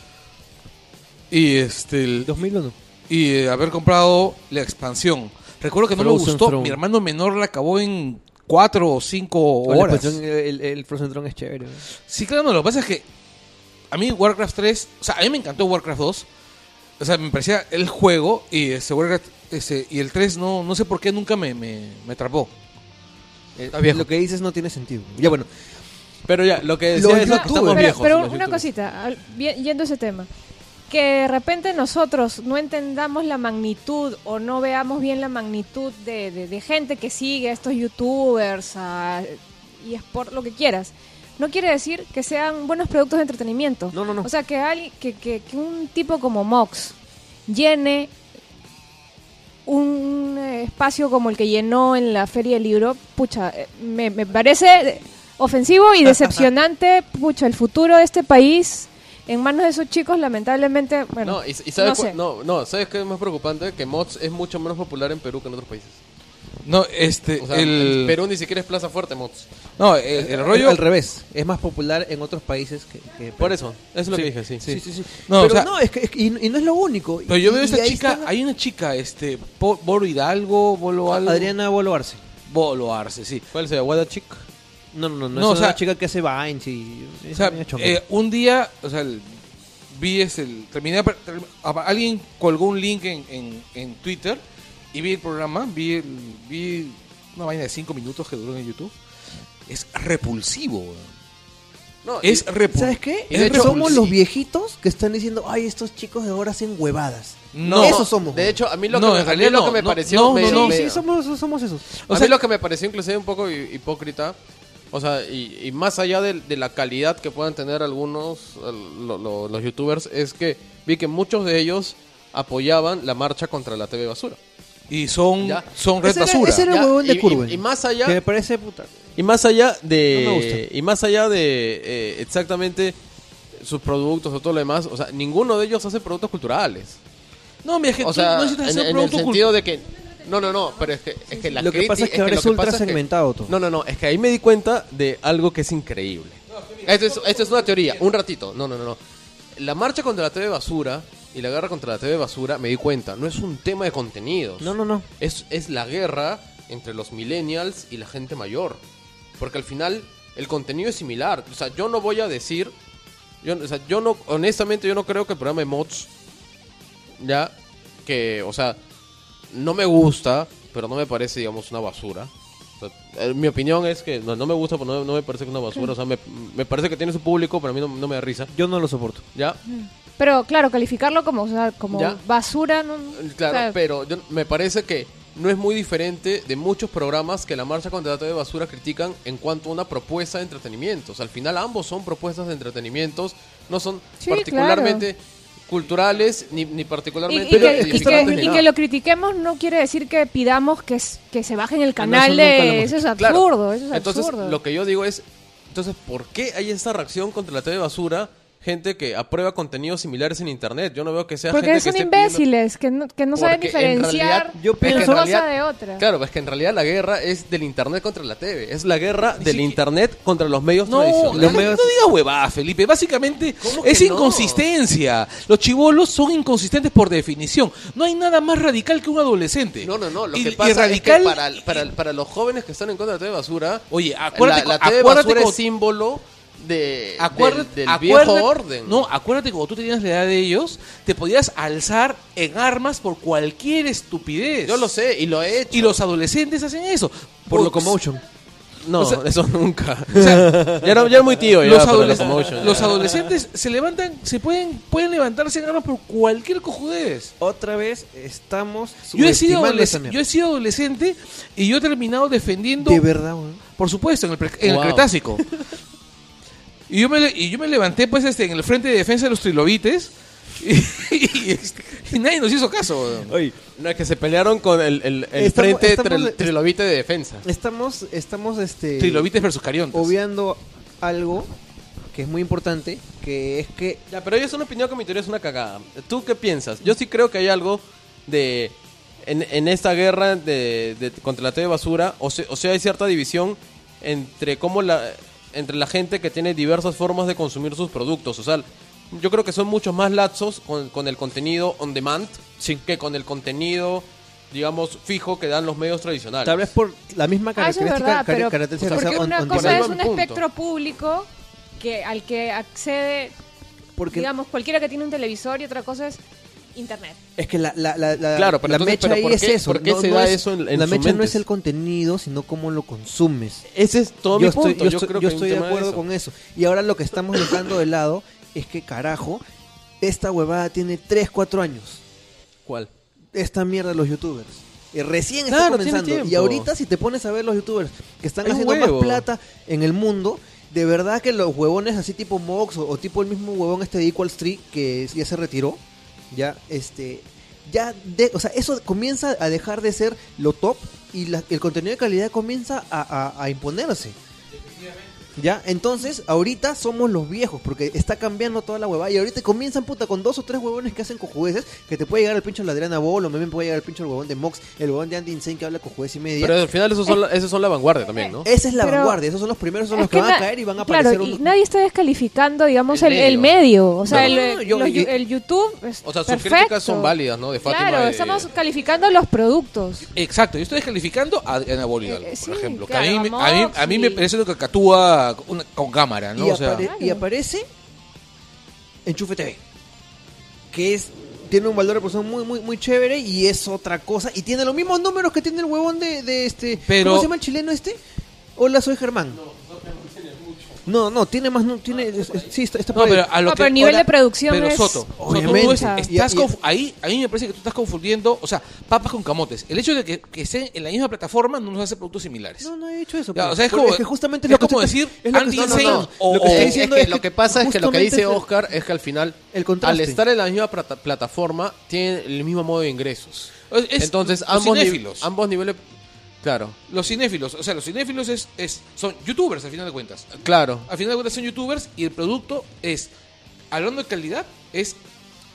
D: Y este el-
B: 2001.
D: y eh, haber comprado la expansión. Recuerdo que no me
B: Frozen
D: gustó,
B: Throne.
D: mi hermano menor la acabó en 4 o 5
B: Ahora,
D: horas.
B: pues, el, el Frozen Throne es chévere. güey.
D: Sí, claro, no, lo que pasa es que a mí Warcraft 3, o sea, a mí me encantó Warcraft 2. O sea, me parecía el juego y ese Warcraft ese, y el 3 no no sé por qué nunca me me, me atrapó.
B: Eh,
A: Está viejo.
B: Lo que dices no tiene sentido. Ya bueno,
A: Pero ya, lo que
B: Los
A: decía es que
B: youtubers.
A: estamos
C: pero,
A: viejos.
C: pero
A: los
C: una
A: youtubers.
C: cosita, al- bien- yendo a ese tema. Que de repente nosotros no entendamos la magnitud o no veamos bien la magnitud de, de- de gente que sigue a estos youtubers a- y es por lo que quieras. No quiere decir que sean buenos productos de entretenimiento.
B: No, no, no.
C: O sea, que, al- que, que- que un tipo como Mox llene un eh, espacio como el que llenó en la Feria del Libro, pucha, eh, me, me parece ofensivo y decepcionante, pucha, el futuro de este país en manos de esos chicos, lamentablemente, bueno,
A: No, y, y sabes
C: no
A: cu-
C: sé.
A: no, no, ¿sabes qué es más preocupante? Que Mods es mucho menos popular en Perú que en otros países.
D: No, este
A: O sea,
D: el
A: en Perú ni siquiera es plaza fuerte, Mods.
D: no, el, el rollo
B: al revés. Es más popular en otros países que... que-
A: Por eso, eso es lo que dije, sí.
B: Sí, sí, sí.
D: No,
B: Pero
D: o sea-
B: no, es que, es que- y, y no es lo único.
D: Pero
B: Y-
D: yo veo
B: y
D: esta
B: ahí
D: chica,
B: están-
D: hay una chica, este, Po- Bolo Hidalgo, Bolo algo.
B: Adriana Boloarse.
D: Bolo Arce, sí.
A: ¿Cuál sería? ¿Wada Chick?
B: No, no, no, no,
D: No,
B: es
D: o
B: una
D: sea-
B: chica que hace vines y... es
D: O sea,
B: medio chonga.
D: eh, un día, o sea, el- vi es el, terminé, per- term- a- alguien colgó un link en, en, en Twitter y vi el programa, vi, el- vi una vaina de 5 minutos que duró en YouTube. Es repulsivo. weón.
A: No, y-
D: Es repulsivo.
B: ¿Sabes qué?
A: Y de hecho-
B: somos
A: sí.
B: los viejitos que están diciendo, ay, estos chicos de ahora hacen huevadas.
D: No.
B: esos somos.
A: De hecho, a mí lo
D: No,
A: que, me-
D: en
A: a mí
D: realidad
A: lo
D: no,
A: que me
D: no,
A: pareció...
D: no,
A: me-
D: no, no.
A: me-
B: sí, sí, somos, somos esos.
A: a mí lo que me pareció inclusive un poco hi- hipócrita, o sea, y, y más allá de, de la calidad que puedan tener algunos al- lo- lo- los youtubers, es que vi que muchos de ellos apoyaban la marcha contra la TV basura.
D: Y son,
A: Ya.
D: son red
B: Ese era-
D: basura.
B: ese era- el
A: Ya,
B: huevón de
A: y- y-
B: Curwen.
A: y más allá...
B: Que me parece puta.
A: Y más allá
B: No me gusta.
A: de. y más allá de eh, exactamente sus productos o todo lo demás, o sea, ninguno de ellos hace productos culturales.
D: No, mira, es que
A: O
D: tú
A: sea, en,
D: no necesitas hacer
A: en el
D: producto cult-
A: sentido de que. No, no, no, pero es que, es que la
B: Lo que
A: criti-
B: pasa es que ahora
A: lo
B: es ultra
A: pasa que-
B: segmentado todo.
A: No, no, no, es que ahí me di cuenta de algo que es increíble. Esto es, esto es una teoría, un ratito. No, no, no, no. La marcha contra la TV basura y la guerra contra la TV basura, me di cuenta, no es un tema de contenidos.
B: No, no, no.
A: Es, es la guerra entre los millennials y la gente mayor. Porque al final el contenido es similar. O sea, yo no voy a decir. Yo, o sea, yo no. Honestamente, yo no creo que el programa de mods. Ya. Que, o sea. No me gusta, pero no me parece, digamos, una basura. O sea, eh, mi opinión es que no, no me gusta, pero no, no me parece que es una basura. O sea, me, me parece que tiene su público, pero a mí no, no me da risa.
B: Yo no lo soporto.
A: Ya.
C: Pero claro, calificarlo como, o sea, como
A: Ya.
C: basura, no,
A: Claro,
C: o sea,
A: pero yo- me parece que no es muy diferente de muchos programas que la marcha contra el dato de basura critican en cuanto a una propuesta de entretenimientos. Al final ambos son propuestas de entretenimientos, no son
C: Sí,
A: particularmente culturales ni, ni
C: Y, y
A: particularmente
C: que, y que-
A: edificantes ni
C: y que
A: nada.
C: lo critiquemos no quiere decir que pidamos que, s- que se bajen el canal
H: eso nunca lo
C: de...
H: hemos
C: Eso es
H: dicho.
A: Claro.
C: absurdo, eso es
A: entonces,
C: absurdo.
A: lo que yo digo es, entonces, ¿por qué hay esta reacción contra la TV basura? Gente que aprueba contenidos similares en internet. Yo no veo que sea
C: Porque
A: gente
C: son
A: que esté pidiendo-
C: imbéciles, que no, que no saben
A: Porque en
C: diferenciar
A: realidad- yo
C: una
A: pienso-
C: cosa
A: en realidad-
C: de otra.
A: Claro, es que en realidad la guerra es del internet contra la TV, es la guerra del
D: siquiera-
A: internet contra los medios
D: No,
A: tradicionales.
D: no digas huevada, Felipe. Básicamente
A: ¿Cómo
D: es
A: que no?
D: inconsistencia. Los chivolos son inconsistentes por definición. No hay nada más radical que un adolescente.
A: No, no, no, lo
D: Y-
A: que
D: y
A: pasa
D: radical-
A: es que para, para, para los jóvenes que están en contra de la TV basura,
D: Oye, acuérdate,
A: la, la
D: con-
A: TV
D: acuérdate
A: basura
D: con-
A: es símbolo de,
D: acuérdate,
A: del, del
D: acuérdate-
A: viejo orden.
D: No, acuérdate cuando tú tenías la edad de ellos, te podías alzar en armas por cualquier estupidez.
A: yo lo sé y lo he hecho.
D: Y los adolescentes hacen eso.
H: Por
D: Ups.
H: Locomotion.
A: no,
D: o sea-
A: eso nunca.
D: O sea,
A: ya, era, ya era muy tío ya
D: los,
A: para
D: adolesc-
A: Locomotion, ya.
D: los adolescentes se levantan, se pueden, pueden levantarse en armas por cualquier cojudez.
B: Otra vez estamos
D: Yo he, sido
B: subestimando
D: adolesc-
B: esa mierda.
D: yo he sido adolescente y yo he terminado defendiendo,
B: De verdad, weón.
D: por supuesto, en el, pre- en el
A: Wow.
D: Cretácico. Y yo, me, le- y yo me levanté pues este, en el frente de defensa de los trilobites y, y- y nadie nos hizo caso. weón.
A: No, es que se pelearon con el, el, el
B: Estamos-
A: frente
B: estamos
A: tril-
B: de-
A: trilobite de defensa.
B: Estamos, estamos, este...
D: Trilobites versus Cariontes.
B: obviando algo que es muy importante, que es que
A: Ya, pero yo es una opinión que mi teoría es una cagada. ¿Tú qué piensas? Yo sí creo que hay algo de... En, en esta guerra de, de- contra la TV basura, o, se- o sea, hay cierta división entre cómo la entre la gente que tiene diversas formas de consumir sus productos. O sea, yo creo que son muchos más lazos con, con el contenido on demand que con el contenido, digamos, fijo que dan los medios tradicionales.
B: tal vez por la misma
C: Ah, eso es
B: característica,
C: verdad,
B: cara-
C: pero
B: característica que
C: porque
B: sea on-
C: una
B: on
C: cosa
B: demand,
C: es
A: Buen
C: un
A: punto.
C: espectro público que al que accede,
B: porque
C: digamos, cualquiera que tiene un televisor y otra cosa es internet.
B: es que la, la, la, la-
A: Claro, pero
B: la
A: entonces,
B: mecha
A: ¿pero
B: ahí
A: por
B: es
A: qué-
B: eso.
A: por qué se da eso en- en
B: la
A: sus
B: mecha no
A: mentes?
B: es el contenido, sino cómo lo consumes.
A: Ese es todo mi punto.
B: yo
A: yo
B: estoy-
A: creo
B: yo
A: que hay un
B: estoy de
A: tema
B: acuerdo
A: eso.
B: con eso. Y ahora lo que estamos dejando de lado es que, carajo, esta huevada tiene 3, 4 años.
A: ¿Cuál?
B: Esta mierda de los youtubers. Eh, recién está
A: Claro, tiene
B: comenzando.
A: tiempo.
B: Y ahorita si te pones a ver los youtubers que están
A: Hay un
B: haciendo más
A: huevo.
B: plata en el mundo, de verdad que los huevones así tipo Mox o, o tipo el mismo huevón este de Equal Street que ya se retiró, ya este ya de- o sea, eso comienza a dejar de ser lo top y la- el contenido de calidad comienza a, a- a imponerse. Ya, entonces ahorita somos los viejos porque está cambiando toda la huevada y ahorita comienzan puta con dos o tres huevones que hacen cojudeces que te puede llegar el pincho de la Adriana Bolo, me puede llegar el pincho el huevón de Mox, el huevón de Andy Insane que habla cojudeces y media.
A: Pero al final esos son, la- esos son la vanguardia también, ¿no?
B: Esa es la
C: Pero-
B: vanguardia, esos son los primeros, son los
C: Es
B: que, van a
C: na-
B: caer y van a
C: claro,
B: aparecer
C: y
B: unos-
C: nadie está descalificando, digamos, el,
A: El
C: el
A: medio.
C: medio. O sea,
B: No,
C: el,
B: no, no, yo-
C: los yu-
B: y-
C: el YouTube es
A: O sea, sus
C: perfecto.
A: críticas son válidas, ¿no? De Fátima y
C: Claro,
A: de-
C: estamos calificando los productos.
D: Exacto, yo estoy descalificando a Diana Bolívar,
C: Eh, eh, sí,
D: por ejemplo. que
C: claro,
D: a, mí, me- a, mí, a mí
C: Moxley.
D: me parece lo que actúa una- con cámara, ¿no?
B: y,
D: O sea,
B: apare- y aparece Enchufe TV, que es tiene un valor de producción muy muy muy chévere y es otra cosa y tiene los mismos números que tiene el huevón de, de este
D: Pero-
B: ¿cómo se llama el chileno este? Hola, soy Germán. No, no tiene más nu- tiene es- es- sí está, está
D: no,
B: por ahí.
D: pero a lo
C: No,
D: que
C: pero el nivel
D: ahora-
C: de producción
D: Pero
C: es-
D: Soto,
B: Obviamente.
D: Soto, tú es-
B: Y-
D: estás
B: y-
D: conf- ahí, a mí me parece que tú estás confundiendo, o sea, papas con camotes. El hecho de que, que estén en la misma plataforma no nos hace productos similares.
B: No, no he dicho eso.
D: Ya,
B: pero-
D: o sea, es
B: pero
D: como-
B: que justamente
D: es
B: lo que
D: como
B: estoy-
D: decir
B: es lo que
D: Andy
B: estoy
D: Insane
B: hablando.
D: o- eh,
B: Lo que estoy
D: o-
A: Es
B: diciendo
A: que
B: es
A: lo que pasa es que lo que
B: justamente
A: dice
B: es el-
A: Oscar es que al final,
B: el
A: al
B: contraste.
A: estar en la misma plata- plataforma, tienen el mismo modo de ingresos.
D: Es- es
A: Entonces,
D: los
A: ambos, ni-
D: cinéfilos.
A: ambos niveles. Claro,
D: Los cinéfilos, o sea, los cinéfilos es, es, son youtubers al final de cuentas.
A: claro.
D: Al final de cuentas son youtubers y el producto es, hablando de calidad, es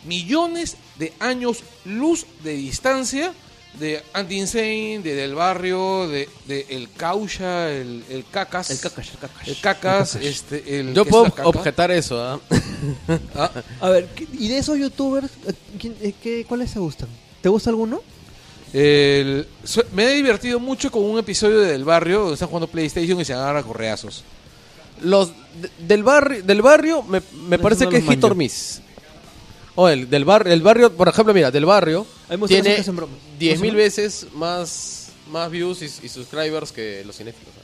D: millones de años luz de distancia de Anti Insane, de Del Barrio, de, de El Caucha, el, el Cacas. El Cacas, el Cacas. este, el
A: Yo
D: que
A: puedo
D: es la caca.
A: objetar eso, ¿ah?
D: Ah,
B: A ver, ¿qué- ¿y de esos youtubers eh, quién- eh, qué- cuáles te gustan? ¿Te gusta alguno?
D: el- so- me he divertido mucho con un episodio de Del Barrio donde están jugando PlayStation y se agarran a correazos.
A: Los de- del, barrio del barrio me, me
B: No,
A: parece
B: no
A: que
B: los
A: es hit
B: manjo.
A: or miss. O el del barrio, el barrio, por ejemplo, mira, del barrio
B: A mí me gustan los que
A: tiene
B: hacen bromas.
A: 10.000 veces más, más views y, y subscribers que los cinéfilos. ¿ah?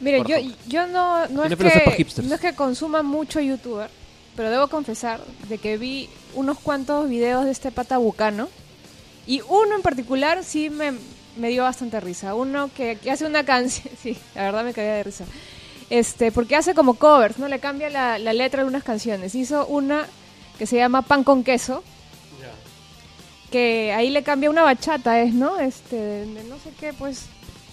C: Mire,
A: Por
C: yo,
A: ejemplo.
C: yo no, no, es
B: Tiene filosofía para
C: que,
B: hipsters.
C: no es que consuma mucho youtuber, pero debo confesar de que vi unos cuantos videos de este pata bucano y uno en particular sí me, me dio bastante risa. Uno que, que hace una canción, sí, la verdad me caía de risa. Este, porque hace como covers, ¿no? Le cambia la, la letra a algunas canciones. Hizo una que se llama Pan con queso. Que ahí le cambia una bachata, es, ¿no? Este, de no sé qué, pues,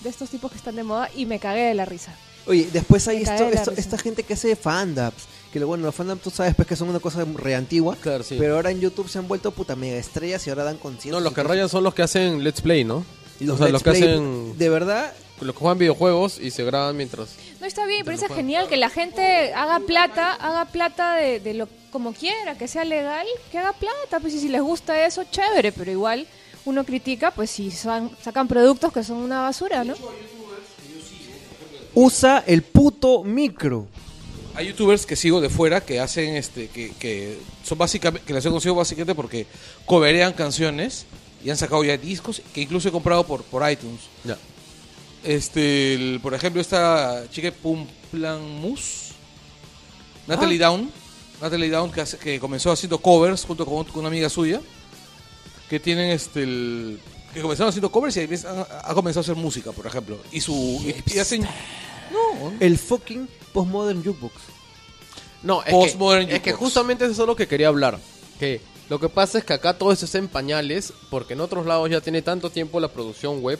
C: de estos tipos que están de moda y me cagué de la risa.
B: Oye, después hay
C: Me
B: esto,
C: cagué de la
B: esto-
C: risa.
B: esta gente que hace fandaps. Que lo- bueno, los fandaps tú sabes pues, que son una cosa reantigua.
A: Claro, sí.
B: Pero ahora en YouTube se han vuelto puta mega estrellas y ahora dan conciertos.
A: No, los que
B: y
A: rayan son los que hacen Let's Play, ¿no?
B: cosas. Y los
A: o sea,
B: Let's
A: los que
B: Play,
A: hacen.
B: De verdad,
A: Los que juegan videojuegos y se graban mientras.
C: No está bien, pero es genial que la gente haga plata, haga plata de, de lo como quiera, que sea legal, que haga plata, pues y si les gusta eso, chévere, pero igual uno critica, pues si son- sacan productos que son una basura, ¿no?
B: usa el puto micro.
D: Hay youtubers que sigo de fuera que hacen este que, que son básicamente que las he conocido básicamente porque coberean canciones y han sacado ya discos que incluso he comprado por por iTunes.
A: Ya.
D: Este, el- por ejemplo, esta chica Pumplan Mus, Natalie Down, Natalie Down que, hace- que comenzó haciendo covers junto con, con una amiga suya, que tienen este, el- que comenzaron haciendo covers y ahí ves- ha, ha comenzado a hacer música, por ejemplo, y su y, y hacen no,
B: El fucking postmodern jukebox.
A: No, es,
D: Postmodern
A: que, es que
D: jukebox.
A: justamente eso es lo que quería hablar. Que lo que pasa es que acá todo eso está en pañales, porque en otros lados ya tiene tanto tiempo la producción web,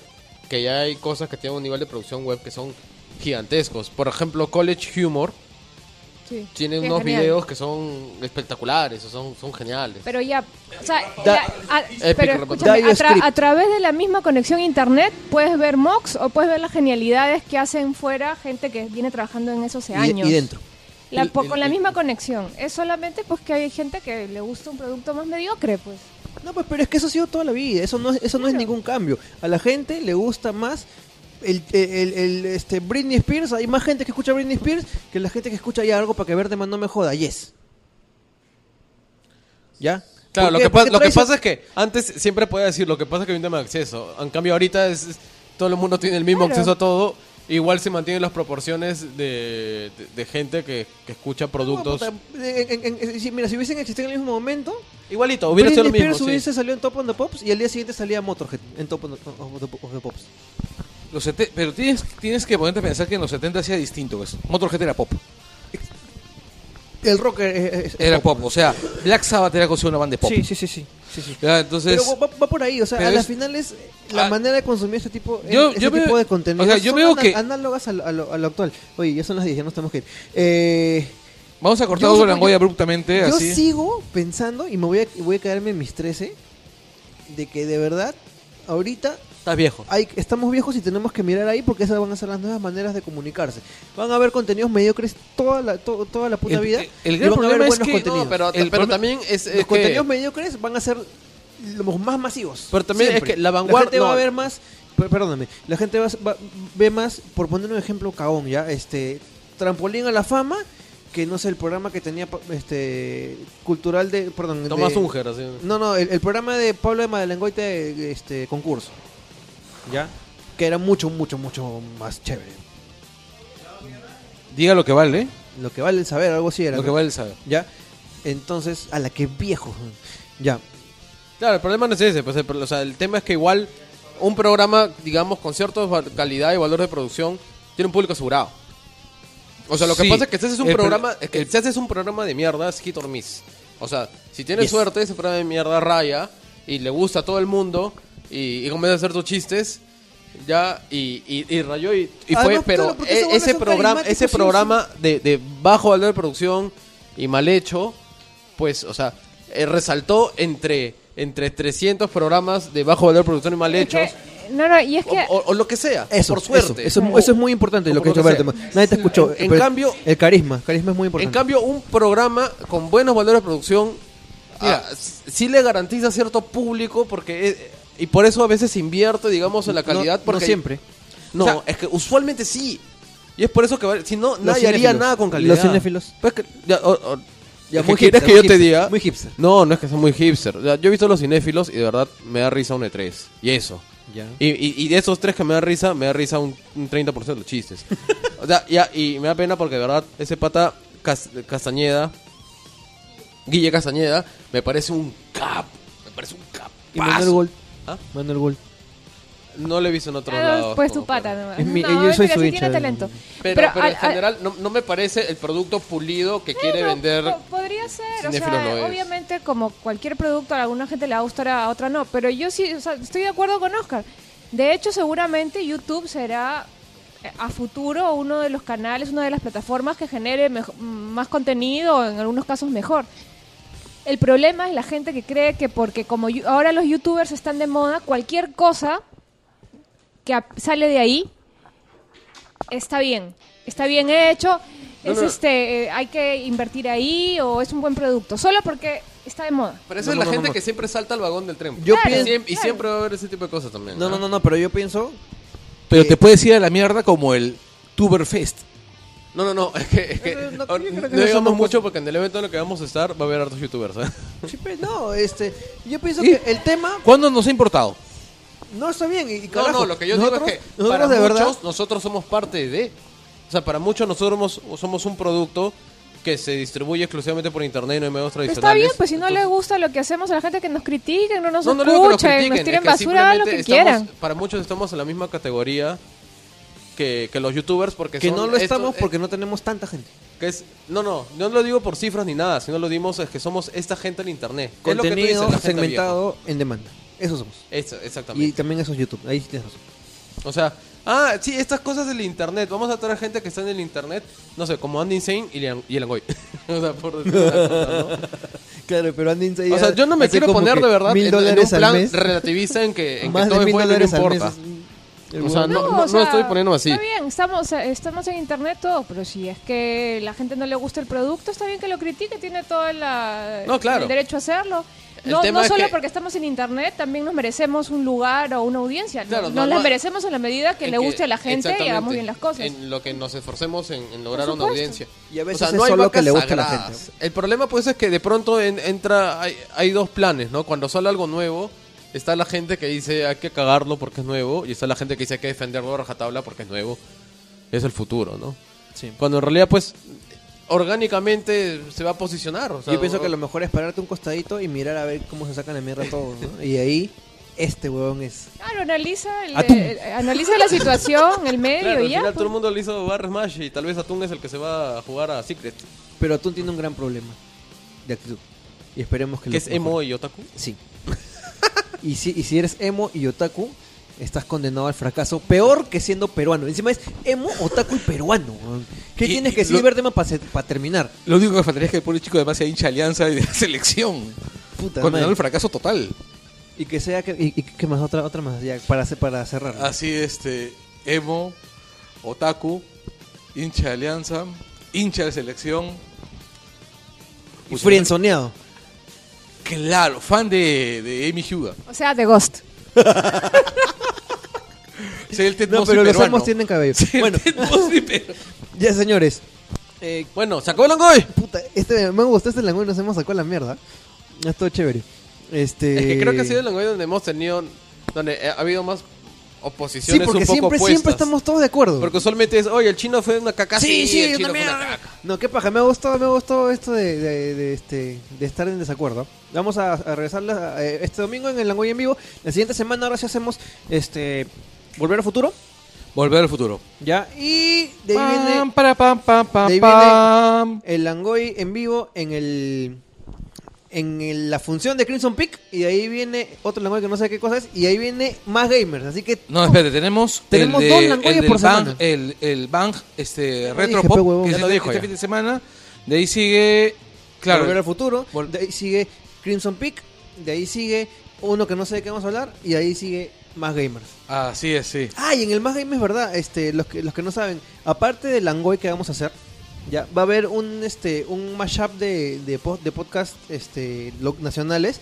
A: que ya hay cosas que tienen un nivel de producción web que son gigantescos. Por ejemplo, College Humor
C: Sí.
A: tiene
C: Sí, es
A: unos
C: genial.
A: videos que son espectaculares, o son, son geniales.
C: Pero ya, o sea,
B: Da-
C: ya- a-
A: Epic
C: pero
A: Robot.
C: escúchame, a, tra-
B: Dioscript.
C: a través de la misma conexión a internet puedes ver Mox o puedes ver las genialidades que hacen fuera gente que viene trabajando en eso hace
B: Y,
C: años.
B: y dentro.
C: La-
A: El-
C: po-
A: el-
C: con la
A: el-
C: misma conexión. Es solamente pues que hay gente que le gusta un producto más mediocre, pues.
B: No, pues, pero es que eso ha sido toda la vida. Eso no es, eso no es
C: Claro.
B: ningún cambio. A la gente le gusta más el, el- el- este Britney Spears. Hay más gente que escucha Britney Spears que la gente que escucha ya algo para que verde no me joda. Yes. ¿Ya?
A: Claro,
B: ¿Por
A: lo
B: qué?
A: que,
B: ¿Por
A: pasa,
B: qué
A: lo que
B: traes-
A: pasa es que antes siempre podía decir lo que pasa es que hay un tema de acceso. En cambio, ahorita es, es- todo el mundo tiene el mismo
C: Claro.
A: acceso a todo. Igual se mantienen las proporciones de, de- de gente que, que escucha productos.
B: No, pues, eh, puta, en- en- en- si- mira, si hubiesen existido en el mismo momento,
A: Igualito, hubiera sido lo
B: Britney
A: mismo.
B: Spears
A: sí.
B: hubiese salido en Top on the Pops y al día siguiente salía Motorhead en Top on the, of the- of the Pops.
D: los sete- pero tienes tienes que ponerte a pensar que en los 70 hacía distinto, pues. ¿ves? Motorhead era pop.
B: El rock es- es-
D: Era pop, o sea, Black Sabbath era considerado una banda de pop.
B: pues. Sí, sí, sí, sí. sí, sí.
D: Ya, entonces,
B: pero va, va por ahí, o sea,
D: pero
B: a las
D: es-
B: finales la
D: Ah.
B: manera de consumir este tipo,
D: Yo-
B: este
D: yo
B: tipo
D: veo-
B: de contenido
D: o sea, yo
B: son
D: veo
B: ana-
D: que-
B: análogas a lo, a lo- a lo actual. Oye, ya son las 10, ya nos tenemos que ir. Eh,
D: vamos a cortar
B: yo-
D: Durangoy
B: yo-
D: abruptamente,
B: yo
D: así.
B: sigo pensando y me voy a, voy a quedarme en mis 13 de que de verdad ahorita
A: Estás viejo.
B: hay, estamos viejos y tenemos que mirar ahí porque esas van a ser las nuevas maneras de comunicarse. Van a haber contenidos mediocres toda la, to- toda la puta
D: El-
B: vida.
D: el
B: y
D: gran
B: van a haber
D: problema es
B: buenos
D: que-
B: contenidos.
A: No, pero, pero
D: El problema-
A: también es, es
B: los
A: que-
B: contenidos mediocres van a ser los más masivos.
A: Pero también
B: siempre.
A: es que la vanguardia-
B: gente va a
A: no.
B: ver más. per- Perdóname. La gente va, va- ve más, por poner un ejemplo, caón, ya. Este. Trampolín a la fama. Que no sé, el programa que tenía pa- este cultural de. Perdón. de-
A: Tomás Unger, así.
B: No, no, el, el programa de Pablo de Madelengoite de este concurso. ¿Ya? Que era mucho, mucho, mucho más chévere.
D: Diga lo que vale,
B: Lo que vale el saber, algo así era.
D: lo que
B: ¿no?
D: vale el saber.
B: ¿Ya? Entonces, a la que viejo. Ya.
A: Claro, el problema no es ese. Pues el, pro- o sea, el tema es que igual un programa, digamos, con cierta val- calidad y valor de producción, tiene un público asegurado. O sea, lo que
D: Sí.
A: pasa es que si haces un
D: El pro-
A: programa, es que
D: el-
A: si haces un programa de mierda, es hit or miss. O sea, si tienes
B: Yes.
A: suerte, ese programa de mierda raya y le gusta a todo el mundo y, y comienza a hacer tus chistes. Ya, y, y, y rayó y, y
B: Además,
A: fue,
B: claro,
A: pero
B: porque
A: e-
B: se vuelve
A: ese
B: son
A: programa,
B: carismáticos,
A: ese
B: sí, sí.
A: programa de, de bajo valor de producción y mal hecho, pues, o sea, eh, resaltó entre, entre 300 programas de bajo valor de producción y mal
C: Es
A: hechos,
C: que- no, no, y es que
A: o, o- o lo que sea,
B: Eso,
A: por suerte.
B: Eso, eso,
A: O-
B: eso es muy importante
A: o
B: lo que ha
A: por
B: dicho
A: lo que
B: Berteman. Nadie te escuchó.
A: En
B: pero
A: cambio-
B: El carisma. Carisma es muy importante.
A: En cambio, un programa con buenos valores de producción
D: Mira.
A: ah, s- sí le garantiza cierto público porque es- y por eso a veces invierte, digamos, en la calidad.
B: No- no
A: porque
B: siempre.
A: No,
D: O sea,
A: es que usualmente sí. Y es por eso que va- si no,
B: Los
A: nadie haría
B: cinéfilos.
A: nada con calidad.
B: Los cinéfilos.
A: Pues que- ya, o- o-
B: Ya,
A: ¿qué
B: muy
A: quieres
B: hipster,
A: que
B: muy
A: yo te
B: hipster,
A: diga?
B: muy hipster.
A: No, no es que sea muy hipster. O sea, yo he visto a los cinéfilos y de verdad me da risa un E3. Y eso.
B: Ya.
A: Y, y- y de esos tres que me da risa, me da risa un, un 30% de los chistes. o sea, ya, y me da pena porque de verdad ese pata Cas- Castañeda, Guille Castañeda, me parece un cap. Me parece un cap.
B: Y Manuel Gold.
A: ¿Ah?
B: Manuel Gold.
I: No lo he visto en otros
C: Claro,
I: lados.
C: pues tu
I: como-
C: pata. No,
B: Es mi-
C: No,
B: yo soy
C: mentira,
B: su
C: sí
B: hincha
C: tiene
B: del-
C: talento.
A: Pero, pero
C: al-
A: en
C: al-
A: general no, no me parece el producto pulido que quiere
C: Pero
A: vender.
C: po- podría ser, o
A: cinéfilos no
C: sea,
A: es.
C: obviamente como cualquier producto a alguna gente le va a gustar, a otra no, pero yo sí, o sea, estoy de acuerdo con Oscar. De hecho, seguramente YouTube será eh, a futuro uno de los canales, una de las plataformas que genere mejo- mm, más contenido, en algunos casos mejor. El problema es la gente que cree que porque como yo- ahora los youtubers están de moda, cualquier cosa que ap- sale de ahí está bien, está bien hecho,
A: No,
C: es
A: no.
C: este, eh, hay que invertir ahí o es un buen producto, solo porque está de moda.
A: Pero esa
I: No,
A: es
I: no,
A: la
I: no,
A: gente
I: no.
A: que siempre salta al vagón del tren.
B: Yo
C: Claro.
A: y,
B: pienso...
A: siempre, y siempre va a haber ese tipo de cosas también.
B: No, no, no, no, pero yo pienso...
D: Pero te puedes ir a la mierda como el Tuberfest.
A: No, no, no, es que, es que-
B: No, no, no,
A: no,
B: yo
A: no
B: creo que no son
A: digamos
B: dos
A: mucho
B: cosas.
A: porque en el evento en el que vamos a estar va a haber hartos youtubers. ¿eh?
B: Sí, pe- No, este... Yo pienso
D: ¿Y?
B: que el tema
D: ¿Cuándo nos ha importado?
B: no está bien. Y, y
A: No,
B: carajo,
A: no, lo que yo
B: nosotros,
A: digo es que
B: nosotros
A: para
B: de
A: muchos
B: verdad...
A: nosotros somos parte de. O sea, para muchos nosotros somos, somos un producto que se distribuye exclusivamente por internet y no hay medios
C: Está
A: tradicionales.
C: bien, pues si no le
A: Entonces-
C: gusta lo que hacemos a la gente que nos critiquen, no nos
A: No, no digo que nos
C: escuchen,
A: critiquen,
C: nos
A: es
C: tiren
A: que
C: basura, lo
A: simplemente
C: que
A: estamos-
C: quieran.
A: Para muchos estamos en la misma categoría que, que los youtubers porque
B: Que
A: son
B: no lo
A: estos-
B: estamos
A: eh,
B: porque no tenemos tanta gente.
A: que es, no, no, no lo digo por cifras ni nada, sino lo dimos es que somos esta gente en internet. que es lo que tú dices,
B: Contenido
A: la gente
B: segmentado en demanda. Eso somos.
A: vieja. Eso,
B: Y
A: exactamente.
B: también eso es YouTube. Ahí sí tienes razón.
A: O sea, ah, sí, estas cosas del internet. Vamos a traer gente que está en el internet, no sé, como Andy Insane y Lian- y el Angoy. o sea, por decir una cosa, ¿no?
B: Claro, pero Andy Inside
A: O sea,
B: ya
A: yo no me
B: hace
A: quiero
B: como
A: poner
B: que
A: de verdad
B: Mil
A: en, en un
B: dólares al
A: plan
B: mes.
A: relativista en que, en que
B: Más
A: todo
B: de
A: es
B: mil
A: bueno y no
B: dólares al mes.
A: importa.
B: El
A: O sea,
B: huevón.
A: Ah, no, no, no estoy poniéndome así.
C: Está bien, estamos, eh, estamos en internet todo, pero si es que la gente no le gusta el producto, está bien que lo critique, tiene todo la,
A: No, claro.
C: el derecho a hacerlo.
A: El
C: no
A: tema
C: no
A: es
C: solo
A: que-
C: porque estamos en internet, también nos merecemos un lugar o una audiencia. No-
A: Claro,
C: nos
A: no,
C: la
A: no-
C: merecemos en la medida que
A: en
C: le guste a la gente y
A: exactamente,
C: hagamos bien las cosas.
A: En lo que nos esforcemos en, en lograr una
C: supuesto.
A: audiencia.
B: Y a veces es solo
A: vacas
B: que le gusta a la
A: sagradas.
B: gente.
A: El problema pues es que de pronto en- entra hay, hay dos planes, ¿no? Cuando sale algo nuevo, está la gente que dice hay que cagarlo porque es nuevo y está la gente que dice hay que defenderlo a rajatabla porque es nuevo. Es el futuro, ¿no?
B: Sí.
A: Cuando en realidad pues orgánicamente se va a posicionar. o sea,
B: Yo pienso que lo mejor es pararte un costadito y mirar a ver cómo se sacan la mierda todos, ¿no? Y ahí, este huevón es.
C: Claro, analiza, el-
B: Atún.
C: el- analiza la situación, el medio
A: Claro, al
C: y ya.
A: final todo el
C: pues.
A: mundo le hizo Bar Smash y tal vez Atún es el que se va a jugar a Secret,
B: Pero Atún tiene un gran problema de actitud. Y esperemos que
A: que es emo y otaku.
B: Sí. y, si, y si eres emo y otaku, estás condenado al fracaso. Peor que siendo peruano. Encima es emo, otaku y peruano. weón. ¿Qué
D: Y-
B: tienes
D: y
B: que decir,
D: lo-
B: Verdema, para terminar?
D: Lo único que faltaría es que el pobre chico además sea hincha de alianza y de la selección.
B: Puta
D: Condenado
B: madre.
D: al fracaso total.
B: Y que sea que. Y, y que más otra, otra más, ya, para, ce- para cerrar.
A: Ah,
B: ¿no?
D: Así, este, emo, otaku, hincha de alianza, hincha de selección.
B: y
A: pues,
B: frienzoneado.
D: Claro, fan de, de Amy Hyuga.
C: O sea, de Ghost.
D: Soy el Ted
B: No,
D: Mosby
B: pero los
D: peruano.
B: emos tienen cabello.
D: Soy el
B: Bueno,
D: Ted Mosby peruano.
B: ya señores. Eh,
A: Bueno, sacó el Angoy.
B: Puta, este, me gustó este langüe, nos hemos sacado la mierda. Es todo chévere. Este...
A: Es que creo que ha sido el lenguaje donde hemos tenido, donde ha habido más
B: Sí,
A: oposiciones
B: porque
A: un poco
B: siempre,
A: opuestas.
B: siempre estamos todos de acuerdo.
A: Porque usualmente es, oye, el chino fue una caca.
B: Sí, sí,
A: el
B: una
A: chino fue una
B: mierda.
A: caca.
B: No, qué paja, me ha gustado, me ha gustado esto de, de- de, este, de estar en desacuerdo. Vamos a, a regresarla eh, este domingo en el Langoy en vivo. La siguiente semana ahora sí hacemos este Volver al futuro,
D: Volver al futuro.
B: ya. Y de ahí
D: Pam,
B: viene
D: para, pam, pam, pam,
B: de ahí viene-
D: pam.
B: el Langoy en vivo en el en el- la función de Crimson Peak y de ahí viene otro Langoy que no sé qué cosa es y ahí viene más gamers, así que
D: No, espérate, tenemos,
B: Tenemos
D: el,
B: dos
D: de-
B: Langoyes
D: el del
B: por
D: Bang,
B: semana.
D: el, el Bang este,
B: Ya lo
D: Retro
B: dije, pe,
D: Pop,
B: huevón.
D: que
B: Ya
D: es
B: lo
D: este,
A: dijo
D: este
A: ya.
D: fin de semana. De ahí sigue, claro,
B: Volver al futuro.
D: Vol-
B: de ahí sigue Crimson Peak. De ahí sigue uno que no sé de qué vamos a hablar. Y de ahí sigue Más Gamers.
D: así es, sí.
B: Ah, y en el Más Gamers, ¿verdad? Este, los que, los que no saben, aparte del Langoy que vamos a hacer, ya va a haber un este un mashup de, de, po- de podcast este, lo- nacionales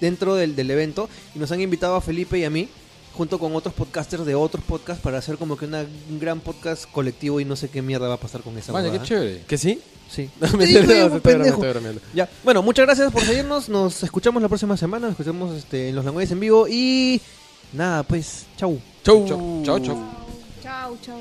B: dentro del, del evento. Y nos han invitado a Felipe y a mí, junto con otros podcasters de otros podcasts, para hacer como que una, un gran podcast colectivo y no sé qué mierda va a pasar con esa
D: Vaya, qué
B: huevada.
D: chévere.
A: ¿Que sí?
B: Sí.
A: Me
B: Sí,
A: estoy-
B: güey,
A: no,
B: un
A: estoy bromeando,
B: pendejo.
A: estoy bromeando.
B: Ya. Bueno, muchas gracias por seguirnos. Nos escuchamos la próxima semana. Nos escuchamos este, en los Langoyes en vivo. Y nada, pues, chau.
D: Chau, chau, chau.
C: Chau, chau.